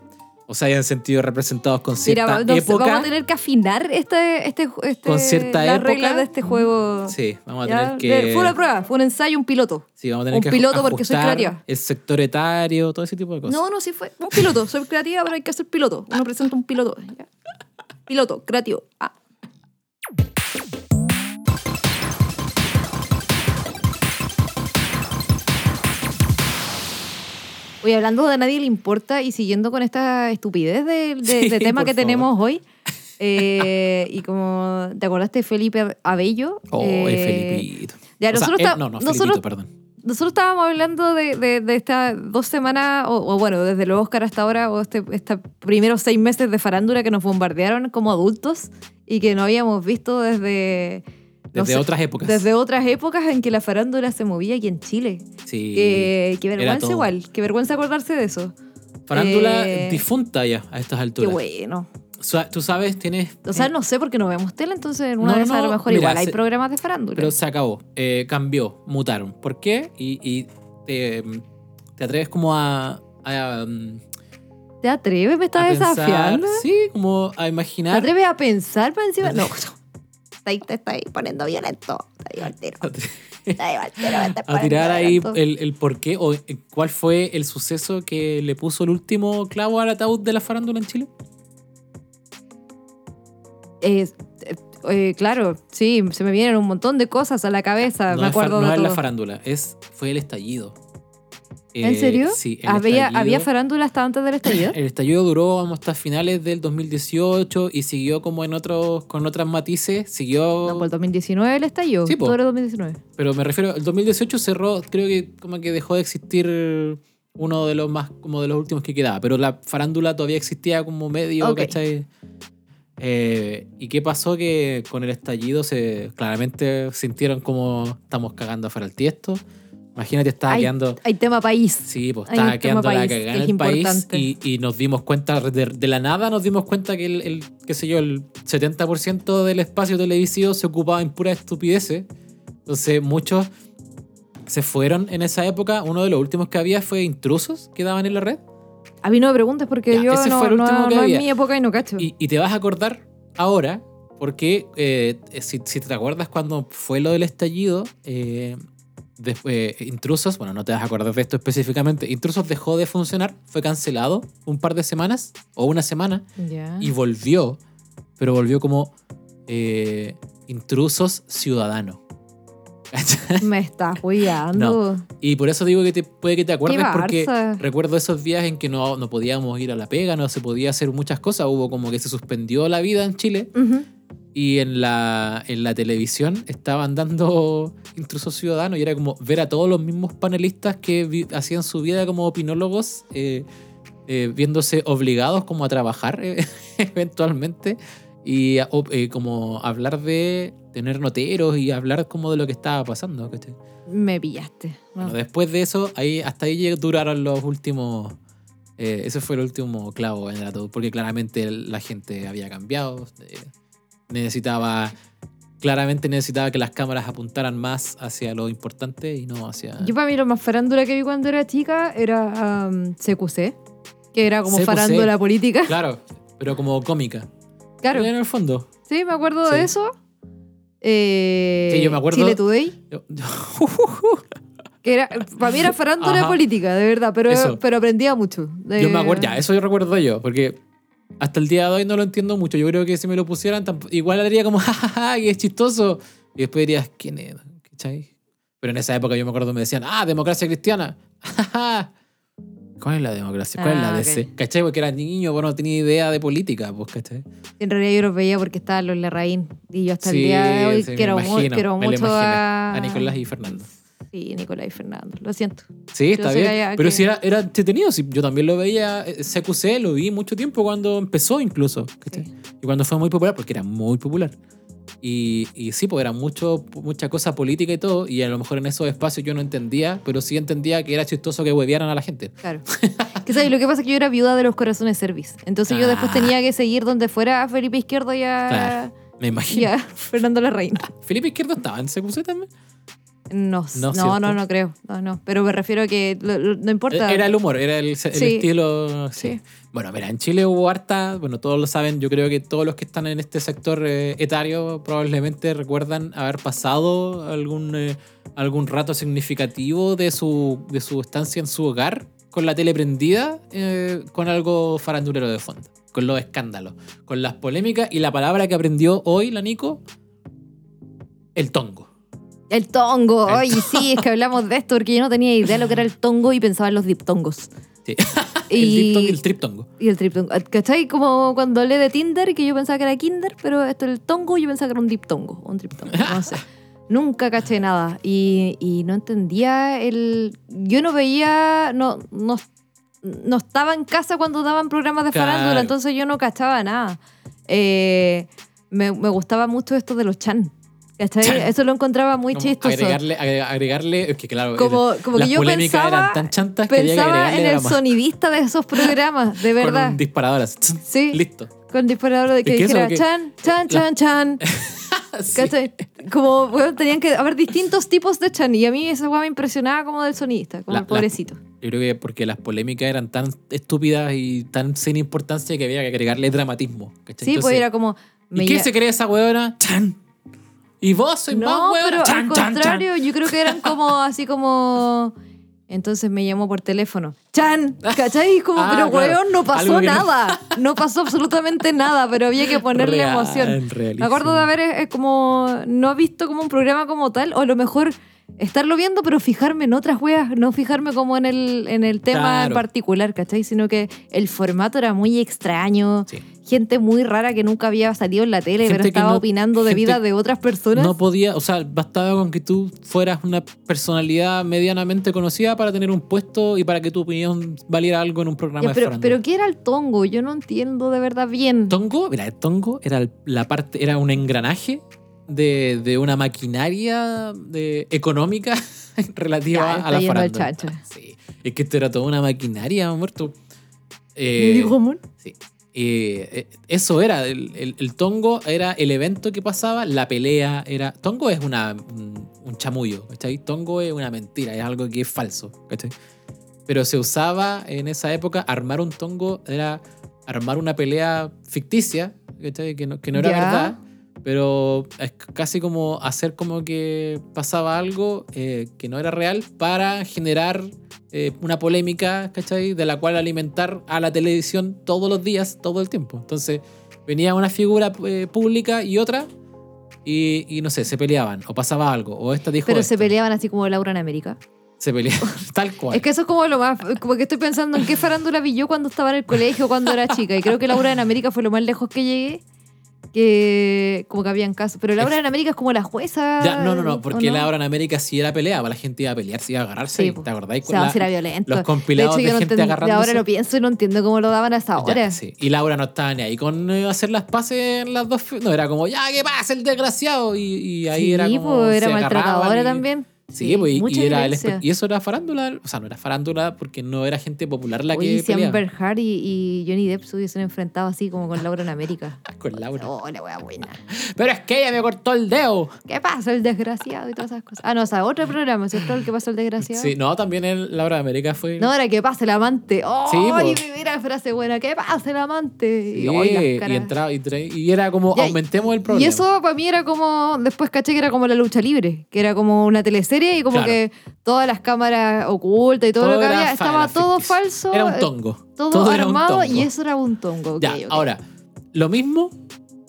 [SPEAKER 1] o se hayan sentido representados con
[SPEAKER 2] Mira,
[SPEAKER 1] cierta
[SPEAKER 2] va- no sé,
[SPEAKER 1] época.
[SPEAKER 2] vamos a tener que afinar este, este, este
[SPEAKER 1] Con cierta
[SPEAKER 2] las
[SPEAKER 1] época.
[SPEAKER 2] reglas de este juego.
[SPEAKER 1] Sí, vamos a
[SPEAKER 2] ¿Ya?
[SPEAKER 1] tener que.
[SPEAKER 2] Le- Fue una prueba, fue un ensayo, un piloto.
[SPEAKER 1] sí, vamos a tener
[SPEAKER 2] un
[SPEAKER 1] que
[SPEAKER 2] piloto porque soy
[SPEAKER 1] ajustar
[SPEAKER 2] creativa.
[SPEAKER 1] El sector etario, todo ese tipo de cosas.
[SPEAKER 2] No, no, sí fue un piloto. Soy creativa, pero hay que hacer piloto. Uno presenta un piloto. ¿ya? Piloto, creativo. Ah. Oye, hablando de nadie le importa y siguiendo con esta estupidez de, de-
[SPEAKER 1] Sí,
[SPEAKER 2] de tema
[SPEAKER 1] por
[SPEAKER 2] que
[SPEAKER 1] favor.
[SPEAKER 2] tenemos hoy. eh, y como te acordaste de Felipe Abello.
[SPEAKER 1] Oh,
[SPEAKER 2] eh,
[SPEAKER 1] Felipito.
[SPEAKER 2] ya,
[SPEAKER 1] O sea,
[SPEAKER 2] nosotros
[SPEAKER 1] él-
[SPEAKER 2] ta-
[SPEAKER 1] no, no,
[SPEAKER 2] nosotros-
[SPEAKER 1] Felipito, perdón.
[SPEAKER 2] nosotros estábamos hablando de, de, de estas dos semanas, o, o bueno, desde los Oscar hasta ahora, o este, estos primeros seis meses de farándula que nos bombardearon como adultos y que no habíamos visto desde... no
[SPEAKER 1] Desde
[SPEAKER 2] sé,
[SPEAKER 1] otras épocas.
[SPEAKER 2] Desde otras épocas en que la farándula se movía aquí en Chile.
[SPEAKER 1] Sí.
[SPEAKER 2] Que- qué vergüenza
[SPEAKER 1] todo.
[SPEAKER 2] igual, qué vergüenza acordarse de eso.
[SPEAKER 1] Farándula
[SPEAKER 2] eh,
[SPEAKER 1] difunta ya a estas
[SPEAKER 2] Qué
[SPEAKER 1] alturas.
[SPEAKER 2] bueno.
[SPEAKER 1] Sa- Tú sabes, tienes.
[SPEAKER 2] O sea, no sé porque no vemos tele, entonces en una
[SPEAKER 1] No,
[SPEAKER 2] de esas a
[SPEAKER 1] no,
[SPEAKER 2] lo mejor
[SPEAKER 1] mira,
[SPEAKER 2] igual hay
[SPEAKER 1] se-
[SPEAKER 2] programas de farándula.
[SPEAKER 1] Pero se acabó. Eh, cambió, mutaron. ¿Por qué? Y, y te, te atreves como a. a, um,
[SPEAKER 2] ¿Te atreves? ¿Me
[SPEAKER 1] a
[SPEAKER 2] estás desafiando?
[SPEAKER 1] Sí, como a
[SPEAKER 2] ¿Te
[SPEAKER 1] imaginar.
[SPEAKER 2] atreves a pensar para encima? No, no. Te, te estáis poniendo violento. Te digo al tiro.
[SPEAKER 1] a tre-
[SPEAKER 2] Te digo al tiro. me estáis
[SPEAKER 1] A
[SPEAKER 2] poniendo
[SPEAKER 1] tirar ahí eh.
[SPEAKER 2] violento.
[SPEAKER 1] el, el por qué o eh, cuál fue el suceso que le puso el último clavo al ataúd de la farándula en Chile.
[SPEAKER 2] Eh, eh, eh, claro, sí, se me vienen un montón de cosas a la cabeza.
[SPEAKER 1] no
[SPEAKER 2] Ah, me
[SPEAKER 1] es, far-
[SPEAKER 2] acuerdo
[SPEAKER 1] no
[SPEAKER 2] de
[SPEAKER 1] es la
[SPEAKER 2] todo.
[SPEAKER 1] farándula, es, fue el estallido.
[SPEAKER 2] ¿En
[SPEAKER 1] Eh,
[SPEAKER 2] serio?
[SPEAKER 1] Sí, el
[SPEAKER 2] ¿Había,
[SPEAKER 1] estallido-
[SPEAKER 2] ¿Había farándula hasta antes del estallido?
[SPEAKER 1] El estallido duró vamos, hasta finales del 2018 y siguió como en otros, con otros matices, siguió...
[SPEAKER 2] No, por el 2019 el estallido.
[SPEAKER 1] Sí, po.
[SPEAKER 2] todo era 2019.
[SPEAKER 1] pero me refiero, el 2018 cerró, creo que como que dejó de existir uno de los más, como de los últimos que quedaba, pero la farándula todavía existía como medio,
[SPEAKER 2] Ok.
[SPEAKER 1] ¿cachai? Eh, ¿Y qué pasó? Que con el estallido se claramente sintieron como estamos cagando afuera el tiesto. Imagínate, estaba
[SPEAKER 2] Ay,
[SPEAKER 1] quedando...
[SPEAKER 2] Hay tema país.
[SPEAKER 1] Sí, pues
[SPEAKER 2] Hay
[SPEAKER 1] estaba
[SPEAKER 2] un tema
[SPEAKER 1] quedando la
[SPEAKER 2] país
[SPEAKER 1] cagada
[SPEAKER 2] que
[SPEAKER 1] en
[SPEAKER 2] es
[SPEAKER 1] el país
[SPEAKER 2] importante.
[SPEAKER 1] y, y nos dimos cuenta, de, de la nada nos dimos cuenta que el, el, qué sé yo, el 70% del espacio televisivo se ocupaba en puras estupideces. Entonces muchos se fueron en esa época. Uno de los últimos que había fue intrusos que daban en la red.
[SPEAKER 2] A mí no me preguntes porque
[SPEAKER 1] Ya,
[SPEAKER 2] yo
[SPEAKER 1] ese
[SPEAKER 2] no,
[SPEAKER 1] fue el
[SPEAKER 2] no-
[SPEAKER 1] último que
[SPEAKER 2] no
[SPEAKER 1] había.
[SPEAKER 2] es mi época y no cacho.
[SPEAKER 1] Y, y te vas a acordar ahora, porque eh, si, si te acuerdas cuando fue lo del estallido, eh, después, eh, Intrusos, bueno, no te vas a acordar de esto específicamente, Intrusos dejó de funcionar, fue cancelado un par de semanas o una semana
[SPEAKER 2] Ya.
[SPEAKER 1] y volvió, pero volvió como eh, Intrusos Ciudadano. ¿Cachai?
[SPEAKER 2] Me estás cuidando.
[SPEAKER 1] Y por eso digo que te, puede que te acuerdes, porque
[SPEAKER 2] Barça.
[SPEAKER 1] recuerdo esos días en que no, no podíamos ir a la pega, no se podía hacer muchas cosas, hubo como que se suspendió la vida en Chile
[SPEAKER 2] Ujú.
[SPEAKER 1] y en la, en la televisión estaban dando intrusos ciudadanos y era como ver a todos los mismos panelistas que vi- hacían su vida como opinólogos, eh, eh, viéndose obligados como a trabajar eh, eventualmente y a- o- eh, como hablar de tener noteros y hablar como de lo que estaba pasando. ¿cachai?
[SPEAKER 2] Me pillaste. No.
[SPEAKER 1] Bueno, después de eso, ahí, hasta ahí lleg- duraron los últimos. eh, ese fue el último clavo en el ataúd, porque claramente el- la gente había cambiado. eh, necesitaba. Claramente necesitaba que las cámaras apuntaran más hacia lo importante y no hacia.
[SPEAKER 2] Yo para mí lo más farándula que vi cuando era chica era um, am, CQC, que era como
[SPEAKER 1] CQC.
[SPEAKER 2] farándula política.
[SPEAKER 1] Claro, pero como cómica.
[SPEAKER 2] Claro,
[SPEAKER 1] En el fondo.
[SPEAKER 2] sí, me acuerdo
[SPEAKER 1] Sí.
[SPEAKER 2] de eso. Eh,
[SPEAKER 1] Sí, yo me acuerdo.
[SPEAKER 2] Chile Today,
[SPEAKER 1] Yo-
[SPEAKER 2] que era, para mí era farándula
[SPEAKER 1] Ajá.
[SPEAKER 2] política, de verdad, pero,
[SPEAKER 1] Eso.
[SPEAKER 2] pero aprendía mucho. de-
[SPEAKER 1] Yo me acuerdo, ya, eso yo recuerdo yo, porque hasta el día de hoy no lo entiendo mucho. Yo creo que si me lo pusieran, tamp- igual haría como, jajaja, que es chistoso. Y después dirías, ¿quién es? ¿Cachai? Pero en esa época yo me acuerdo, me decían, ah, democracia cristiana. Jajaja. ¿Cuál es la democracia? ¿Cuál es la
[SPEAKER 2] Ah,
[SPEAKER 1] DC?
[SPEAKER 2] ok.
[SPEAKER 1] ¿Cachai? Porque era niño, bueno, no tenía idea de política, pues, ¿cachai?
[SPEAKER 2] En realidad yo los veía porque estaba los Larraín y yo hasta
[SPEAKER 1] Sí,
[SPEAKER 2] el día de hoy
[SPEAKER 1] sí, me
[SPEAKER 2] quiero, mu-
[SPEAKER 1] imagino,
[SPEAKER 2] quiero
[SPEAKER 1] me lo
[SPEAKER 2] mucho
[SPEAKER 1] imaginé.
[SPEAKER 2] a...
[SPEAKER 1] A Nicolás y Fernando.
[SPEAKER 2] Sí, Nicolás Fernández, lo siento.
[SPEAKER 1] Sí, está
[SPEAKER 2] sé que
[SPEAKER 1] bien.
[SPEAKER 2] haya
[SPEAKER 1] Pero
[SPEAKER 2] que-
[SPEAKER 1] si era, era entretenido, sí, yo también lo veía, eh, CQC lo vi mucho tiempo cuando empezó incluso. ¿cachai?
[SPEAKER 2] Sí.
[SPEAKER 1] Y cuando fue muy popular, porque era muy popular. Y, y sí, pues era mucho, mucha cosa política y todo, y a lo mejor en esos espacios yo no entendía, pero sí entendía que era chistoso que huevearan a la gente.
[SPEAKER 2] Claro. que sabes, lo que pasa es que yo era viuda de los corazones service. Entonces yo después
[SPEAKER 1] Ah.
[SPEAKER 2] tenía que seguir donde fuera a Felipe Izquierdo y a,
[SPEAKER 1] Claro. Me imagino.
[SPEAKER 2] y a Fernando Larraín.
[SPEAKER 1] Felipe Izquierdo estaba en CQC también.
[SPEAKER 2] No,
[SPEAKER 1] No,
[SPEAKER 2] no,
[SPEAKER 1] ¿cierto?
[SPEAKER 2] no, no, creo. No, no. Pero me refiero a que lo- lo- no importa.
[SPEAKER 1] E-, Era el humor, era el, el
[SPEAKER 2] Sí.
[SPEAKER 1] estilo. Sí.
[SPEAKER 2] Sí.
[SPEAKER 1] Bueno, verá, en Chile hubo harta, bueno, todos lo saben, yo creo que todos los que están en este sector eh, etario probablemente recuerdan haber pasado algún, eh, algún rato significativo de su, de su estancia en su hogar con la tele prendida, eh, con algo farandulero de fondo, con los escándalos, con las polémicas y la palabra que aprendió hoy la Nico, el tongo.
[SPEAKER 2] El tongo.
[SPEAKER 1] El
[SPEAKER 2] Oye, sí, es que hablamos de esto porque yo no tenía idea de lo que era el tongo y pensaba en los diptongos.
[SPEAKER 1] Sí. El
[SPEAKER 2] Y-
[SPEAKER 1] diptongo y el triptongo.
[SPEAKER 2] Y el triptongo. ¿Cachai? Como cuando hablé de Tinder, que yo pensaba que era Kinder, pero esto el tongo, yo pensaba que era un diptongo. o Un triptongo. No sé. Nunca caché nada. Y, y no entendía el. Yo no veía. No, no, no estaba en casa cuando daban programas de
[SPEAKER 1] Claro.
[SPEAKER 2] farándula, entonces yo no cachaba nada. Eh, me, me gustaba mucho esto de los chan. ¿Cachai?
[SPEAKER 1] Chan.
[SPEAKER 2] Eso lo encontraba muy
[SPEAKER 1] Como
[SPEAKER 2] chistoso.
[SPEAKER 1] Agregarle, agre- agregarle, es que claro,
[SPEAKER 2] Como- como
[SPEAKER 1] las
[SPEAKER 2] que yo
[SPEAKER 1] polémicas
[SPEAKER 2] pensaba-
[SPEAKER 1] eran tan chantas que había que
[SPEAKER 2] Pensaba
[SPEAKER 1] agregarle
[SPEAKER 2] en el
[SPEAKER 1] drama.
[SPEAKER 2] sonidista de esos programas, de
[SPEAKER 1] Con
[SPEAKER 2] verdad.
[SPEAKER 1] un disparador así.
[SPEAKER 2] Sí.
[SPEAKER 1] Listo.
[SPEAKER 2] con disparador de que
[SPEAKER 1] Es que eso,
[SPEAKER 2] dijera
[SPEAKER 1] que-
[SPEAKER 2] chan, chan,
[SPEAKER 1] la-
[SPEAKER 2] chan, chan.
[SPEAKER 1] Sí.
[SPEAKER 2] ¿Cachai? Como bueno, tenían que haber distintos tipos de chan. Y a mí esa weá me impresionaba como del sonista, como
[SPEAKER 1] La-
[SPEAKER 2] el pobrecito.
[SPEAKER 1] Yo creo que porque las polémicas eran tan estúpidas y tan sin importancia que había que agregarle dramatismo. ¿cachai?
[SPEAKER 2] sí, pues
[SPEAKER 1] Entonces,
[SPEAKER 2] era como. me
[SPEAKER 1] ¿Y qué
[SPEAKER 2] lla-
[SPEAKER 1] se cree esa huevona? ¡Chan! Y vos sois más
[SPEAKER 2] no,
[SPEAKER 1] huevona.
[SPEAKER 2] pero
[SPEAKER 1] ¡Chan,
[SPEAKER 2] al
[SPEAKER 1] chan, chan!
[SPEAKER 2] contrario, yo creo que eran como así como. Entonces me llamó por teléfono. ¡Chan! ¿Cachai? Y Como,
[SPEAKER 1] Ah,
[SPEAKER 2] pero
[SPEAKER 1] claro.
[SPEAKER 2] weón, no pasó
[SPEAKER 1] Algo que no-
[SPEAKER 2] nada. No... pasó absolutamente nada, pero había que ponerle
[SPEAKER 1] Real,
[SPEAKER 2] emoción. Me
[SPEAKER 1] realísimo.
[SPEAKER 2] acuerdo de haber eh, eh, como. No visto como un programa como tal, o a lo mejor estarlo viendo, pero fijarme en otras weas. No fijarme como en el, en el tema en
[SPEAKER 1] Claro.
[SPEAKER 2] particular, ¿cachai? Sino que el formato era muy extraño.
[SPEAKER 1] Sí.
[SPEAKER 2] Gente muy rara que nunca había salido en la tele,
[SPEAKER 1] Gente
[SPEAKER 2] pero
[SPEAKER 1] que
[SPEAKER 2] estaba
[SPEAKER 1] no-
[SPEAKER 2] opinando de
[SPEAKER 1] gente-
[SPEAKER 2] vida de otras personas.
[SPEAKER 1] No podía, o sea, bastaba con que tú fueras una personalidad medianamente conocida para tener un puesto y para que tu opinión valiera algo en un programa
[SPEAKER 2] Ya,
[SPEAKER 1] de
[SPEAKER 2] pero,
[SPEAKER 1] farándula.
[SPEAKER 2] pero ¿qué era el tongo? Yo no entiendo de verdad bien.
[SPEAKER 1] Tongo, mira, el Tongo era el- la parte, era un engranaje de, de una maquinaria de, económica
[SPEAKER 2] Ya,
[SPEAKER 1] relativa
[SPEAKER 2] está
[SPEAKER 1] a la
[SPEAKER 2] yendo al
[SPEAKER 1] farándula.
[SPEAKER 2] chancho.
[SPEAKER 1] Sí, es que esto era toda una maquinaria, Eh, muerto.
[SPEAKER 2] ¿Me dijo, amor?
[SPEAKER 1] Sí. Eh, eh, eso era, el, el- el tongo era el evento que pasaba, la pelea era... Tongo es una, un, un chamullo, ¿cachai? Tongo es una mentira, es algo que es falso, ¿cachai? Pero se usaba en esa época, armar un tongo era armar una pelea ficticia, ¿cachai? Que no, que no era
[SPEAKER 2] Ya.
[SPEAKER 1] verdad, pero es casi como hacer como que pasaba algo eh, que no era real para generar eh, una polémica, ¿cachai? De la cual alimentar a la televisión todos los días, todo el tiempo. Entonces, venía una figura eh, pública y otra, y, y no sé, se peleaban, o pasaba algo, o esta dijo.
[SPEAKER 2] Pero se
[SPEAKER 1] esto.
[SPEAKER 2] peleaban así como Laura en América.
[SPEAKER 1] Se peleaban, tal cual.
[SPEAKER 2] Es que eso es como lo más. Como que estoy pensando en qué farándula vi yo cuando estaba en el colegio, cuando era chica. Y creo que Laura en América fue lo más lejos que llegué. Que como que habían casos. Pero Laura en América es como la jueza.
[SPEAKER 1] Ya, no, no,
[SPEAKER 2] ¿o
[SPEAKER 1] no, porque la hora en América sí era pelea, pues la gente iba a pelear, se iba a agarrarse, y
[SPEAKER 2] Sí, pues, po.
[SPEAKER 1] ¿te
[SPEAKER 2] O
[SPEAKER 1] acordáis? Con
[SPEAKER 2] sea,
[SPEAKER 1] la-
[SPEAKER 2] si era violento.
[SPEAKER 1] los compilados de,
[SPEAKER 2] yo no
[SPEAKER 1] gente
[SPEAKER 2] entendí-
[SPEAKER 1] agarrándose.
[SPEAKER 2] Ahora lo pienso y no entiendo cómo lo daban hasta
[SPEAKER 1] Ya,
[SPEAKER 2] ahora.
[SPEAKER 1] sí. Y Laura no estaba ni ahí con eh, hacer las pases en las dos. fi- No, era como, ya, ¿qué pasa el desgraciado? Y, y ahí
[SPEAKER 2] Sí,
[SPEAKER 1] era como.
[SPEAKER 2] pues, era
[SPEAKER 1] se agarraban
[SPEAKER 2] maltratadora
[SPEAKER 1] y-
[SPEAKER 2] también.
[SPEAKER 1] Sí, pues, y-
[SPEAKER 2] mucha
[SPEAKER 1] y, era el
[SPEAKER 2] violencia.
[SPEAKER 1] espe- y eso era farándula. O sea, no era farándula porque no era gente popular la
[SPEAKER 2] Oye,
[SPEAKER 1] que
[SPEAKER 2] si
[SPEAKER 1] peleaba
[SPEAKER 2] Amber Heard y, y Johnny Depp se hubiesen enfrentado así como con Laura en América.
[SPEAKER 1] con Laura.
[SPEAKER 2] Oh, la wea buena.
[SPEAKER 1] Pero es que ella me cortó el dedo.
[SPEAKER 2] ¿Qué pasa, el desgraciado y todas esas cosas? Ah, no, o sea, otro programa, ¿cierto? El que pasó el desgraciado.
[SPEAKER 1] Sí, no, también el Laura de América fue.
[SPEAKER 2] No, era que pasa el amante. ¡Oh!
[SPEAKER 1] Sí, po.
[SPEAKER 2] y mira la frase buena. ¿Qué pasa el amante?
[SPEAKER 1] Sí,
[SPEAKER 2] oh, las
[SPEAKER 1] y,
[SPEAKER 2] caras.
[SPEAKER 1] entraba y, tra- y era como,
[SPEAKER 2] Ya, y-
[SPEAKER 1] aumentemos el problema.
[SPEAKER 2] Y eso para mí era como, después caché que era como la lucha libre, que era como una teleserie y como
[SPEAKER 1] Claro.
[SPEAKER 2] que todas las cámaras ocultas y todo, lo que
[SPEAKER 1] era
[SPEAKER 2] había,
[SPEAKER 1] fa-
[SPEAKER 2] estaba
[SPEAKER 1] era
[SPEAKER 2] todo
[SPEAKER 1] ficticio.
[SPEAKER 2] falso,
[SPEAKER 1] Era un
[SPEAKER 2] eh,
[SPEAKER 1] tongo.
[SPEAKER 2] todo,
[SPEAKER 1] era un
[SPEAKER 2] armado
[SPEAKER 1] tongo.
[SPEAKER 2] y eso era un tongo. ok,
[SPEAKER 1] Ya,
[SPEAKER 2] ok.
[SPEAKER 1] ahora, lo mismo,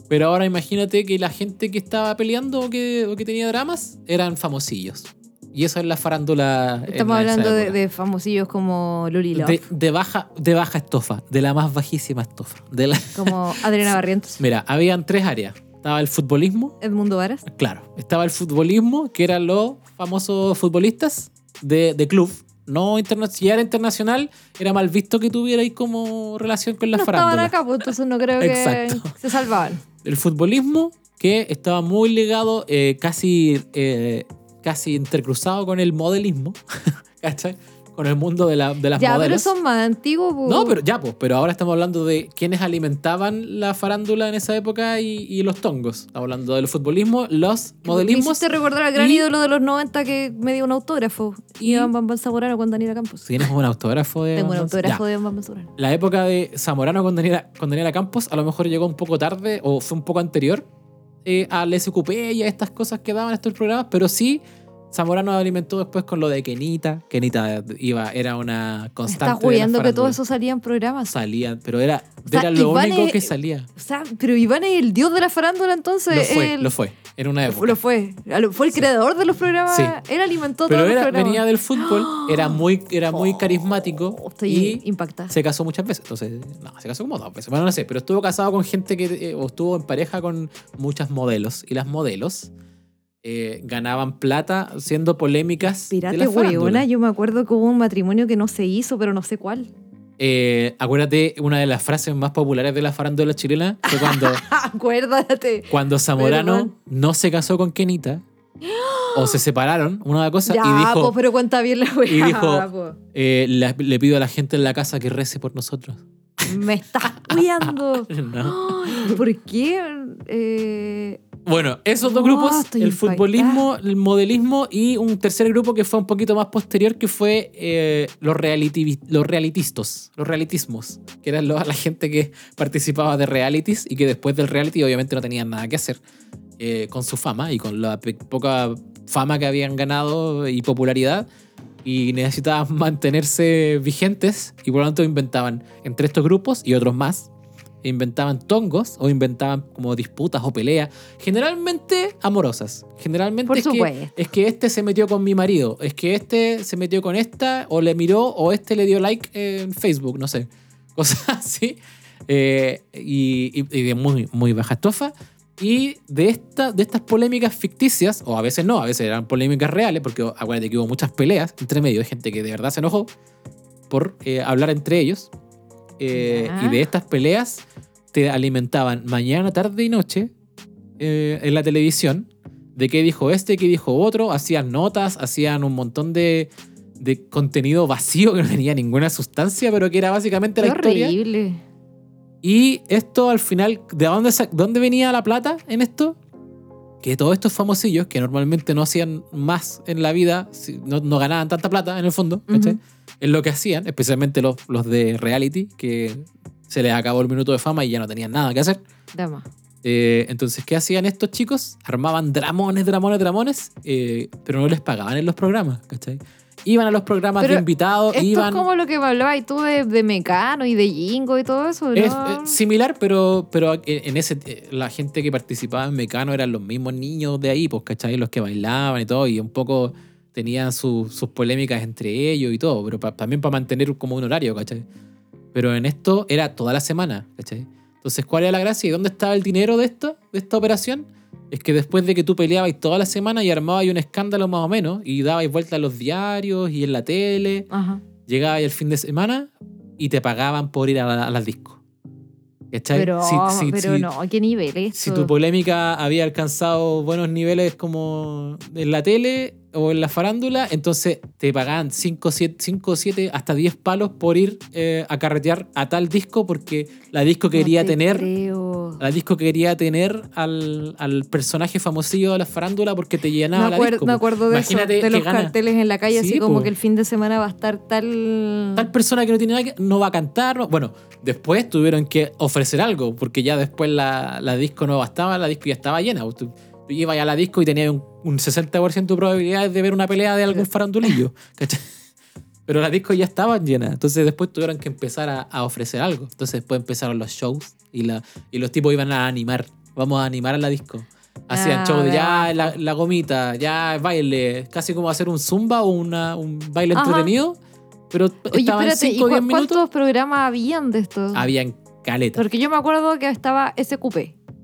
[SPEAKER 1] pero ahora imagínate que la gente que estaba peleando o que, o que tenía dramas eran famosillos. Y eso es la farándula. en
[SPEAKER 2] Estamos
[SPEAKER 1] esa
[SPEAKER 2] hablando de,
[SPEAKER 1] época.
[SPEAKER 2] de famosillos como Luli Love,
[SPEAKER 1] De- de baja, de baja estofa, de la más bajísima estofa. De la-
[SPEAKER 2] como Adriana Barrientos.
[SPEAKER 1] Mira, habían tres áreas. Estaba el futbolismo,
[SPEAKER 2] Edmundo Varas.
[SPEAKER 1] claro. Estaba el futbolismo, que eran los famosos futbolistas de, de club. No interna si era internacional, era mal visto que tuvierais como relación con la
[SPEAKER 2] No estaban
[SPEAKER 1] farándula.
[SPEAKER 2] acá, pues entonces no creo que
[SPEAKER 1] Exacto.
[SPEAKER 2] se salvaban.
[SPEAKER 1] El futbolismo, que estaba muy ligado, eh, casi, eh, casi intercruzado con el modelismo, ¿cachai? Con el mundo de, la, de las
[SPEAKER 2] ya, pero
[SPEAKER 1] modelos.
[SPEAKER 2] son más antiguos. pues.
[SPEAKER 1] No, pero ya, pues, pero ahora estamos hablando de quienes alimentaban la farándula en esa época y, y los tongos. Estamos hablando del futbolismo, los
[SPEAKER 2] Me
[SPEAKER 1] modelismos.
[SPEAKER 2] hiciste recordar al gran
[SPEAKER 1] y-
[SPEAKER 2] ídolo de los 90 que me dio un autógrafo. Y Iván Bambal Zamorano con Daniela Campos.
[SPEAKER 1] ¿Tienes un autógrafo de.?
[SPEAKER 2] Tengo un
[SPEAKER 1] Gonzalo?
[SPEAKER 2] autógrafo
[SPEAKER 1] Ya.
[SPEAKER 2] de Iván Bambal Zamorano.
[SPEAKER 1] La época de Zamorano con Daniela, con Daniela Campos a lo mejor llegó un poco tarde o fue un poco anterior eh, al SQP y a estas cosas que daban estos programas, pero sí. Zamorano alimentó después con lo de Kenita. Kenita iba, era una
[SPEAKER 2] Me
[SPEAKER 1] constante.
[SPEAKER 2] estás
[SPEAKER 1] de la
[SPEAKER 2] huyendo que todo
[SPEAKER 1] farándula.
[SPEAKER 2] eso salía en programas.
[SPEAKER 1] salía, pero era,
[SPEAKER 2] sea,
[SPEAKER 1] era lo
[SPEAKER 2] Iván
[SPEAKER 1] único
[SPEAKER 2] es-
[SPEAKER 1] que salía.
[SPEAKER 2] O sea, pero Iván es el dios de la farándula entonces.
[SPEAKER 1] Lo fue,
[SPEAKER 2] él-
[SPEAKER 1] lo fue. Era una época.
[SPEAKER 2] lo fue. A lo- Fue el creador de los programas.
[SPEAKER 1] Sí.
[SPEAKER 2] Él alimentó
[SPEAKER 1] Pero
[SPEAKER 2] todos
[SPEAKER 1] era,
[SPEAKER 2] los programas.
[SPEAKER 1] venía del fútbol, era muy, era muy carismático
[SPEAKER 2] Oh, Estoy
[SPEAKER 1] y
[SPEAKER 2] impactada.
[SPEAKER 1] se casó muchas veces. Entonces, no, se casó como dos veces. Bueno, no sé, pero estuvo casado con gente que, eh, o estuvo en pareja con muchas modelos. Y las modelos eh, ganaban plata siendo polémicas. de
[SPEAKER 2] Pirate
[SPEAKER 1] la farándula.
[SPEAKER 2] huevona, yo me acuerdo que hubo un matrimonio que no se hizo, pero no sé cuál.
[SPEAKER 1] Eh, acuérdate, una de las frases más populares de la farándula chilena fue cuando,
[SPEAKER 2] Acuérdate.
[SPEAKER 1] cuando Zamorano
[SPEAKER 2] Perdón.
[SPEAKER 1] no se casó con Kenita o se separaron, una cosa,
[SPEAKER 2] ya, pues,
[SPEAKER 1] y dijo,
[SPEAKER 2] po, pero cuenta bien la weá.
[SPEAKER 1] y dijo-
[SPEAKER 2] po.
[SPEAKER 1] eh, la- le pido a la gente en la casa que rece por nosotros.
[SPEAKER 2] Me estás cuidando.
[SPEAKER 1] No.
[SPEAKER 2] ¿Por qué? Eh,
[SPEAKER 1] Bueno, esos dos
[SPEAKER 2] Oh,
[SPEAKER 1] grupos,
[SPEAKER 2] estoy
[SPEAKER 1] el
[SPEAKER 2] impactada.
[SPEAKER 1] futbolismo, el modelismo y un tercer grupo que fue un poquito más posterior, que fue eh, los, reality, los realitistas, los realitismos, que eran lo- la gente que participaba de realities y que después del reality obviamente no tenían nada que hacer eh, con su fama y con la pe- poca fama que habían ganado y popularidad y necesitaban mantenerse vigentes y por lo tanto inventaban entre estos grupos y otros más inventaban tongos o inventaban como disputas o peleas generalmente amorosas generalmente
[SPEAKER 2] Por
[SPEAKER 1] es que,
[SPEAKER 2] supuesto.
[SPEAKER 1] es que este se metió con mi marido es que este se metió con esta o le miró o este le dio like en Facebook no sé cosas así eh, y, y- y de muy, muy baja estofa y de, esta, de estas polémicas ficticias, o a veces no, a veces eran polémicas reales, porque acuérdate que hubo muchas peleas entre medio, hay gente que de verdad se enojó por eh, hablar entre ellos. Eh,
[SPEAKER 2] Ya.
[SPEAKER 1] y de estas peleas te alimentaban mañana, tarde y noche eh, en la televisión de qué dijo este, qué dijo otro, hacían notas, hacían un montón de, de contenido vacío que no tenía ninguna sustancia, pero que era básicamente
[SPEAKER 2] qué
[SPEAKER 1] la historia.
[SPEAKER 2] horrible.
[SPEAKER 1] Y esto al final, ¿de dónde, sa- dónde venía la plata en esto? Que todos estos famosillos que normalmente no hacían más en la vida, si- no, no ganaban tanta plata en el fondo, ¿cachai?
[SPEAKER 2] Ujú.
[SPEAKER 1] Es lo que hacían, especialmente los, los de reality, que se les acabó el minuto de fama y ya no tenían nada que hacer.
[SPEAKER 2] Dama.
[SPEAKER 1] Eh, entonces, ¿qué hacían estos chicos? Armaban dramones, dramones, dramones, eh, pero no les pagaban en los programas, ¿cachai? Iban a los programas de
[SPEAKER 2] Pero
[SPEAKER 1] invitados,
[SPEAKER 2] Esto
[SPEAKER 1] iban...
[SPEAKER 2] es como lo que me hablabas tú de, de Mecano y de Jingo y todo eso, ¿no?
[SPEAKER 1] Es eh, similar, pero, pero en ese eh, la gente que participaba en Mecano eran los mismos niños de ahí, pues, ¿cachai? Los que bailaban y todo, y un poco tenían su- sus polémicas entre ellos y todo, pero pa- también para mantener como un horario, ¿cachai? Pero en esto era toda la semana, ¿cachai? Entonces, ¿cuál era la gracia? ¿Y dónde estaba el dinero de esto, de esta operación? Es que después de que tú peleabas toda la semana y armabas un escándalo más o menos, y dabais vuelta a los diarios y en la tele,
[SPEAKER 2] Ajá.
[SPEAKER 1] llegaba el fin de semana y te pagaban por ir a, la- a las discos. ¿Cachai?
[SPEAKER 2] Pero, oh,
[SPEAKER 1] Si- si-
[SPEAKER 2] pero
[SPEAKER 1] si-
[SPEAKER 2] no, ¿qué nivel es
[SPEAKER 1] si
[SPEAKER 2] esto?
[SPEAKER 1] tu polémica había alcanzado buenos niveles como en la tele o en la farándula, entonces te pagaban 5, 7, hasta 10 palos por ir eh, a carretear a tal disco porque la disco
[SPEAKER 2] No
[SPEAKER 1] quería
[SPEAKER 2] te
[SPEAKER 1] tener
[SPEAKER 2] creo.
[SPEAKER 1] la disco quería tener al, al personaje famosillo de la farándula porque te
[SPEAKER 2] Me,
[SPEAKER 1] llenaba
[SPEAKER 2] acuer-
[SPEAKER 1] la disco.
[SPEAKER 2] me acuerdo de eso,
[SPEAKER 1] Imagínate
[SPEAKER 2] de
[SPEAKER 1] que
[SPEAKER 2] los
[SPEAKER 1] gana.
[SPEAKER 2] carteles en la calle,
[SPEAKER 1] Sí,
[SPEAKER 2] así como
[SPEAKER 1] po.
[SPEAKER 2] que el fin de semana va a estar tal...
[SPEAKER 1] tal persona que no tiene nada que no va a cantar. no- Bueno, después tuvieron que ofrecer algo, porque ya después la, la disco no bastaba, la disco ya estaba llena. pues, Tú, tú ibas a la disco y tenías un, un 60% de probabilidades de ver una pelea de algún farandulillo. ¿cachai? Pero las discos ya estaban llenas, entonces después tuvieron que empezar a, a ofrecer algo. Entonces después empezaron los shows y, la, y los tipos iban a animar. Vamos a animar a la disco. Hacían
[SPEAKER 2] Ah,
[SPEAKER 1] shows de
[SPEAKER 2] de
[SPEAKER 1] ya la, la gomita, ya baile, casi como hacer un zumba o una, un baile
[SPEAKER 2] Ajá.
[SPEAKER 1] entretenido. Pero
[SPEAKER 2] Oye,
[SPEAKER 1] estaban
[SPEAKER 2] espérate, ¿y
[SPEAKER 1] 5 o
[SPEAKER 2] cu-
[SPEAKER 1] 10 minutos.
[SPEAKER 2] cuántos programas habían de estos?
[SPEAKER 1] Habían caleta.
[SPEAKER 2] Porque yo me acuerdo que estaba SQP,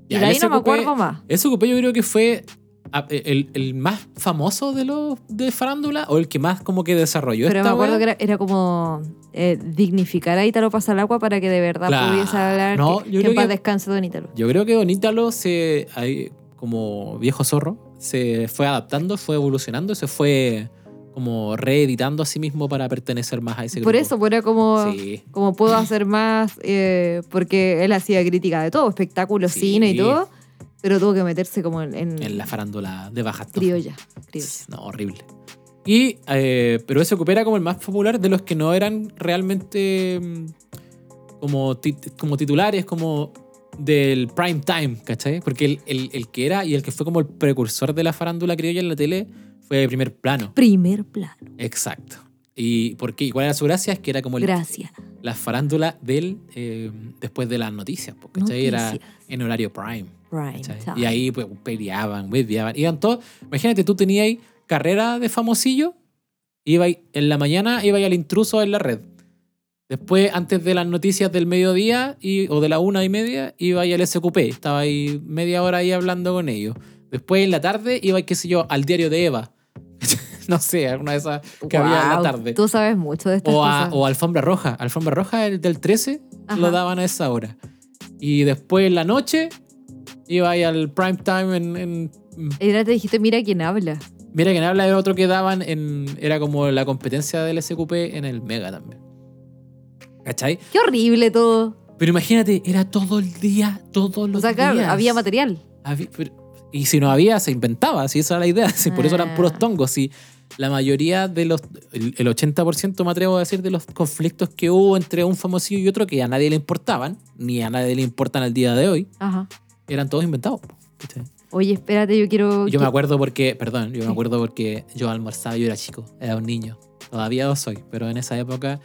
[SPEAKER 2] Y
[SPEAKER 1] Ya,
[SPEAKER 2] de ahí
[SPEAKER 1] ese
[SPEAKER 2] no me
[SPEAKER 1] ocupé-
[SPEAKER 2] acuerdo más.
[SPEAKER 1] Ese ocupé yo creo que fue ah, el, el más famoso de los de farándula o el que más como que desarrolló
[SPEAKER 2] Pero me
[SPEAKER 1] esta
[SPEAKER 2] acuerdo
[SPEAKER 1] wea.
[SPEAKER 2] que era, era como eh, dignificar a Ítalo Pasalacua para que de verdad
[SPEAKER 1] Claro.
[SPEAKER 2] pudiese hablar.
[SPEAKER 1] No,
[SPEAKER 2] que,
[SPEAKER 1] yo
[SPEAKER 2] que
[SPEAKER 1] creo
[SPEAKER 2] en paz
[SPEAKER 1] que-
[SPEAKER 2] descanse Don Ítalo.
[SPEAKER 1] Yo creo que Don Ítalo se ahí, como viejo zorro se fue adaptando, fue evolucionando, se fue como reeditando a sí mismo para pertenecer más a ese grupo.
[SPEAKER 2] Por eso, pues era como,
[SPEAKER 1] Sí.
[SPEAKER 2] como puedo hacer más, eh, porque él hacía crítica de todo, espectáculos,
[SPEAKER 1] Sí.
[SPEAKER 2] cine y todo, pero tuvo que meterse como en, en
[SPEAKER 1] En la farándula de baja estofa.
[SPEAKER 2] criolla. criolla.
[SPEAKER 1] No, horrible. Y, eh, pero ese ocupé era como el más popular de los que no eran realmente mm, como, tit- como titulares, como del prime time, ¿cachai? Porque el, el- el que era y el que fue como el precursor de la farándula criolla en la tele fue de primer plano.
[SPEAKER 2] Primer plano.
[SPEAKER 1] Exacto. ¿Y por qué? ¿Y cuál era su gracia? Es que era como el-
[SPEAKER 2] Gracias.
[SPEAKER 1] la farándula del, eh, después de las noticias, po, ¿cachai? Era
[SPEAKER 2] Noticias.
[SPEAKER 1] en horario prime.
[SPEAKER 2] Prime
[SPEAKER 1] ¿cachai?
[SPEAKER 2] time.
[SPEAKER 1] Y ahí pues, peleaban, hueveaban. Iban todos. Imagínate, tú tenías ahí carrera de famosillo, iba ahí- en la mañana iba ahí al intruso en la red. Después, antes de las noticias del mediodía y, o de la una y media, iba ahí al SQP. Estaba ahí media hora ahí hablando con ellos. Después, en la tarde, iba, qué sé yo, al diario de Eva. no sé, alguna de esas que había en la
[SPEAKER 2] Guau,
[SPEAKER 1] tarde.
[SPEAKER 2] Tú sabes mucho de estas
[SPEAKER 1] O, a-
[SPEAKER 2] cosas.
[SPEAKER 1] o Alfombra Roja. Alfombra Roja el del 13
[SPEAKER 2] Ajá.
[SPEAKER 1] lo daban a esa hora. Y después en la noche iba ahí al prime time en... en-
[SPEAKER 2] Y ahora te dijiste, mira quién habla.
[SPEAKER 1] mira que habla de otro que daban en... Era como la competencia del SQP en el Mega también. ¿Cachai?
[SPEAKER 2] Qué horrible todo.
[SPEAKER 1] Pero imagínate, era todo el día, todos los
[SPEAKER 2] O sea, claro,
[SPEAKER 1] días.
[SPEAKER 2] había material.
[SPEAKER 1] Habí- pero- y si no había, se inventaba, si esa era la idea. Si por eso eran
[SPEAKER 2] Ah.
[SPEAKER 1] puros tongos. Y la mayoría de los. El el 80% me atrevo a decir de los conflictos que hubo entre un famosillo y otro que a nadie le importaban, ni a nadie le importan al día de hoy,
[SPEAKER 2] Ajá.
[SPEAKER 1] eran todos inventados. po, ¿cachai?
[SPEAKER 2] Oye, espérate, yo quiero.
[SPEAKER 1] Y Yo me
[SPEAKER 2] que-
[SPEAKER 1] acuerdo porque. Perdón, yo me acuerdo porque yo almorzaba, yo era chico, era un niño. Todavía lo soy, pero en esa época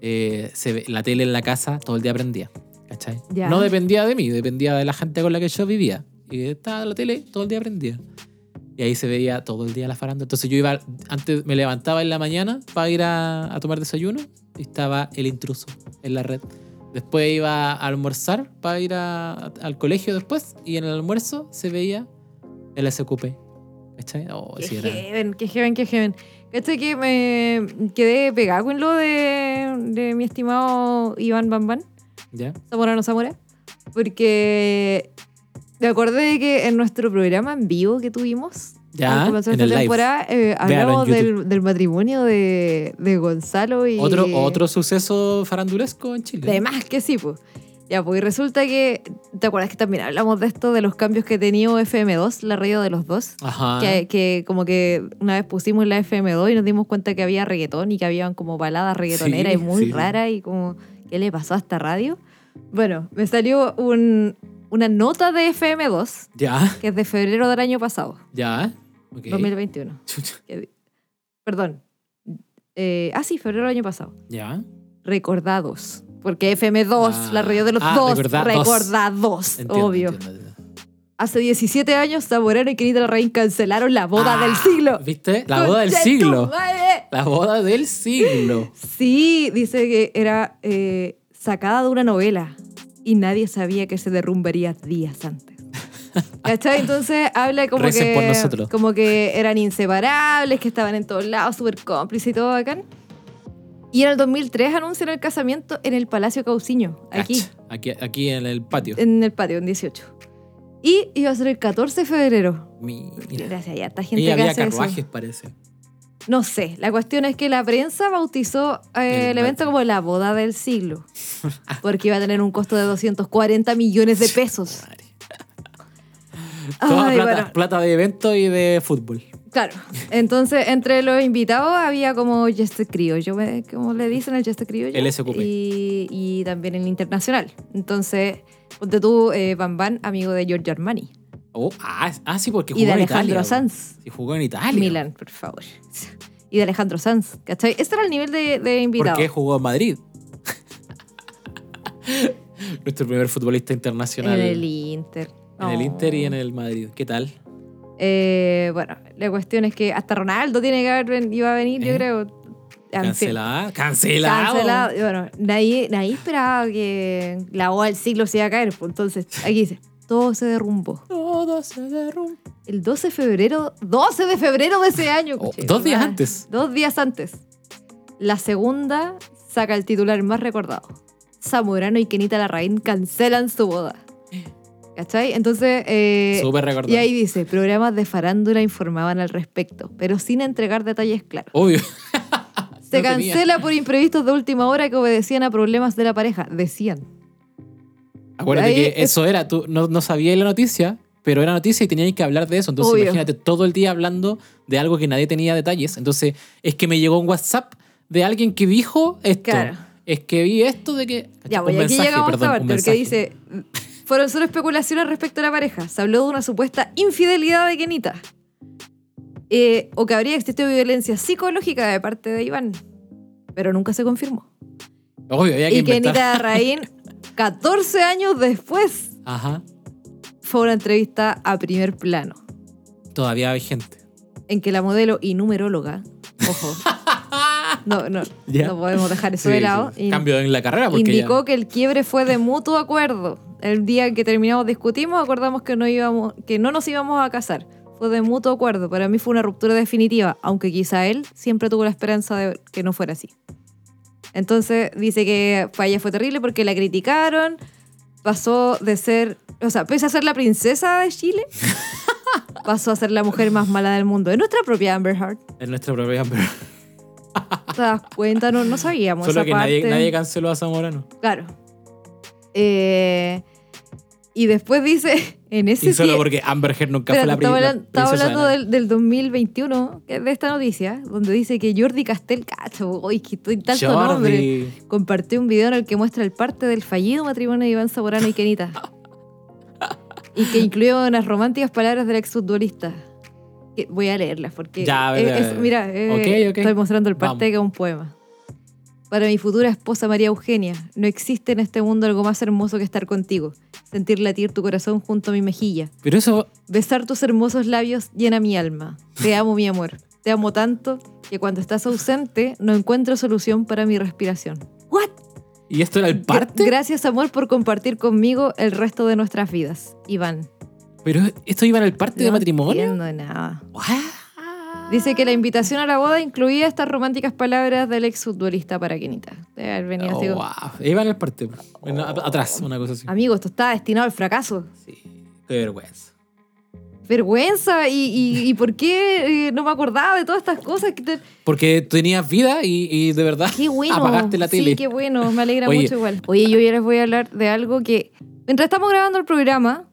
[SPEAKER 1] eh, se ve- la tele en la casa todo el día prendía. ¿Cachai?
[SPEAKER 2] Ya.
[SPEAKER 1] No dependía de mí, dependía de la gente con la que yo vivía. Y estaba la tele todo el día prendía. Y ahí se veía todo el día la farándula. Entonces yo iba, antes me levantaba en la mañana para ir a, a tomar desayuno y estaba el intruso en la red. Después iba a almorzar para ir a- al colegio después y en el almuerzo se veía el SQP. ¿Cachai? Oh,
[SPEAKER 2] Qué
[SPEAKER 1] sí, era-
[SPEAKER 2] heaven, qué heaven, qué heaven. Cacha que me quedé pegado con lo de, de mi estimado Iván Bambán,
[SPEAKER 1] ¿Ya?
[SPEAKER 2] Zamorano Zamora, porque me acordé de que en nuestro programa en vivo que tuvimos,
[SPEAKER 1] ¿Ya?
[SPEAKER 2] al comenzar
[SPEAKER 1] En
[SPEAKER 2] esta
[SPEAKER 1] el live.
[SPEAKER 2] temporada, eh, hablamos
[SPEAKER 1] en
[SPEAKER 2] del, del matrimonio de, de Gonzalo y...
[SPEAKER 1] Otro, otro suceso farandulesco en Chile.
[SPEAKER 2] De más que sí, pues. Ya, pues y resulta que, ¿te acuerdas que también hablamos de esto, de los cambios que ha tenido FM2, la radio de los dos?
[SPEAKER 1] Ajá.
[SPEAKER 2] Que, que como que una vez pusimos la FM2 y nos dimos cuenta que había reggaetón y que habían como baladas reggaetoneras
[SPEAKER 1] Sí,
[SPEAKER 2] y muy
[SPEAKER 1] sí.
[SPEAKER 2] raras y como, ¿qué le pasó a esta radio? Bueno, me salió un- una nota de FM2
[SPEAKER 1] ¿Ya?
[SPEAKER 2] que es de febrero del año pasado,
[SPEAKER 1] ¿Ya? Ok.
[SPEAKER 2] 2021.
[SPEAKER 1] Chucha.
[SPEAKER 2] Perdón. Eh, ah, sí, febrero del año pasado.
[SPEAKER 1] ¿Ya?
[SPEAKER 2] Recordados. Porque FM2,
[SPEAKER 1] Ah,
[SPEAKER 2] la radio de los
[SPEAKER 1] ah,
[SPEAKER 2] dos,
[SPEAKER 1] recordados.
[SPEAKER 2] recordados,
[SPEAKER 1] Entiendo,
[SPEAKER 2] obvio.
[SPEAKER 1] entiendo, entiendo.
[SPEAKER 2] Hace 17 años, Zamorano y Kenita Larraín cancelaron la boda
[SPEAKER 1] Ah,
[SPEAKER 2] del siglo.
[SPEAKER 1] ¿Viste? La boda del
[SPEAKER 2] ¡Conche tu
[SPEAKER 1] siglo.
[SPEAKER 2] madre!
[SPEAKER 1] La boda del siglo.
[SPEAKER 2] Sí, dice que era eh, sacada de una novela y nadie sabía que se derrumbaría días antes. ¿Cachai? Entonces habla como
[SPEAKER 1] Recen por
[SPEAKER 2] que,
[SPEAKER 1] nosotros.
[SPEAKER 2] como que eran inseparables, que estaban en todos lados, súper cómplices y todo bacán. Y en el 2003 anuncian el casamiento en el Palacio Cauciño, aquí,
[SPEAKER 1] Cacha. aquí. Aquí en el patio.
[SPEAKER 2] en el patio, en 18. Y iba a ser el 14 de febrero.
[SPEAKER 1] Mira.
[SPEAKER 2] Gracias, ya está gente
[SPEAKER 1] Y
[SPEAKER 2] que
[SPEAKER 1] había
[SPEAKER 2] hace eso.
[SPEAKER 1] carruajes, parece.
[SPEAKER 2] No sé, la cuestión es que la prensa bautizó eh,
[SPEAKER 1] El
[SPEAKER 2] el evento como la boda del siglo, porque iba a tener un costo de 240 millones de pesos.
[SPEAKER 1] Madre. Toda
[SPEAKER 2] Ay,
[SPEAKER 1] plata,
[SPEAKER 2] bueno,
[SPEAKER 1] plata de evento y de fútbol.
[SPEAKER 2] claro. Entonces, entre los invitados había como Jester Criollo, ¿ves? como le dicen el Jester Criollo.
[SPEAKER 1] El SQP.
[SPEAKER 2] Y, y también el internacional. Entonces, ponte tú, eh, Bambán, amigo de Giorgio Armani.
[SPEAKER 1] Oh, ah, ah, sí, porque jugó
[SPEAKER 2] Y de
[SPEAKER 1] en
[SPEAKER 2] Alejandro
[SPEAKER 1] Italia.
[SPEAKER 2] Sanz.
[SPEAKER 1] Sí, jugó en Italia.
[SPEAKER 2] Milan, por favor. Y de Alejandro Sanz, ¿cachai? Este era el nivel de, de invitado.
[SPEAKER 1] ¿Por qué jugó en Madrid? Nuestro primer futbolista internacional.
[SPEAKER 2] En el Inter.
[SPEAKER 1] en el Inter y en
[SPEAKER 2] Oh.
[SPEAKER 1] el Madrid. ¿Qué tal?
[SPEAKER 2] Eh, bueno, la cuestión es que hasta Ronaldo tiene que haber ven- iba a venir, yo
[SPEAKER 1] ¿Eh?
[SPEAKER 2] creo. En fin,
[SPEAKER 1] Cancelada. Cancelado.
[SPEAKER 2] Cancelado. Y Bueno, nadie, nadie esperaba que la boda del siglo se iba a caer. pues, Entonces, aquí dice, todo se derrumbó.
[SPEAKER 1] Todo se derrumba.
[SPEAKER 2] El 12 de febrero, 12 de febrero de ese año.
[SPEAKER 1] Oh,
[SPEAKER 2] coche,
[SPEAKER 1] dos días
[SPEAKER 2] ¿verdad?
[SPEAKER 1] antes.
[SPEAKER 2] Dos días antes. La segunda saca el titular más recordado. Zamorano y Kenita Larraín cancelan su boda. ¿Cachai? Entonces, eh,
[SPEAKER 1] Súper recordado.
[SPEAKER 2] y ahí dice, programas de farándula informaban al respecto, pero sin entregar detalles claros.
[SPEAKER 1] Obvio.
[SPEAKER 2] Se
[SPEAKER 1] No tenía.
[SPEAKER 2] cancela por imprevistos de última hora que obedecían a problemas de la pareja. Decían.
[SPEAKER 1] Acuérdate
[SPEAKER 2] Ahí
[SPEAKER 1] que
[SPEAKER 2] es-
[SPEAKER 1] eso era, tú no, no sabías la noticia, pero era noticia y tenías que hablar de eso. Entonces
[SPEAKER 2] Obvio.
[SPEAKER 1] imagínate todo el día hablando de algo que nadie tenía detalles. Entonces es que me llegó un WhatsApp de alguien que dijo esto.
[SPEAKER 2] Claro.
[SPEAKER 1] Es que vi esto de que... Este,
[SPEAKER 2] Ya,
[SPEAKER 1] un
[SPEAKER 2] pues y aquí
[SPEAKER 1] mensaje,
[SPEAKER 2] llegamos
[SPEAKER 1] perdón,
[SPEAKER 2] a esta
[SPEAKER 1] un
[SPEAKER 2] parte,
[SPEAKER 1] mensaje.
[SPEAKER 2] porque dice, fueron solo especulaciones respecto a la pareja. Se habló de una supuesta infidelidad de Kenita. Eh, o que habría existido violencia psicológica de parte de Iván, pero nunca se confirmó.
[SPEAKER 1] Obvio, había que
[SPEAKER 2] Y
[SPEAKER 1] inventar.
[SPEAKER 2] Kenita Raín, 14 años después,
[SPEAKER 1] Ajá.
[SPEAKER 2] fue a una entrevista a primer plano,
[SPEAKER 1] Todavía hay gente.
[SPEAKER 2] en que la modelo y numeróloga, ojo, no, no,
[SPEAKER 1] Ya.
[SPEAKER 2] no podemos dejar eso
[SPEAKER 1] Sí,
[SPEAKER 2] de lado,
[SPEAKER 1] sí.
[SPEAKER 2] y-
[SPEAKER 1] Cambio en la carrera Ah, porque
[SPEAKER 2] indicó
[SPEAKER 1] ya...
[SPEAKER 2] que el quiebre fue de mutuo acuerdo. El día en que terminamos discutimos, acordamos que no íbamos, que no nos íbamos a casar. Fue de mutuo acuerdo. Para mí fue una ruptura definitiva, aunque quizá él siempre tuvo la esperanza de que no fuera así. Entonces dice que para ella fue terrible porque la criticaron, pasó de ser, o sea, pese a ser la princesa de Chile, pasó a ser la mujer más mala del mundo. Es nuestra propia Amber Heard.
[SPEAKER 1] Es nuestra propia... pero
[SPEAKER 2] ¿Te das cuenta? No, no sabíamos.
[SPEAKER 1] Solo
[SPEAKER 2] esa
[SPEAKER 1] que nadie,
[SPEAKER 2] parte.
[SPEAKER 1] nadie canceló a Zamorano.
[SPEAKER 2] Claro. Eh, y después dice, en ese
[SPEAKER 1] y solo
[SPEAKER 2] tie-
[SPEAKER 1] porque Amber Heard nunca
[SPEAKER 2] Espérate,
[SPEAKER 1] fue la pri-
[SPEAKER 2] estaba
[SPEAKER 1] la
[SPEAKER 2] hablando, estaba
[SPEAKER 1] princesa de
[SPEAKER 2] hablando
[SPEAKER 1] nadie.
[SPEAKER 2] del, del 2021, que es de esta noticia, donde dice que Jordi Castel, cacho, uy, que estoy tanto
[SPEAKER 1] Jordi.
[SPEAKER 2] nombre, compartió un video en el que muestra el parte del fallido matrimonio de Iván Zamorano y Kenita. y que incluyó unas románticas palabras del exfutbolista. Que voy a leerlas porque.
[SPEAKER 1] Ya, a ver,
[SPEAKER 2] es-
[SPEAKER 1] a ver,
[SPEAKER 2] es-
[SPEAKER 1] a ver.
[SPEAKER 2] mira, eh,
[SPEAKER 1] Ok, ok.
[SPEAKER 2] estoy mostrando el parte
[SPEAKER 1] Vamos.
[SPEAKER 2] que es un poema. Para mi futura esposa María Eugenia, no existe en este mundo algo más hermoso que estar contigo, sentir latir tu corazón junto a mi mejilla,
[SPEAKER 1] Pero eso...
[SPEAKER 2] Besar tus hermosos labios llena mi alma. Te amo, mi amor. Te amo tanto que cuando estás ausente no encuentro solución para mi respiración. ¿What?
[SPEAKER 1] ¿Y esto era el parte?
[SPEAKER 2] Gracias, amor, por compartir conmigo el resto de nuestras vidas. Iván.
[SPEAKER 1] ¿Pero esto iba en el parte de
[SPEAKER 2] No
[SPEAKER 1] matrimonio?
[SPEAKER 2] entiendo nada.
[SPEAKER 1] What?
[SPEAKER 2] Dice que la invitación a la boda incluía estas románticas palabras del exfutbolista para Kenita. Debe haber venido así
[SPEAKER 1] Oh,
[SPEAKER 2] como,
[SPEAKER 1] wow. Iba en el parte. Bueno, at- atrás, una cosa así.
[SPEAKER 2] Amigo, esto está destinado al fracaso.
[SPEAKER 1] Sí. Qué vergüenza.
[SPEAKER 2] Vergüenza. ¿Y, y, y por qué eh, no me acordaba de todas estas cosas? que te-
[SPEAKER 1] Porque tenías vida y, y de verdad
[SPEAKER 2] Qué bueno.
[SPEAKER 1] apagaste la tele.
[SPEAKER 2] Sí, qué bueno. Me alegra
[SPEAKER 1] Oye.
[SPEAKER 2] mucho igual. Oye, yo ya les voy a hablar de algo que. Mientras estamos grabando el programa,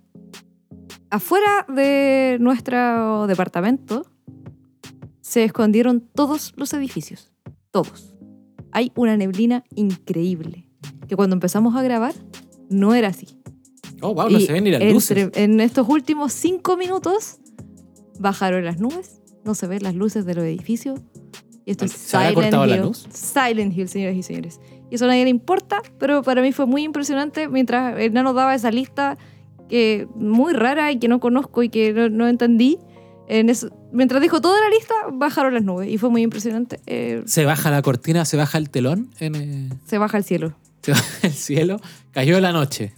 [SPEAKER 2] afuera de nuestro departamento se escondieron todos los edificios. Todos. Hay una neblina increíble. Que cuando empezamos a grabar, no era así.
[SPEAKER 1] Oh, wow, no
[SPEAKER 2] Y
[SPEAKER 1] se ven ni las luces.
[SPEAKER 2] entre- en estos últimos cinco minutos bajaron las nubes, no se ven las luces de los edificios. Y esto es
[SPEAKER 1] ¿Se habrá
[SPEAKER 2] Silent
[SPEAKER 1] cortado
[SPEAKER 2] Hill.
[SPEAKER 1] la luz?
[SPEAKER 2] Silent Hill, señoras y señores. Y eso a nadie le importa, pero para mí fue muy impresionante mientras Hernán nos daba esa lista que muy rara y que no conozco y que no, no entendí. En eso- mientras dijo toda la lista, bajaron las nubes y fue muy impresionante. Eh,
[SPEAKER 1] Se baja la cortina, se baja el telón en eh,
[SPEAKER 2] se baja al cielo.
[SPEAKER 1] se baja el cielo. Cayó la noche.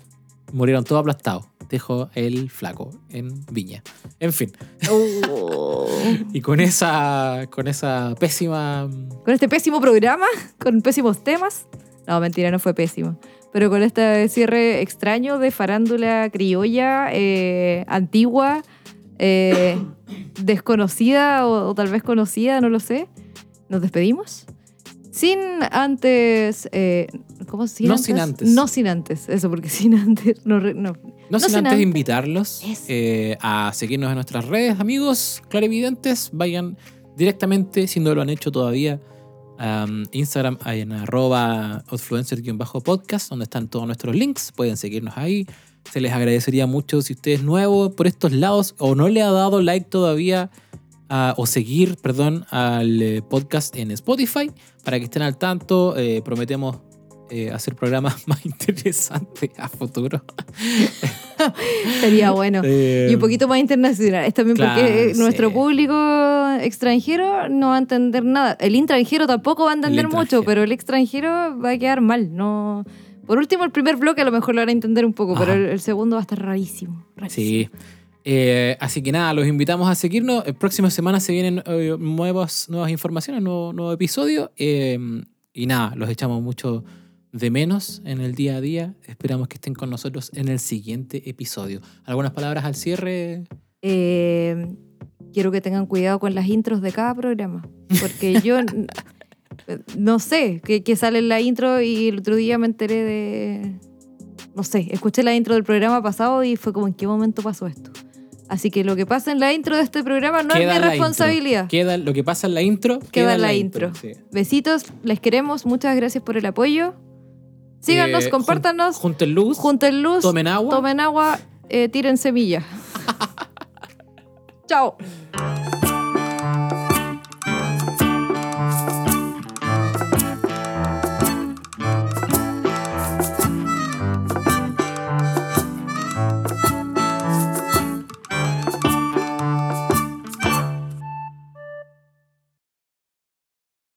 [SPEAKER 1] Murieron todos aplastados. Dejó el flaco en Viña. En fin.
[SPEAKER 2] Uh.
[SPEAKER 1] Y con esa, con esa pésima.
[SPEAKER 2] con este pésimo programa, con pésimos temas. No, mentira, no fue pésimo. Pero con este cierre extraño de farándula criolla, eh, antigua, eh, desconocida o, o tal vez conocida, no lo sé, nos despedimos. Sin antes. eh, ¿Cómo sin
[SPEAKER 1] No
[SPEAKER 2] antes?
[SPEAKER 1] sin antes.
[SPEAKER 2] No sin antes, eso, porque sin antes. No, re- no.
[SPEAKER 1] No, sin,
[SPEAKER 2] sin
[SPEAKER 1] antes,
[SPEAKER 2] antes.
[SPEAKER 1] invitarlos
[SPEAKER 2] Eso.
[SPEAKER 1] eh, a seguirnos en nuestras redes, amigos clarividentes. Vayan directamente, si no lo han hecho todavía, a um, Instagram en arroba outfluencer-podcast, donde están todos nuestros links. Pueden seguirnos ahí. Se les agradecería mucho si usted es nuevo por estos lados o no le ha dado like todavía a- o seguir, perdón, al eh, podcast en Spotify para que estén al tanto. Eh, prometemos eh, hacer programas más interesantes a futuro.
[SPEAKER 2] Sería bueno. Y un poquito más internacional. Es también
[SPEAKER 1] Em, Claro,
[SPEAKER 2] porque eh,
[SPEAKER 1] sí.
[SPEAKER 2] nuestro público extranjero no va a entender nada. El extranjero tampoco va a entender mucho,
[SPEAKER 1] extranjero.
[SPEAKER 2] pero el extranjero va a quedar mal. No, Por último, el primer bloque a lo mejor lo van a entender un poco,
[SPEAKER 1] Ajá.
[SPEAKER 2] pero el, el segundo va a estar rarísimo. rarísimo.
[SPEAKER 1] Sí. Eh, así que nada, los invitamos a seguirnos. El próxima semana se vienen eh, nuevas, nuevas informaciones, nuevo, nuevo episodio. Eh, y nada, los echamos mucho de menos en el día a día. Esperamos que estén con nosotros en el siguiente episodio. ¿Algunas palabras al cierre?
[SPEAKER 2] Eh, quiero que tengan cuidado con las intros de cada programa, porque yo n- no sé que, que sale la intro y el otro día me enteré de... No sé, escuché la intro del programa pasado y fue como en qué momento pasó esto. Así que lo que pasa en la intro de este programa no
[SPEAKER 1] Queda
[SPEAKER 2] es
[SPEAKER 1] en
[SPEAKER 2] mi
[SPEAKER 1] la intro.
[SPEAKER 2] responsabilidad.
[SPEAKER 1] Queda, lo que pasa en la intro. Queda,
[SPEAKER 2] en la
[SPEAKER 1] sí.
[SPEAKER 2] Besitos, les queremos, muchas gracias por el apoyo. Síganos,
[SPEAKER 1] Eh,
[SPEAKER 2] compártanos,
[SPEAKER 1] jun- Junten luz,
[SPEAKER 2] junten luz,
[SPEAKER 1] tomen agua.
[SPEAKER 2] tomen agua, eh, tiren semillas. Chao.